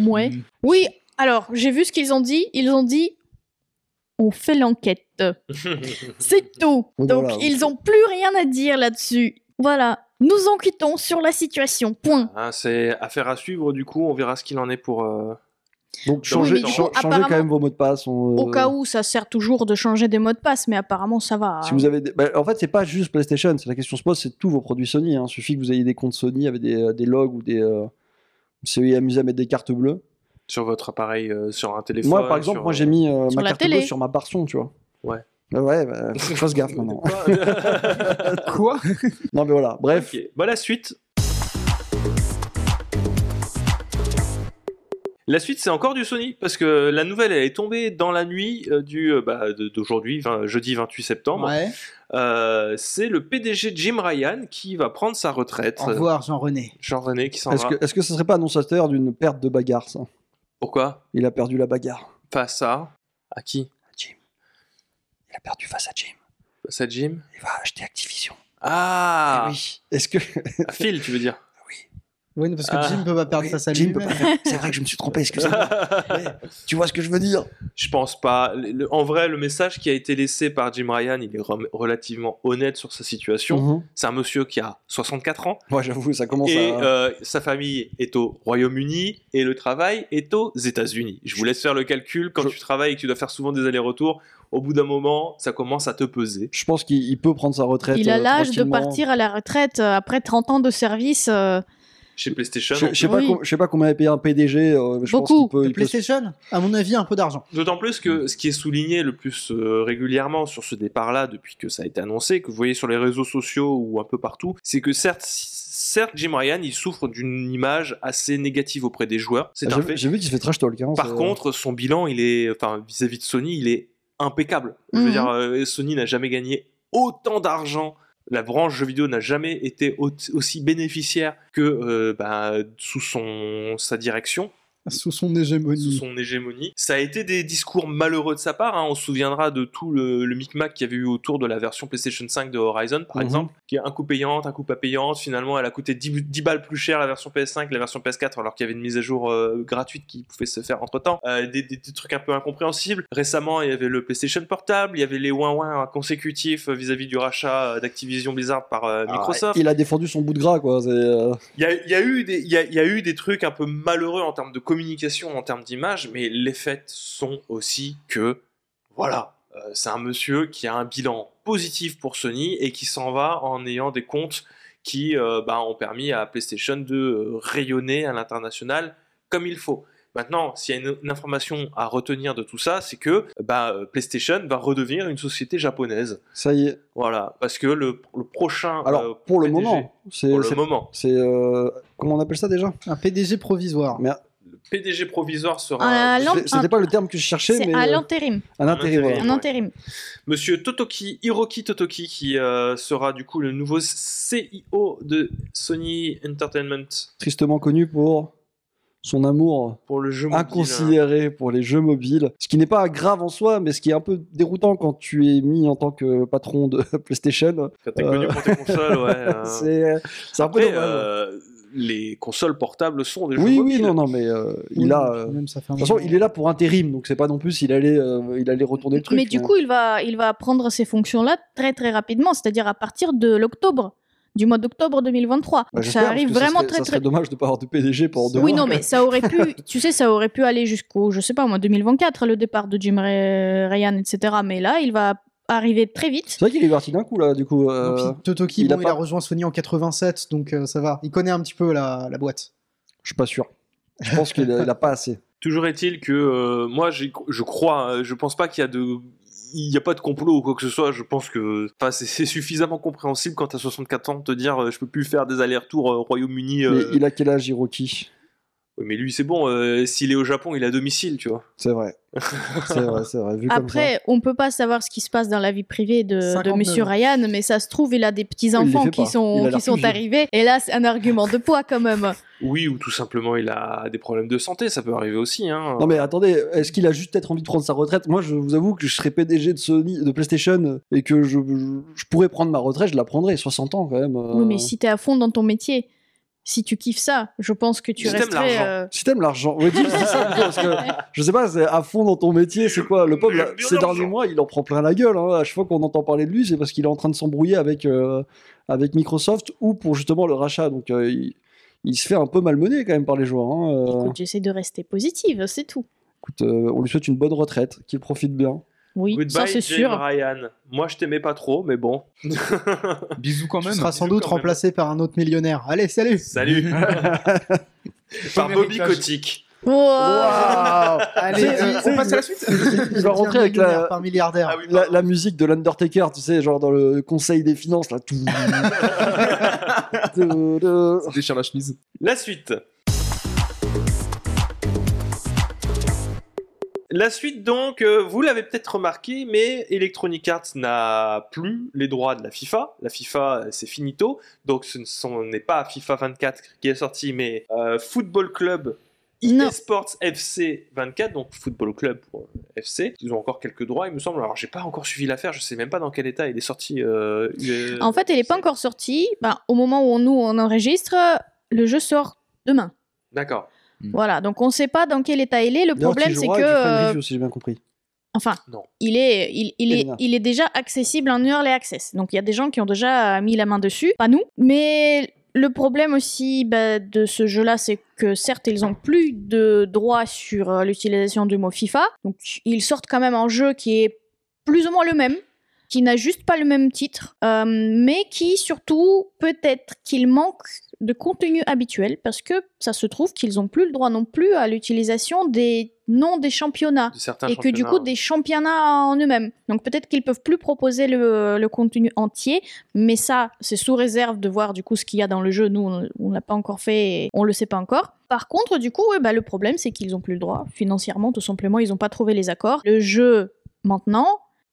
[SPEAKER 4] Ouais.
[SPEAKER 5] Mm.
[SPEAKER 4] Oui, alors j'ai vu ce qu'ils ont dit. Ils ont dit on fait
[SPEAKER 5] (laughs)
[SPEAKER 4] l'enquête. C'est tout.
[SPEAKER 5] Oui,
[SPEAKER 4] Donc
[SPEAKER 5] voilà.
[SPEAKER 4] ils ont plus rien à dire là-dessus. Voilà. Nous en quittons sur la situation. Point.
[SPEAKER 1] Hein, c'est affaire à suivre, du coup, on verra ce qu'il en est pour. euh,
[SPEAKER 5] Donc
[SPEAKER 1] Oui, mais
[SPEAKER 5] changez,
[SPEAKER 1] du
[SPEAKER 5] cha-
[SPEAKER 4] coup,
[SPEAKER 5] changez quand même
[SPEAKER 4] apparemment-
[SPEAKER 5] vos mots de passe. on,
[SPEAKER 4] Au
[SPEAKER 5] euh,
[SPEAKER 4] cas où, ça sert toujours de changer des mots de passe, mais apparemment ça va. hein.
[SPEAKER 5] Si vous avez des- bah, en fait, c'est pas juste PlayStation. C'est la question se pose, c'est tous vos produits Sony. Hein. Suffit que vous ayez des comptes Sony avec des, euh, des logs ou des. Euh... Vous vous amusé à mettre des cartes bleues.
[SPEAKER 1] sur votre appareil, euh, sur un téléphone.
[SPEAKER 5] Moi, par exemple,
[SPEAKER 1] sur,
[SPEAKER 5] moi
[SPEAKER 1] euh,
[SPEAKER 5] j'ai mis euh,
[SPEAKER 4] Sur
[SPEAKER 5] ma
[SPEAKER 4] la
[SPEAKER 5] carte
[SPEAKER 4] télé.
[SPEAKER 5] bleue sur ma barre son, tu vois.
[SPEAKER 1] Ouais.
[SPEAKER 5] Bah
[SPEAKER 1] (laughs)
[SPEAKER 5] ouais, bah, faut que je fasse gaffe maintenant.
[SPEAKER 3] Quoi
[SPEAKER 5] non, mais voilà. Bref,
[SPEAKER 1] Ok, bah la suite. La suite, c'est encore du Sony, parce que la nouvelle, elle est tombée dans la nuit euh, du euh, bah, de- d'aujourd'hui, 20 jeudi 28 septembre.
[SPEAKER 2] Ouais.
[SPEAKER 1] Euh, c'est le PDG Jim Ryan qui va prendre sa retraite.
[SPEAKER 2] Au revoir, Jean-René.
[SPEAKER 1] Jean René qui s'en
[SPEAKER 5] est-ce
[SPEAKER 1] va.
[SPEAKER 5] que, est que ce serait pas annonciateur d'une perte de bagarre ça
[SPEAKER 1] Pourquoi
[SPEAKER 5] Il a perdu la bagarre.
[SPEAKER 1] Face à à qui
[SPEAKER 5] Il a perdu face à Jim.
[SPEAKER 1] Face à Jim
[SPEAKER 5] Il va acheter Activision.
[SPEAKER 1] Ah
[SPEAKER 5] Eh oui. Est-ce que
[SPEAKER 1] À Phil, tu veux dire
[SPEAKER 2] Oui, parce que
[SPEAKER 1] Ah.
[SPEAKER 2] Jim peut pas perdre sa
[SPEAKER 5] Jim
[SPEAKER 2] salut.
[SPEAKER 5] peut pas faire- C'est vrai que je me suis trompé.
[SPEAKER 1] (laughs)
[SPEAKER 5] Excusez-moi. Mais tu vois ce que je veux dire
[SPEAKER 1] Je pense pas. Le- le- en vrai, le message qui a été laissé par Jim Ryan, il est rem- relativement honnête sur sa situation.
[SPEAKER 5] Mhm.
[SPEAKER 1] C'est un monsieur qui a 64 ans
[SPEAKER 5] Moi, j'avoue, ça commence
[SPEAKER 1] et
[SPEAKER 5] à.
[SPEAKER 1] euh, sa famille est au Royaume-Uni et le travail est aux États-Unis. Je vous laisse faire le calcul. Quand
[SPEAKER 5] Je-
[SPEAKER 1] tu travailles et que tu dois faire souvent des allers-retours, au bout d'un moment, ça commence à te peser.
[SPEAKER 5] Je pense qu'il il peut prendre sa retraite.
[SPEAKER 4] Il a
[SPEAKER 5] euh,
[SPEAKER 4] l'âge de
[SPEAKER 5] tranquillement.
[SPEAKER 4] partir à la retraite euh, après 30 ans de service. euh,
[SPEAKER 1] Chez PlayStation,
[SPEAKER 5] Je
[SPEAKER 1] on
[SPEAKER 5] je sais pas,
[SPEAKER 4] Oui.
[SPEAKER 5] com- je sais pas combien a payé un PDG. euh, je
[SPEAKER 4] Beaucoup.
[SPEAKER 5] Pense qu'il peut,
[SPEAKER 2] De
[SPEAKER 5] il peut se-
[SPEAKER 2] PlayStation À mon avis, un peu d'argent.
[SPEAKER 1] D'autant plus que ce qui est souligné le plus euh, régulièrement sur ce départ-là depuis que ça a été annoncé, que vous voyez sur les réseaux sociaux ou un peu partout, c'est que certes, certes Jim Ryan, il souffre d'une image assez négative auprès des joueurs. C'est
[SPEAKER 5] Ah,
[SPEAKER 1] un
[SPEAKER 5] J'ai
[SPEAKER 1] fait.
[SPEAKER 5] j'ai vu qu'il se fait trash talk. hein,
[SPEAKER 1] Par
[SPEAKER 5] c'est-
[SPEAKER 1] contre, son bilan, il est, enfin, vis-à-vis de Sony, il est impeccable. Je veux
[SPEAKER 4] Mhm.
[SPEAKER 1] dire, euh, Sony n'a jamais gagné autant d'argent. La branche jeux vidéo n'a jamais été au- aussi bénéficiaire que euh, bah, sous son, sa direction
[SPEAKER 2] Sous son
[SPEAKER 1] sous
[SPEAKER 2] hégémonie.
[SPEAKER 1] son hégémonie. Ça a été des discours malheureux de sa part. hein. On se souviendra de tout le, le micmac qu'il y avait eu autour de la version PlayStation 5 de Horizon, par
[SPEAKER 5] Mhm.
[SPEAKER 1] exemple, qui est un coup payante, un coup pas payante. Finalement, elle a coûté 10, bu- 10 balles plus cher la version PS5 que la version PS4, alors qu'il y avait une mise à jour euh, gratuite qui pouvait se faire entre temps. des, des- des trucs un peu incompréhensibles. Récemment, il y avait le PlayStation Portable, il y avait les ouin-ouin consécutifs euh, vis-à-vis du rachat euh, d'Activision Blizzard par euh,
[SPEAKER 5] Ah,
[SPEAKER 1] Microsoft.
[SPEAKER 5] Il a défendu son bout de gras, quoi. c'est, euh,
[SPEAKER 1] Il y a, il y a eu des, il y a- il y a eu des trucs un peu malheureux en termes de communication, en termes d'image, mais les faits sont aussi que, voilà, euh, c'est un monsieur qui a un bilan positif pour Sony et qui s'en va en ayant des comptes qui euh, bah, ont permis à PlayStation de euh, rayonner à l'international comme il faut. Maintenant, s'il y a une, une information à retenir de tout ça, c'est que bah, euh, PlayStation va redevenir une société japonaise.
[SPEAKER 5] Ça y est.
[SPEAKER 1] Voilà, parce que le, le prochain.
[SPEAKER 5] Alors,
[SPEAKER 1] euh,
[SPEAKER 5] pour le
[SPEAKER 1] PDG,
[SPEAKER 5] moment, c'est.
[SPEAKER 1] Pour le
[SPEAKER 5] c'est-
[SPEAKER 1] moment.
[SPEAKER 5] C'est. euh, Comment on appelle ça déjà
[SPEAKER 2] Un PDG provisoire.
[SPEAKER 1] Le PDG provisoire sera.
[SPEAKER 4] Ah, l'an-
[SPEAKER 5] Je- C'était pas le terme que je cherchais,
[SPEAKER 4] c'est
[SPEAKER 5] mais.
[SPEAKER 4] à
[SPEAKER 5] euh,
[SPEAKER 4] l'intérim.
[SPEAKER 5] Un intérim. voilà.
[SPEAKER 4] Un intérim.
[SPEAKER 1] Monsieur Totoki, Hiroki Totoki, qui euh, sera du coup le nouveau CEO de Sony Entertainment.
[SPEAKER 5] Tristement connu pour son amour
[SPEAKER 1] pour le jeu mobile,
[SPEAKER 5] inconsidéré pour les jeux mobiles, ce qui n'est pas grave en soi, mais ce qui est un peu déroutant quand tu es mis en tant que patron de (laughs) PlayStation.
[SPEAKER 1] hein, Quand t'es connu pour tes consoles,
[SPEAKER 5] (laughs)
[SPEAKER 1] ouais. hein.
[SPEAKER 5] Euh. C'est euh, c'est un peu
[SPEAKER 1] Après,
[SPEAKER 5] dommage. hein.
[SPEAKER 1] euh, les consoles portables sont des jeux
[SPEAKER 5] oui, oui,
[SPEAKER 1] mobiles.
[SPEAKER 5] non, non, mais euh, il a. euh,
[SPEAKER 2] Même ça fait un
[SPEAKER 5] De toute façon,
[SPEAKER 2] moment.
[SPEAKER 5] il est là pour intérim, donc c'est pas non plus s'il allait, euh, il allait retourner le truc.
[SPEAKER 4] mais du coup, il va, il va prendre ces fonctions-là très très rapidement, c'est-à-dire à partir de l'octobre, du mois d'octobre 2023.
[SPEAKER 5] Bah,
[SPEAKER 4] Donc,
[SPEAKER 5] j'espère,
[SPEAKER 4] ça
[SPEAKER 5] parce
[SPEAKER 4] arrive
[SPEAKER 5] que ça
[SPEAKER 4] vraiment
[SPEAKER 5] serait-
[SPEAKER 4] très
[SPEAKER 5] ça serait
[SPEAKER 4] très.
[SPEAKER 5] dommage de pas avoir de PDG pour deux
[SPEAKER 4] Oui,
[SPEAKER 5] mois.
[SPEAKER 4] non, mais ça aurait pu, (laughs) tu sais, ça aurait pu aller jusqu'au, je sais pas, moi, 2024, le départ de Jim Ray- Ryan, etc. Mais là, il va arriver très vite.
[SPEAKER 5] C'est vrai qu'il est parti d'un coup là, du coup. euh,
[SPEAKER 2] Et puis, Totoki,
[SPEAKER 5] il a
[SPEAKER 2] bon, il
[SPEAKER 5] pas-
[SPEAKER 2] a rejoint Sony en 87, donc euh, ça va. Il connaît un petit peu la, la boîte.
[SPEAKER 5] Je suis pas sûr.
[SPEAKER 4] (laughs)
[SPEAKER 5] Je pense qu'il a, il a pas assez.
[SPEAKER 1] Toujours est-il que euh, moi, j'y- je crois, euh, je pense pas qu'il y a de. Il n'y a pas de complot ou quoi que ce soit. Je pense que enfin, c'est- c'est suffisamment compréhensible quand t'as 64 ans de te dire euh, je peux plus faire des allers-retours euh, au Royaume-Uni. euh.
[SPEAKER 5] Mais il a quel âge, Hiroki
[SPEAKER 1] Ouais, mais lui, c'est bon. euh, S'il est au Japon, il est à domicile, tu vois.
[SPEAKER 5] C'est vrai. C'est vrai, c'est vrai. Vu comme ça.
[SPEAKER 4] Après, on peut pas savoir ce qui se passe dans la vie privée de, de
[SPEAKER 2] 59.
[SPEAKER 4] Monsieur Ryan, mais ça se trouve, il a des petits
[SPEAKER 5] Il les
[SPEAKER 4] enfants
[SPEAKER 5] fait
[SPEAKER 4] qui
[SPEAKER 5] pas. Il a
[SPEAKER 4] sont,
[SPEAKER 5] l'air
[SPEAKER 4] qui sont
[SPEAKER 5] plus vieux.
[SPEAKER 4] arrivés. Et là, c'est un argument de poids quand même.
[SPEAKER 1] Oui, ou tout simplement, il a des problèmes de santé. Ça peut arriver aussi. Hein.
[SPEAKER 5] Non mais attendez, est-ce qu'il a juste peut-être envie de prendre sa retraite Moi, je vous avoue que je serais PDG de Sony, de PlayStation, et que je, je- je pourrais prendre ma retraite, je la prendrais, 60 ans quand même. euh.
[SPEAKER 4] Oui, mais si t'es à fond dans ton métier, si tu kiffes ça, je pense que tu
[SPEAKER 1] Si t'aimes
[SPEAKER 4] resterais.
[SPEAKER 1] l'argent.
[SPEAKER 4] euh,
[SPEAKER 5] Si t'aimes l'argent, ouais, dis- c'est ça, parce que je sais pas, c'est à fond dans ton métier, c'est quoi Le pauvre, là,
[SPEAKER 1] J'aime bien
[SPEAKER 5] ces
[SPEAKER 1] l'argent.
[SPEAKER 5] derniers mois, il en prend plein la gueule. hein. À chaque fois qu'on entend parler de lui, c'est parce qu'il est en train de s'embrouiller avec, euh, avec Microsoft ou pour justement le rachat. Donc euh, il, il se fait un peu malmener quand même par les joueurs. hein. Euh,
[SPEAKER 4] Écoute, j'essaie de rester positive, c'est tout.
[SPEAKER 5] écoute, euh, on lui souhaite une bonne retraite, qu'il profite bien.
[SPEAKER 4] Oui,
[SPEAKER 1] Goodbye,
[SPEAKER 4] ça c'est
[SPEAKER 1] Jane
[SPEAKER 4] sûr.
[SPEAKER 1] Ryan. Moi, je t'aimais pas trop, mais bon.
[SPEAKER 3] Bisous quand
[SPEAKER 2] Tu
[SPEAKER 3] même.
[SPEAKER 2] seras sans
[SPEAKER 1] Bisous
[SPEAKER 2] doute
[SPEAKER 1] quand même.
[SPEAKER 2] remplacé par un autre millionnaire. Allez,
[SPEAKER 1] (laughs)
[SPEAKER 2] salut
[SPEAKER 1] Salut. Par Bobby Kotick.
[SPEAKER 4] Wow.
[SPEAKER 5] Waouh
[SPEAKER 2] Allez,
[SPEAKER 5] C'est-
[SPEAKER 2] euh,
[SPEAKER 5] c'est-
[SPEAKER 2] on passe à la
[SPEAKER 3] suite
[SPEAKER 5] Il va rentrer avec
[SPEAKER 2] Millionnaire
[SPEAKER 5] la,
[SPEAKER 2] Par milliardaire.
[SPEAKER 1] Ah oui,
[SPEAKER 5] la, la musique de l'Undertaker, tu sais, genre dans le Conseil des Finances, là. Tout... Tout-
[SPEAKER 3] Déchire la chemise.
[SPEAKER 1] La suite. La suite donc, euh, vous l'avez peut-être remarqué, mais Electronic Arts n'a plus les droits de la FIFA. La FIFA, euh, c'est finito. Donc ce ne sont- n'est pas FIFA 24 qui est sorti, mais euh, Football Club
[SPEAKER 4] Non.
[SPEAKER 1] eSports FC 24, donc Football Club pour euh, FC. Ils ont encore quelques droits, il me semble. Alors j'ai pas encore suivi l'affaire, je sais même pas dans quel état il est sorti. euh, euh,
[SPEAKER 4] En fait, elle n'est pas encore sortie. Ben, au moment où on- nous on enregistre, le jeu sort demain.
[SPEAKER 1] D'accord.
[SPEAKER 4] Voilà, donc on ne sait pas dans quel état il est. Le
[SPEAKER 5] D'ailleurs, tu
[SPEAKER 4] problème, c'est que,
[SPEAKER 5] joueras avec du fan
[SPEAKER 4] euh,
[SPEAKER 5] review, si j'ai bien compris.
[SPEAKER 4] enfin,
[SPEAKER 1] Non.
[SPEAKER 4] il est, il, il est,
[SPEAKER 5] Elena.
[SPEAKER 4] il est déjà accessible en early access. Donc il y a des gens qui ont déjà euh, mis la main dessus, pas nous. Mais le problème aussi bah, de ce jeu-là, c'est que certes, ils ont plus de droits sur euh, l'utilisation du mot FIFA. Donc ils sortent quand même un jeu qui est plus ou moins le même qui n'a juste pas le même titre, euh, mais qui surtout peut-être qu'il manque de contenu habituel parce que ça se trouve qu'ils n'ont plus le droit non plus à l'utilisation des noms des championnats
[SPEAKER 1] De certains
[SPEAKER 4] et que du
[SPEAKER 1] championnats,
[SPEAKER 4] coup
[SPEAKER 1] hein.
[SPEAKER 4] des championnats en eux-mêmes. Donc peut-être qu'ils peuvent plus proposer le, le contenu entier, mais ça c'est sous réserve de voir du coup ce qu'il y a dans le jeu. Nous on on l'a pas encore fait, et on le sait pas encore. Par contre du coup ouais, bah, le problème c'est qu'ils ont plus le droit financièrement tout simplement ils ont pas trouvé les accords. Le jeu maintenant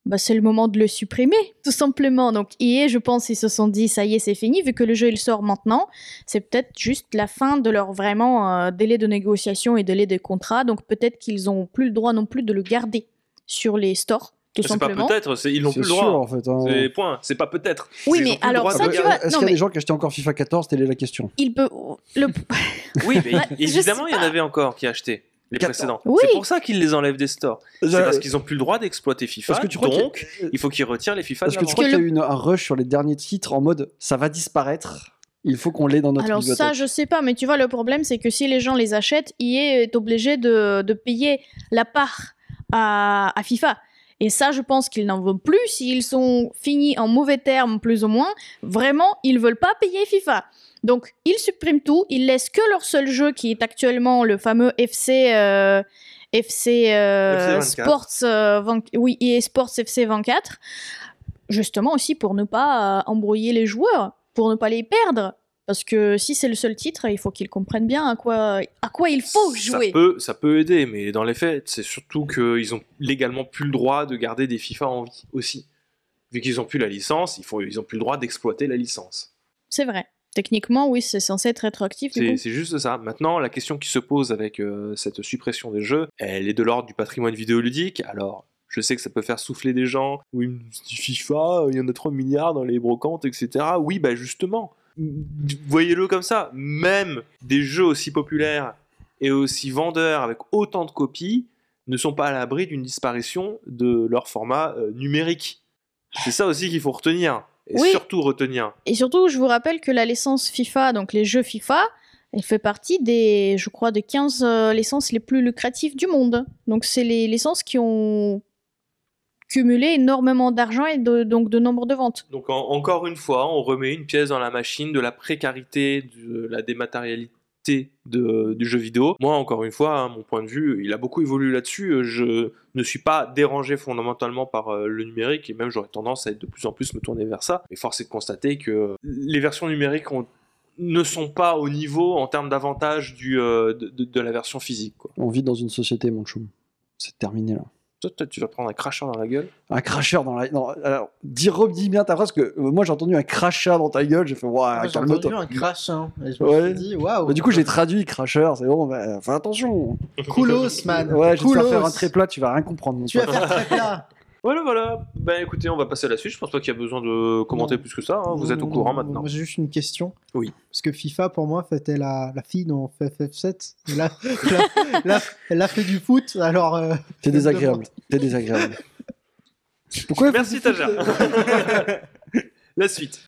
[SPEAKER 4] bah, c'est le moment de le supprimer, tout simplement. Donc, EA, je pense, ils se sont dit, ça y est, c'est fini, vu que le jeu, il sort maintenant. C'est peut-être juste la fin de leur vraiment euh, délai de négociation et délai de contrat. Donc, peut-être qu'ils ont plus le droit non plus de le garder sur les stores, tout
[SPEAKER 1] C'est pas
[SPEAKER 4] simplement.
[SPEAKER 1] peut-être, c'est- ils l'ont
[SPEAKER 5] C'est
[SPEAKER 1] plus le
[SPEAKER 5] sûr,
[SPEAKER 1] droit.
[SPEAKER 5] en fait. hein.
[SPEAKER 1] C'est point, c'est pas peut-être.
[SPEAKER 4] Oui,
[SPEAKER 1] Ils
[SPEAKER 4] mais
[SPEAKER 1] ont plus le
[SPEAKER 4] alors
[SPEAKER 1] droit de
[SPEAKER 4] ça,
[SPEAKER 5] Après,
[SPEAKER 4] tu
[SPEAKER 1] regarder.
[SPEAKER 4] vois,
[SPEAKER 5] Ah bah, euh, Est-ce
[SPEAKER 4] non,
[SPEAKER 5] qu'il y a
[SPEAKER 4] mais-
[SPEAKER 5] des gens qui achetaient encore FIFA 14 Telle est la question.
[SPEAKER 4] Il peut. Le...
[SPEAKER 1] Oui, mais
[SPEAKER 4] (laughs) Bah, je
[SPEAKER 1] évidemment,
[SPEAKER 4] sais
[SPEAKER 1] il y en avait encore qui achetaient les
[SPEAKER 5] Quatre-
[SPEAKER 1] précédents.
[SPEAKER 4] Oui.
[SPEAKER 1] C'est pour ça qu'ils les enlèvent des stores. C'est parce qu'ils ont plus le droit d'exploiter
[SPEAKER 5] Est-ce
[SPEAKER 1] FIFA.
[SPEAKER 5] que tu crois
[SPEAKER 1] donc,
[SPEAKER 5] qu'il y a-
[SPEAKER 1] il faut qu'ils retirent les FIFA.
[SPEAKER 5] Est-ce
[SPEAKER 1] de
[SPEAKER 5] que tu
[SPEAKER 1] la
[SPEAKER 5] crois
[SPEAKER 4] que
[SPEAKER 5] qu'il y a
[SPEAKER 4] le-
[SPEAKER 5] eu une- un rush sur les derniers titres en mode ça va disparaître Il faut qu'on l'ait dans notre
[SPEAKER 4] Alors, ça,
[SPEAKER 5] bibliothèque.
[SPEAKER 4] je sais pas, mais tu vois, le problème, c'est que si les gens les achètent, EA est obligé de, de payer la part à, à FIFA. Et ça, je pense qu'ils n'en veulent plus. S'ils sont finis en mauvais termes, plus ou moins, vraiment, ils veulent pas payer FIFA. Donc, ils suppriment tout. Ils laissent que leur seul jeu, qui est actuellement le fameux FC. euh, FC, euh,
[SPEAKER 1] FC 24.
[SPEAKER 4] Sports, euh, 20 oui, EA Sports FC 24, justement aussi pour ne pas euh, embrouiller les joueurs, pour ne pas les perdre, parce que si c'est le seul titre, il faut qu'ils comprennent bien à quoi, à quoi il faut jouer.
[SPEAKER 1] Ça peut, ça peut aider, mais dans les faits, c'est surtout qu'ils ont légalement plus le droit de garder des FIFA en vie aussi. Vu qu'ils ont plus la licence, il faut- ils ont plus le droit d'exploiter la licence.
[SPEAKER 4] C'est vrai. Techniquement, oui, c'est censé être rétroactif. du
[SPEAKER 1] C'est
[SPEAKER 4] coup.
[SPEAKER 1] c'est juste ça. Maintenant, la question qui se pose avec euh, cette suppression des jeux, elle est de l'ordre du patrimoine vidéoludique. Alors, je sais que ça peut faire souffler des gens. Oui, mais c'est du FIFA, euh, il y en a 3 milliards dans les brocantes, etc. Oui, bah justement, voyez-le comme ça. Même des jeux aussi populaires et aussi vendeurs avec autant de copies ne sont pas à l'abri d'une disparition de leur format euh, numérique. C'est ça aussi qu'il faut retenir. Et
[SPEAKER 4] Oui.
[SPEAKER 1] surtout retenir.
[SPEAKER 4] Et surtout, je vous rappelle que la licence FIFA, donc les jeux FIFA, elle fait partie des, je crois, des 15 euh, licences les plus lucratives du monde. Donc, c'est les licences qui ont cumulé énormément d'argent et de- donc de nombre de ventes.
[SPEAKER 1] Donc en- encore une fois, on remet une pièce dans la machine de la précarité, de la dématérialité de- du jeu vidéo. Moi, encore une fois, hein, mon point de vue, il a beaucoup évolué là-dessus. Euh, Je ne suis pas dérangé fondamentalement par euh, le numérique et même j'aurais tendance à être de plus en plus me tourner vers ça. Et force est de constater que les versions numériques ont- ne sont pas au niveau en termes d'avantages du, euh, de, de- de la version physique. Quoi.
[SPEAKER 5] On vit dans une société, mon chum. C'est terminé là.
[SPEAKER 1] Toi, toi, tu vas prendre un crachin dans la gueule.
[SPEAKER 5] Un cracheur dans la. Non, alors, dis, redis bien ta phrase, que euh, moi j'ai entendu un crachat dans ta gueule, j'ai fait,
[SPEAKER 2] Ah,
[SPEAKER 5] waouh,
[SPEAKER 2] J'ai
[SPEAKER 5] calme-toi.
[SPEAKER 2] entendu un crash, hein, et je
[SPEAKER 5] Ouais.
[SPEAKER 2] me suis dit, waouh.
[SPEAKER 5] Mais du coup, j'ai traduit cracheur, c'est bon, bah, fais attention.
[SPEAKER 2] Coolos, man.
[SPEAKER 5] Ouais, je vais te faire
[SPEAKER 2] Coolos.
[SPEAKER 5] faire un très plat, tu vas rien comprendre. mon
[SPEAKER 2] Tu vas
[SPEAKER 5] pote.
[SPEAKER 2] faire très plat.
[SPEAKER 1] Voilà, voilà. Ben écoutez, on va passer à la suite. Je pense pas qu'il y a besoin de commenter
[SPEAKER 2] Non.
[SPEAKER 1] plus que ça. hein. Vous
[SPEAKER 2] Non,
[SPEAKER 1] êtes au
[SPEAKER 2] non,
[SPEAKER 1] courant
[SPEAKER 2] non,
[SPEAKER 1] maintenant.
[SPEAKER 2] Moi, j'ai juste une question.
[SPEAKER 1] Oui.
[SPEAKER 2] Parce que FIFA, pour moi, fêtait la, la fille dans FF7. Elle a, elle a- elle a- elle a fait du foot, alors. euh,
[SPEAKER 5] T'es désagréable, t'es désagréable.
[SPEAKER 2] (laughs)
[SPEAKER 5] Pourquoi
[SPEAKER 1] Merci Taja. (laughs) La suite.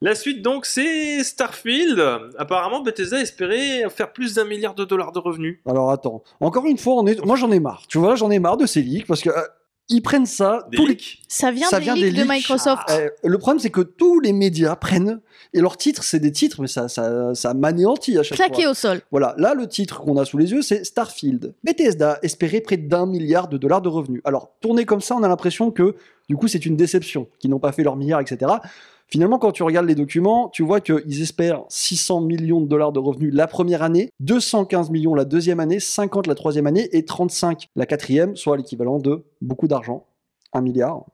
[SPEAKER 1] La suite donc c'est Starfield. Apparemment Bethesda espérait faire plus d'un milliard de dollars de revenus.
[SPEAKER 5] Alors attends, encore une fois, on est... moi j'en ai marre. Tu vois, j'en ai marre de ces leaks parce que euh, ils prennent ça.
[SPEAKER 1] Des
[SPEAKER 5] tous les-
[SPEAKER 1] leaks.
[SPEAKER 4] Ça vient
[SPEAKER 5] Ça
[SPEAKER 4] des
[SPEAKER 5] vient
[SPEAKER 4] leaks
[SPEAKER 5] des
[SPEAKER 4] de
[SPEAKER 5] leaks.
[SPEAKER 4] Microsoft.
[SPEAKER 5] Euh, le problème, c'est que tous les médias prennent et leurs titres, c'est des titres, mais ça, ça, ça m'anéantit à chaque
[SPEAKER 4] Claqué
[SPEAKER 5] fois.
[SPEAKER 4] au sol.
[SPEAKER 5] Voilà, là le titre qu'on a sous les yeux, c'est Starfield. Bethesda espérait près d'un milliard de dollars de revenus. Alors tourné comme ça, on a l'impression que du coup c'est une déception, qu'ils n'ont pas fait leur milliard, etc. Finalement, quand tu regardes les documents, tu vois qu'ils espèrent 600 millions de dollars de revenus la première année, 215 millions la deuxième année, 50 la troisième année et 35 la quatrième, soit l'équivalent de beaucoup d'argent, un milliard.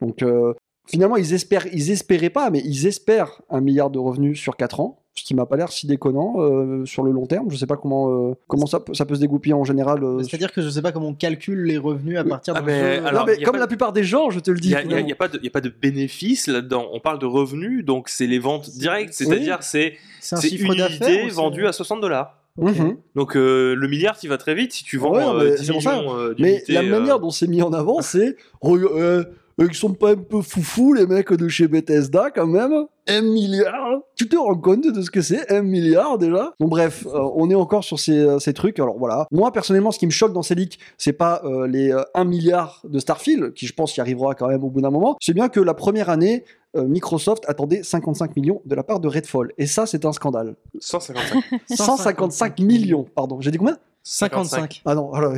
[SPEAKER 5] Donc euh, finalement, ils espèrent, ils espéraient pas, mais ils espèrent un milliard de revenus sur 4 ans, ce qui m'a pas l'air si déconnant euh, sur le long terme. Je sais pas comment, euh, comment ça, peut- ça peut se dégoupiller en général. euh, sur-
[SPEAKER 2] C'est-à-dire que je sais pas comment on calcule les revenus à
[SPEAKER 5] Oui.
[SPEAKER 2] partir
[SPEAKER 1] Ah,
[SPEAKER 2] d'un
[SPEAKER 1] mais
[SPEAKER 2] jeu. euh,
[SPEAKER 1] alors-
[SPEAKER 5] non, mais
[SPEAKER 1] y a
[SPEAKER 5] comme
[SPEAKER 1] pas-
[SPEAKER 5] la plupart des gens, je te le
[SPEAKER 1] Il
[SPEAKER 5] dis.
[SPEAKER 1] n'y a, il y a-
[SPEAKER 5] finalement.
[SPEAKER 1] il y a pas de, il y a pas de bénéfice là-dedans. On parle de revenus, donc c'est les ventes directes, c'est-à-dire c'est
[SPEAKER 2] C'est un
[SPEAKER 1] c'est
[SPEAKER 2] chiffre
[SPEAKER 1] une
[SPEAKER 2] d'affaires. hein.
[SPEAKER 1] unité
[SPEAKER 2] ou c'est-
[SPEAKER 1] vendue à 60 dollars.
[SPEAKER 2] Ok.
[SPEAKER 5] Mhm.
[SPEAKER 1] Donc euh, le milliard, il va très vite si tu vends
[SPEAKER 5] Ouais,
[SPEAKER 1] euh,
[SPEAKER 5] mais
[SPEAKER 1] 10
[SPEAKER 5] c'est pour ça.
[SPEAKER 1] millions euh,
[SPEAKER 5] Mais
[SPEAKER 1] d'unités,
[SPEAKER 5] la
[SPEAKER 1] euh,
[SPEAKER 5] manière dont c'est mis en avant, c'est oh, euh, euh, ils sont pas un peu foufous les mecs de chez Bethesda quand même Un milliard Tu te rends compte de ce que c'est Un milliard déjà Bon bref, euh, on est encore sur ces, euh, ces trucs. Alors voilà, moi personnellement, ce qui me choque dans ces leaks, c'est pas euh, les euh, 1 milliard de Starfield, qui je pense y arrivera quand même au bout d'un moment. C'est bien que la première année, euh, Microsoft attendait 55 millions de la part de Redfall. Et ça, c'est un scandale.
[SPEAKER 1] 155.
[SPEAKER 5] 155 millions, pardon. J'ai dit combien
[SPEAKER 2] 55.
[SPEAKER 5] ah non, (laughs) voilà,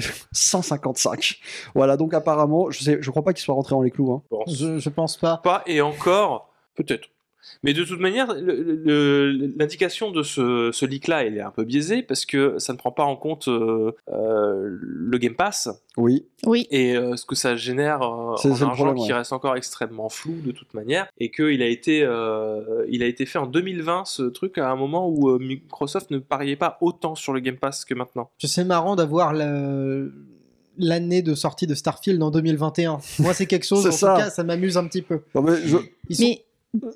[SPEAKER 5] 155. Voilà, donc apparemment, je sais, je crois pas qu'il soit rentré dans les clous. Hein.
[SPEAKER 1] Bon,
[SPEAKER 2] Je, je pense pas.
[SPEAKER 1] pas, et encore, peut-être. Mais de toute manière, le- le- l'indication de ce, ce leak-là, elle est un peu biaisée parce que ça ne prend pas en compte euh, euh, le Game Pass
[SPEAKER 5] Oui.
[SPEAKER 4] Oui.
[SPEAKER 1] et euh, ce que ça génère euh,
[SPEAKER 5] C'est-
[SPEAKER 1] en
[SPEAKER 5] c'est le
[SPEAKER 1] argent
[SPEAKER 5] problème,
[SPEAKER 1] qui
[SPEAKER 5] ouais.
[SPEAKER 1] reste encore extrêmement flou de toute manière et qu'il a, été, euh, il a été fait en 2020, ce truc, à un moment où euh, Microsoft ne pariait pas autant sur le Game Pass que maintenant.
[SPEAKER 2] Je- C'est marrant d'avoir le- l'année de sortie de Starfield en 2021. Moi,
[SPEAKER 1] (laughs)
[SPEAKER 2] c'est quelque chose,
[SPEAKER 5] C'est
[SPEAKER 2] en
[SPEAKER 5] ça.
[SPEAKER 2] tout cas, ça m'amuse un petit peu.
[SPEAKER 5] Non, mais je-
[SPEAKER 2] Ils sont,
[SPEAKER 4] Mais,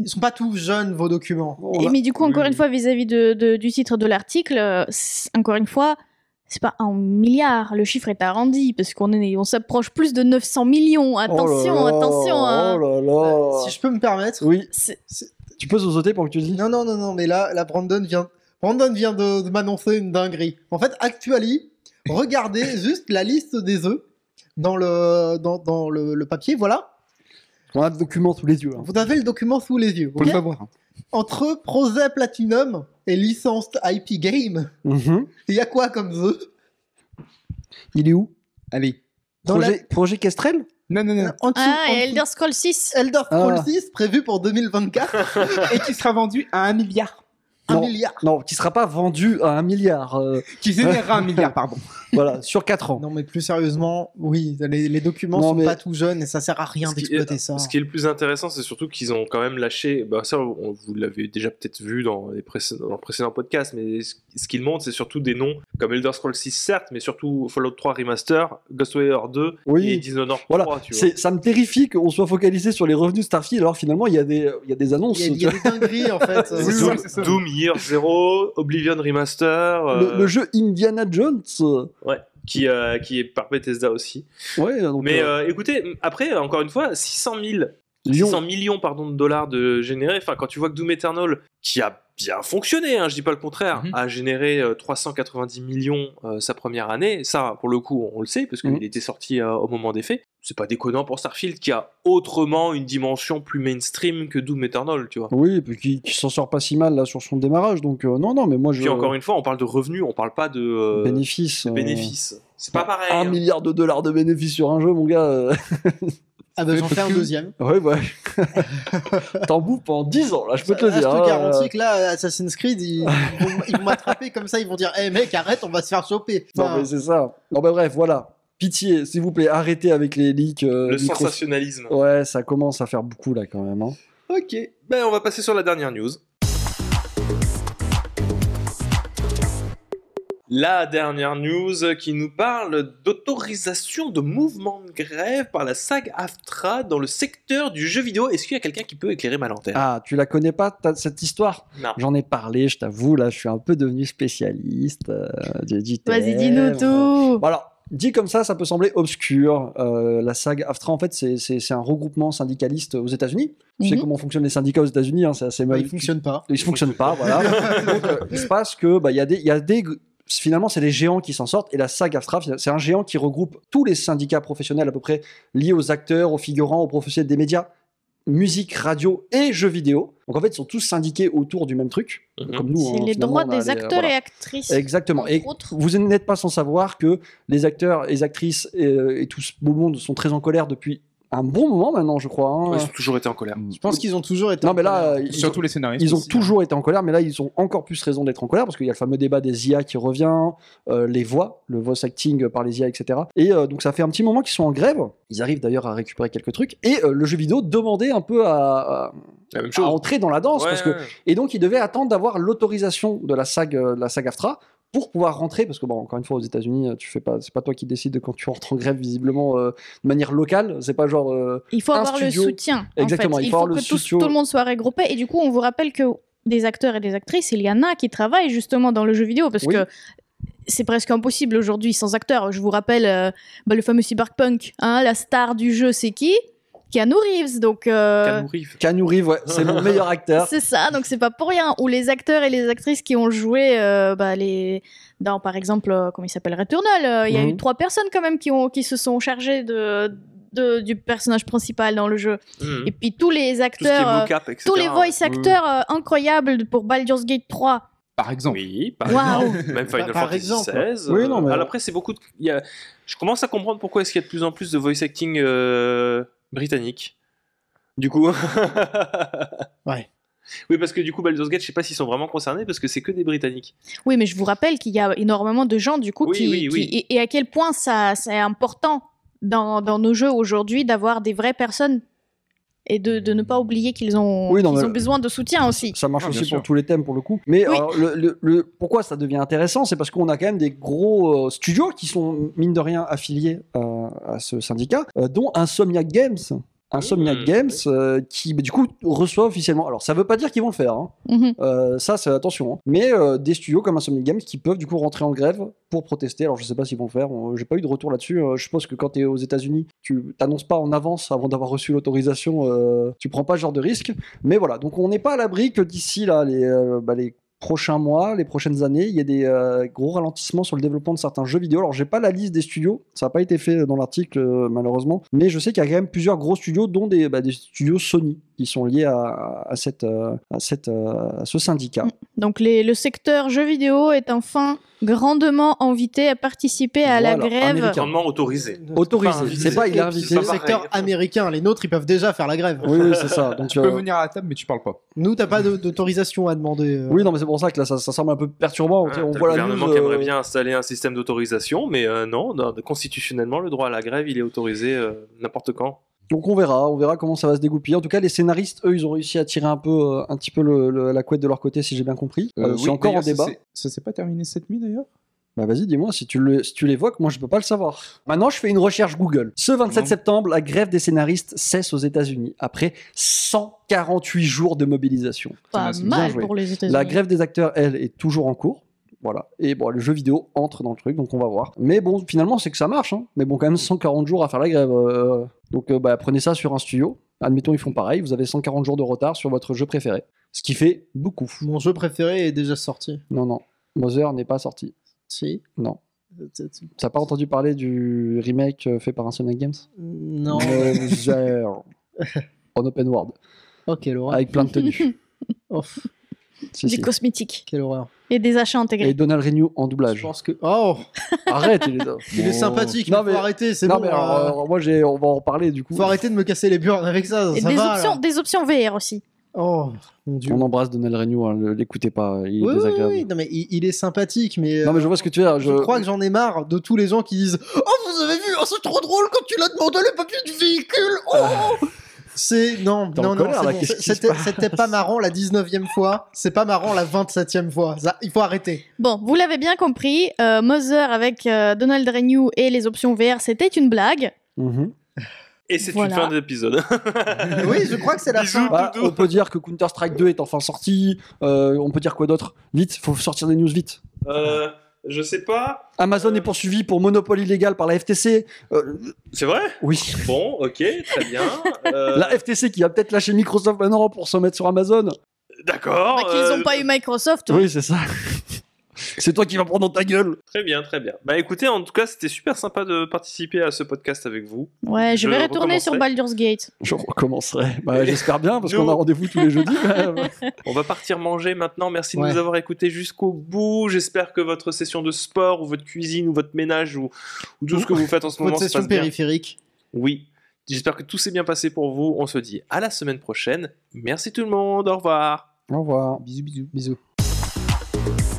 [SPEAKER 2] ils sont pas tous jeunes, vos documents.
[SPEAKER 5] on
[SPEAKER 4] et-
[SPEAKER 5] a-
[SPEAKER 4] mais du coup, encore
[SPEAKER 1] Oui,
[SPEAKER 4] une
[SPEAKER 1] oui.
[SPEAKER 4] fois, vis-à-vis de- de- du titre de l'article, euh, c'est- encore une fois, c'est pas un milliard. Le chiffre est arrondi parce qu'on est, on s'approche plus de 900 millions.
[SPEAKER 5] Oh là
[SPEAKER 4] Attention,
[SPEAKER 5] là,
[SPEAKER 4] attention. hein.
[SPEAKER 5] Oh là là.
[SPEAKER 2] Bah, Si je peux me permettre.
[SPEAKER 5] Oui,
[SPEAKER 4] C'est-
[SPEAKER 5] tu peux sauter pendant que tu le dis
[SPEAKER 2] Non, non, non, non, mais là, là Brandon vient, Brandon vient de, de m'annoncer une dinguerie. En fait, Actually, regardez juste la liste des œufs dans le, dans, dans le, le papier, voilà.
[SPEAKER 5] On a le document sous les yeux. hein.
[SPEAKER 2] Vous avez le document sous les yeux.
[SPEAKER 5] On peut
[SPEAKER 2] ok
[SPEAKER 5] le pas voir.
[SPEAKER 2] Entre Projet Platinum et licence IP Game, (laughs)
[SPEAKER 5] Mhm.
[SPEAKER 2] il y a quoi comme œufs
[SPEAKER 5] Il est où
[SPEAKER 3] Allez.
[SPEAKER 2] Dans la-
[SPEAKER 5] projet, projet Kestrel
[SPEAKER 3] Non, non, non.
[SPEAKER 2] En dessous,
[SPEAKER 4] Ah,
[SPEAKER 2] en
[SPEAKER 4] et
[SPEAKER 2] dessous,
[SPEAKER 4] Elder Scrolls 6.
[SPEAKER 2] Elder Scrolls
[SPEAKER 5] Ah.
[SPEAKER 2] 6 prévu pour 2024.
[SPEAKER 3] Et qui sera vendu à un milliard.
[SPEAKER 2] Un
[SPEAKER 5] Non.
[SPEAKER 2] milliard.
[SPEAKER 5] Non, qui sera pas vendu à un milliard. (laughs) euh,
[SPEAKER 3] Qui générera
[SPEAKER 2] (laughs)
[SPEAKER 3] un milliard, pardon.
[SPEAKER 5] voilà, sur 4 ans.
[SPEAKER 2] Non, mais plus sérieusement, oui, les, les documents
[SPEAKER 5] Non,
[SPEAKER 2] sont
[SPEAKER 5] mais-
[SPEAKER 2] pas tout jeunes et ça sert à rien
[SPEAKER 1] Ce qui est-
[SPEAKER 2] d'exploiter ça.
[SPEAKER 1] Ce qui est le plus intéressant, c'est surtout qu'ils ont quand même lâché. Bah ça, on- vous l'avez déjà peut-être vu dans, les précé- dans le précédent podcast, mais ce, ce qu'ils montrent, c'est surtout des noms comme Elder Scrolls 6, certes, mais surtout Fallout 3 Remaster, Ghostwire 2
[SPEAKER 5] Oui.
[SPEAKER 1] et Dishonored 3.
[SPEAKER 5] Voilà,
[SPEAKER 1] tu vois.
[SPEAKER 5] c'est, ça me terrifie qu'on soit focalisé sur les revenus de Starfield, alors finalement, il y a des, il y a des annonces.
[SPEAKER 2] Il y a, il y a des dingueries en
[SPEAKER 5] (laughs)
[SPEAKER 2] fait.
[SPEAKER 3] C'est
[SPEAKER 2] Euh,
[SPEAKER 3] ça,
[SPEAKER 1] Doom,
[SPEAKER 3] c'est ça.
[SPEAKER 1] Doom Year Zero, Oblivion Remaster, euh,
[SPEAKER 5] Le, le jeu Indiana Jones, euh,
[SPEAKER 1] qui, euh, qui est par Bethesda aussi.
[SPEAKER 5] ouais, donc,
[SPEAKER 1] Mais
[SPEAKER 5] euh,
[SPEAKER 1] euh, écoutez, m- après, euh, encore une fois, 600 000,
[SPEAKER 5] Lyon.
[SPEAKER 1] 600 millions pardon, de dollars de générés. Enfin, quand tu vois que Doom Eternal, qui a bien fonctionné, hein, je dis pas le contraire,
[SPEAKER 3] Mhm.
[SPEAKER 1] a généré euh, 390 millions euh, sa première année. Ça, pour le coup, on le sait, parce qu'il
[SPEAKER 5] Mhm.
[SPEAKER 1] était sorti euh, au moment des faits. C'est pas déconnant pour Starfield, qui a autrement une dimension plus mainstream que Doom Eternal, tu vois.
[SPEAKER 5] Oui, et puis qui, qui s'en sort pas si mal là sur son démarrage, donc euh, non, non, mais moi je.
[SPEAKER 1] Puis encore une fois, on parle de revenus, on parle pas de euh,
[SPEAKER 5] bénéfice. euh,
[SPEAKER 1] bénéfices. C'est pas pareil.
[SPEAKER 5] Un
[SPEAKER 1] hein.
[SPEAKER 5] milliard de dollars de bénéfices sur un jeu, mon gars. euh, (laughs)
[SPEAKER 2] Ah bah j'en
[SPEAKER 3] Parce
[SPEAKER 2] fais un
[SPEAKER 3] que-
[SPEAKER 2] deuxième.
[SPEAKER 5] Ouais, (laughs) ouais. T'en bouffes pendant 10 ans, là, je peux te
[SPEAKER 2] Ah,
[SPEAKER 5] le dire.
[SPEAKER 2] je
[SPEAKER 5] hein,
[SPEAKER 2] te garantis
[SPEAKER 5] euh,
[SPEAKER 2] que là, Assassin's Creed, ils, ils vont, ils vont m'attraper comme ça, ils vont dire Eh mec, arrête, on va se faire choper. bah,
[SPEAKER 5] Non, mais c'est ça. Non, mais bref, voilà. Pitié, s'il vous plaît, arrêtez avec les leaks. euh,
[SPEAKER 1] Le
[SPEAKER 5] Microsoft.
[SPEAKER 1] sensationnalisme.
[SPEAKER 5] Ouais, ça commence à faire beaucoup, là, quand même. hein.
[SPEAKER 1] Ok, ben on va passer sur la dernière news. La dernière news qui nous parle d'autorisation de mouvement de grève par la SAG AFTRA dans le secteur du jeu vidéo. Est-ce qu'il y a quelqu'un qui peut éclairer ma lanterne
[SPEAKER 5] Ah, tu la connais pas, t'as- cette histoire
[SPEAKER 1] Non.
[SPEAKER 5] J'en ai parlé, je t'avoue, là, je suis un peu devenu
[SPEAKER 1] (laughs)
[SPEAKER 5] spécialiste. euh, du- du
[SPEAKER 4] Vas-y,
[SPEAKER 5] thème.
[SPEAKER 4] dis-nous tout.
[SPEAKER 5] Bon, alors, dit comme ça, ça peut sembler obscur. Euh, la SAG AFTRA, en fait, c'est- c'est c'est un regroupement syndicaliste aux États-Unis. Tu sais
[SPEAKER 4] Mhm.
[SPEAKER 5] comment fonctionnent les syndicats aux États-Unis, hein, c'est assez
[SPEAKER 2] Bah,
[SPEAKER 5] mal.
[SPEAKER 2] il fonctionne pas.
[SPEAKER 5] Ils fonctionnent pas, voilà. (laughs) Donc, euh, il se passe que bah, il y a des, il y a des gr- finalement c'est les géants qui s'en sortent et la SAG AFTRA finalement, c'est un géant qui regroupe tous les syndicats professionnels à peu près liés aux acteurs, aux figurants, aux professionnels des médias, musique, radio et jeux vidéo. Donc en fait ils sont tous syndiqués autour du même truc,
[SPEAKER 1] Mhm.
[SPEAKER 5] comme nous.
[SPEAKER 4] C'est
[SPEAKER 5] hein,
[SPEAKER 4] les
[SPEAKER 5] finalement,
[SPEAKER 4] droits
[SPEAKER 5] on a
[SPEAKER 4] des
[SPEAKER 5] les-
[SPEAKER 4] acteurs
[SPEAKER 5] voilà.
[SPEAKER 4] et actrices.
[SPEAKER 5] Exactement. Et
[SPEAKER 4] Entre autres.
[SPEAKER 5] vous n'êtes pas sans savoir que les acteurs, les actrices et, et tout ce beau monde sont très en colère depuis un bon moment maintenant, je crois. hein.
[SPEAKER 1] Ils ont toujours été en colère.
[SPEAKER 2] Je pense qu'ils ont toujours été.
[SPEAKER 5] Non, mais là,
[SPEAKER 2] en colère.
[SPEAKER 5] euh, ils ont-
[SPEAKER 3] Surtout les scénaristes.
[SPEAKER 5] ils ont
[SPEAKER 3] aussi, hein.
[SPEAKER 5] toujours été en colère, mais là, ils ont encore plus raison d'être en colère parce qu'il y a le fameux débat des IA qui revient, euh, les voix, le voice acting par les IA, etc. Et euh, donc, ça fait un petit moment qu'ils sont en grève. Ils arrivent d'ailleurs à récupérer quelques trucs. Et euh, le jeu vidéo demandait un peu à, à-
[SPEAKER 1] La même
[SPEAKER 5] à
[SPEAKER 1] chose.
[SPEAKER 5] entrer dans la danse.
[SPEAKER 1] Ouais,
[SPEAKER 5] parce que...
[SPEAKER 1] ouais.
[SPEAKER 5] Et donc, ils devaient attendre d'avoir l'autorisation de la SAG, euh, de la SAG AFTRA pour pouvoir rentrer. Parce que, bon, encore une fois, aux États-Unis, euh, tu fais pas, c'est pas toi qui décides de quand tu rentres en grève, visiblement, euh, de manière locale. C'est pas genre. euh,
[SPEAKER 4] Il faut
[SPEAKER 5] un
[SPEAKER 4] avoir
[SPEAKER 5] studio.
[SPEAKER 4] le soutien. en
[SPEAKER 5] Exactement,
[SPEAKER 4] fait.
[SPEAKER 5] il
[SPEAKER 4] Il
[SPEAKER 5] faut
[SPEAKER 4] faut,
[SPEAKER 5] avoir
[SPEAKER 4] que
[SPEAKER 5] le
[SPEAKER 4] tous-
[SPEAKER 5] soutien.
[SPEAKER 4] tout, le monde soit regroupé. Et du coup, on vous rappelle que des acteurs et des actrices, il y en a qui travaillent justement dans le jeu vidéo parce
[SPEAKER 5] Oui.
[SPEAKER 4] que c'est presque impossible aujourd'hui sans acteurs. Je vous rappelle euh, bah, le fameux cyberpunk. hein, la star du jeu, c'est qui Keanu Reeves. Donc. euh,
[SPEAKER 1] Keanu Reeves.
[SPEAKER 5] Keanu Reeves, ouais,
[SPEAKER 3] (laughs)
[SPEAKER 5] c'est mon meilleur acteur.
[SPEAKER 4] C'est ça, donc c'est pas pour rien. Ou les acteurs et les actrices qui ont joué, euh, bah, les... dans, par exemple, euh, comment il s'appelle, Returnal, euh, il y a
[SPEAKER 5] Mhm.
[SPEAKER 4] eu trois personnes quand même qui, ont, qui se sont chargées de, de- du personnage principal dans le jeu.
[SPEAKER 1] Mhm.
[SPEAKER 4] Et puis tous
[SPEAKER 1] Tout ce
[SPEAKER 4] les
[SPEAKER 1] qui est
[SPEAKER 4] acteurs, euh,
[SPEAKER 1] mocap, etc.
[SPEAKER 4] tous les voice acteurs
[SPEAKER 1] Mhm.
[SPEAKER 4] euh, incroyables pour Baldur's Gate 3.
[SPEAKER 3] Par exemple.
[SPEAKER 1] Oui, par
[SPEAKER 4] Waouh.
[SPEAKER 1] exemple. Même Final
[SPEAKER 2] Par
[SPEAKER 1] Fantasy
[SPEAKER 2] exemple.
[SPEAKER 1] XVI.
[SPEAKER 5] Oui, non, mais-
[SPEAKER 1] Alors après, c'est beaucoup. de- il y a- Je commence à comprendre pourquoi est-ce qu'il y a de plus en plus de voice acting euh, britannique. Du
[SPEAKER 5] (laughs)
[SPEAKER 1] coup.
[SPEAKER 2] Ouais.
[SPEAKER 1] Oui, parce que du coup, Baldur's Gate, je sais pas s'ils sont vraiment concernés parce que c'est que des Britanniques.
[SPEAKER 4] Oui, mais je vous rappelle qu'il y a énormément de gens, du coup,
[SPEAKER 1] Oui,
[SPEAKER 4] qui,
[SPEAKER 1] oui, oui.
[SPEAKER 4] qui- et, et à quel point ça, c'est important dans, dans nos jeux aujourd'hui d'avoir des vraies personnes et de, de ne pas oublier qu'ils ont,
[SPEAKER 5] Oui, non,
[SPEAKER 4] qu'ils
[SPEAKER 5] mais-
[SPEAKER 4] ont besoin de soutien aussi.
[SPEAKER 5] Ça marche
[SPEAKER 3] Ah,
[SPEAKER 5] aussi
[SPEAKER 3] bien
[SPEAKER 5] pour
[SPEAKER 3] sûr.
[SPEAKER 5] tous les thèmes pour le coup. Mais
[SPEAKER 4] Oui.
[SPEAKER 5] alors, le, le- le- pourquoi ça devient intéressant, c'est parce qu'on a quand même des gros euh, studios qui sont mine de rien affiliés euh, à ce syndicat, euh, dont Insomniac Games. Insomniac
[SPEAKER 1] Mmh.
[SPEAKER 5] Games euh, qui bah, du coup reçoit officiellement. Alors ça veut pas dire qu'ils vont le faire. hein.
[SPEAKER 4] Mhm.
[SPEAKER 5] Euh, ça, c'est attention. hein. Mais euh, des studios comme Insomniac Games qui peuvent du coup rentrer en grève pour protester. Alors je sais pas s'ils vont le faire. On- J'ai pas eu de retour là-dessus. Euh, je suppose que quand t'es aux États-Unis, tu t'annonces pas en avance avant d'avoir reçu l'autorisation. euh, tu prends pas ce genre de risque. Mais voilà. Donc on n'est pas à l'abri que d'ici là les euh, bah, les prochains mois, les prochaines années, il y a des euh, gros ralentissements sur le développement de certains jeux vidéo. Alors, j'ai pas la liste des studios, ça n'a pas été fait dans l'article euh, malheureusement, mais je sais qu'il y a quand même plusieurs gros studios, dont des, bah, des studios Sony, qui sont liés à, à cette, euh, à, cette, euh, à ce syndicat.
[SPEAKER 4] Mm. Donc les- le secteur jeux vidéo est enfin grandement invité à participer à la
[SPEAKER 5] Voilà,
[SPEAKER 4] grève.
[SPEAKER 5] américain.
[SPEAKER 1] Grandement autorisé. Ah,
[SPEAKER 5] Autorisé,
[SPEAKER 1] Pas invité.
[SPEAKER 5] c'est pas il est
[SPEAKER 1] C'est
[SPEAKER 5] invité.
[SPEAKER 2] Le
[SPEAKER 1] pas
[SPEAKER 2] secteur
[SPEAKER 1] pareil.
[SPEAKER 2] américain, les nôtres, ils peuvent déjà faire la grève. (laughs)
[SPEAKER 5] Oui, oui, c'est ça.
[SPEAKER 1] (laughs)
[SPEAKER 5] Donc,
[SPEAKER 3] Tu peux
[SPEAKER 5] euh,
[SPEAKER 3] venir à la table, mais tu parles pas.
[SPEAKER 2] Nous, t'as pas de- d'autorisation à demander. euh.
[SPEAKER 5] Oui, non, mais c'est c'est pour ça que là, ça, ça semble un peu perturbant. tu sais,
[SPEAKER 1] Hein,
[SPEAKER 5] on
[SPEAKER 1] t'as
[SPEAKER 5] voit
[SPEAKER 1] le
[SPEAKER 5] la
[SPEAKER 1] gouvernement
[SPEAKER 5] news,
[SPEAKER 1] qui aimerait
[SPEAKER 5] euh,
[SPEAKER 1] bien installer un système d'autorisation, mais euh, non, non, constitutionnellement, le droit à la grève, il est autorisé euh, n'importe quand.
[SPEAKER 5] Donc on verra, on verra comment ça va se dégoupiller. En tout cas, les scénaristes, eux, ils ont réussi à tirer un peu, euh, un petit peu le- le- la couette de leur côté, si j'ai bien compris. Euh,
[SPEAKER 3] Euh,
[SPEAKER 5] c'est
[SPEAKER 3] oui,
[SPEAKER 5] encore en
[SPEAKER 3] d'ailleurs, ça
[SPEAKER 5] débat.
[SPEAKER 3] s'est- Ça s'est pas terminé cette nuit d'ailleurs
[SPEAKER 5] Bah vas-y, dis-moi, si tu, le, si tu l'évoques, moi je peux pas le savoir. Maintenant, je fais une recherche Google. Ce 27
[SPEAKER 3] Non.
[SPEAKER 5] septembre, la grève des scénaristes cesse aux États-Unis après 148 jours de mobilisation.
[SPEAKER 4] Pas
[SPEAKER 3] c'est
[SPEAKER 5] bien
[SPEAKER 4] mal
[SPEAKER 5] joué.
[SPEAKER 4] pour les États-Unis.
[SPEAKER 5] La grève des acteurs, elle, est toujours en cours. Voilà. Et bon, le jeu vidéo entre dans le truc, donc on va voir. Mais bon, finalement, c'est que ça marche. hein. Mais bon, quand même, 140 jours à faire la grève. euh. Donc, euh, bah, prenez ça sur un studio. Admettons, ils font pareil. Vous avez 140 jours de retard sur votre jeu préféré. Ce qui fait beaucoup.
[SPEAKER 2] Mon jeu préféré est déjà sorti.
[SPEAKER 5] Non, non. Mother n'est pas sorti.
[SPEAKER 2] Si.
[SPEAKER 5] Non.
[SPEAKER 2] Peut-être-
[SPEAKER 5] T'as pas entendu parler du remake euh, fait par Insomniac Games
[SPEAKER 2] Non. (laughs)
[SPEAKER 5] Mother. en open world.
[SPEAKER 2] Oh, quelle horreur.
[SPEAKER 5] Avec plein de tenues.
[SPEAKER 2] (laughs) Oh, pff,
[SPEAKER 5] Si,
[SPEAKER 4] des
[SPEAKER 5] si.
[SPEAKER 4] cosmétiques
[SPEAKER 2] quelle horreur.
[SPEAKER 4] et des achats
[SPEAKER 5] Et
[SPEAKER 4] intégrés.
[SPEAKER 5] Donald Renew en
[SPEAKER 2] Je
[SPEAKER 5] doublage.
[SPEAKER 2] pense que. Oh
[SPEAKER 5] Arrête, il est,
[SPEAKER 2] Il est sympathique,
[SPEAKER 5] Non,
[SPEAKER 2] mais
[SPEAKER 5] mais-
[SPEAKER 2] faut arrêter, (laughs) c'est
[SPEAKER 5] Non
[SPEAKER 2] bon.
[SPEAKER 5] mais
[SPEAKER 2] euh,
[SPEAKER 5] alors, euh, moi j'ai, on va en reparler du coup.
[SPEAKER 2] Faut arrêter de me casser les burnes avec ça,
[SPEAKER 4] Et
[SPEAKER 2] ça
[SPEAKER 4] des,
[SPEAKER 2] va.
[SPEAKER 4] options,
[SPEAKER 2] là.
[SPEAKER 4] des options VR aussi.
[SPEAKER 2] Oh mon dieu.
[SPEAKER 5] On embrasse Donald Renew, hein, le- l'écoutez pas, il est
[SPEAKER 2] Oui, oui,
[SPEAKER 5] désagréable.
[SPEAKER 2] oui, non, mais il, il est sympathique, mais.
[SPEAKER 5] Non mais
[SPEAKER 2] euh,
[SPEAKER 5] je vois ce que tu veux dire.
[SPEAKER 2] je... crois que j'en ai marre de tous les gens qui disent Oh, vous avez vu, oh, c'est trop drôle quand tu l'as demandé le papier du véhicule oh C'est. Non,
[SPEAKER 5] T'es en
[SPEAKER 2] non, non,
[SPEAKER 5] colère,
[SPEAKER 2] c'est
[SPEAKER 5] là,
[SPEAKER 2] bon,
[SPEAKER 5] qu'est-ce qui se
[SPEAKER 2] c'était
[SPEAKER 5] passe
[SPEAKER 2] c'était pas marrant la 19ème fois, c'est pas marrant la 27ème fois. Ça, il faut
[SPEAKER 5] (laughs)
[SPEAKER 2] arrêter.
[SPEAKER 4] Bon, vous l'avez bien compris, euh, Mother avec euh, Donald Renew et les options VR, c'était une blague.
[SPEAKER 5] Mhm.
[SPEAKER 1] Et c'est
[SPEAKER 4] Voilà.
[SPEAKER 1] une fin d'épisode. (laughs)
[SPEAKER 2] oui, je crois que c'est la
[SPEAKER 1] Bisous.
[SPEAKER 2] fin.
[SPEAKER 5] Bah,
[SPEAKER 1] Doudou.
[SPEAKER 5] on peut dire que Counter Strike 2 est enfin sorti. euh, on peut dire quoi d'autre Vite, faut sortir des news vite.
[SPEAKER 1] Euh, je sais pas.
[SPEAKER 5] Amazon
[SPEAKER 1] Euh.
[SPEAKER 5] est poursuivi pour monopole illégal par la FTC. Euh,
[SPEAKER 1] C'est vrai
[SPEAKER 5] oui,
[SPEAKER 1] Bon, ok, très bien. Euh,
[SPEAKER 5] la FTC qui va peut-être lâcher Microsoft maintenant pour se mettre sur Amazon.
[SPEAKER 1] D'accord.
[SPEAKER 4] Bah, qu'ils
[SPEAKER 1] euh,
[SPEAKER 4] n'ont pas eu Microsoft. hein.
[SPEAKER 5] Oui, c'est ça. c'est toi qui vas prendre dans ta gueule.
[SPEAKER 1] Très bien, très bien. Bah écoutez, en tout cas, c'était super sympa de participer à ce podcast avec vous.
[SPEAKER 4] Ouais, je,
[SPEAKER 1] Je
[SPEAKER 4] vais retourner sur
[SPEAKER 1] recommencerai.
[SPEAKER 4] Baldur's Gate.
[SPEAKER 5] Je recommencerai. Bah, J'espère bien parce
[SPEAKER 1] Nous-
[SPEAKER 5] qu'on a rendez-vous tous
[SPEAKER 2] (laughs)
[SPEAKER 5] les jeudis.
[SPEAKER 1] On va partir manger maintenant. Merci
[SPEAKER 2] Ouais.
[SPEAKER 1] de nous avoir écoutés jusqu'au bout. J'espère que votre session de sport ou votre cuisine ou votre ménage ou, ou tout ce que vous faites en ce moment
[SPEAKER 2] Votre
[SPEAKER 1] se
[SPEAKER 2] session
[SPEAKER 1] passe bien.
[SPEAKER 2] périphérique.
[SPEAKER 1] Oui. J'espère que tout s'est bien passé pour vous. On se dit à la semaine prochaine. Merci tout le monde. Au revoir.
[SPEAKER 5] Au revoir. Bisous, bisous. Bisous.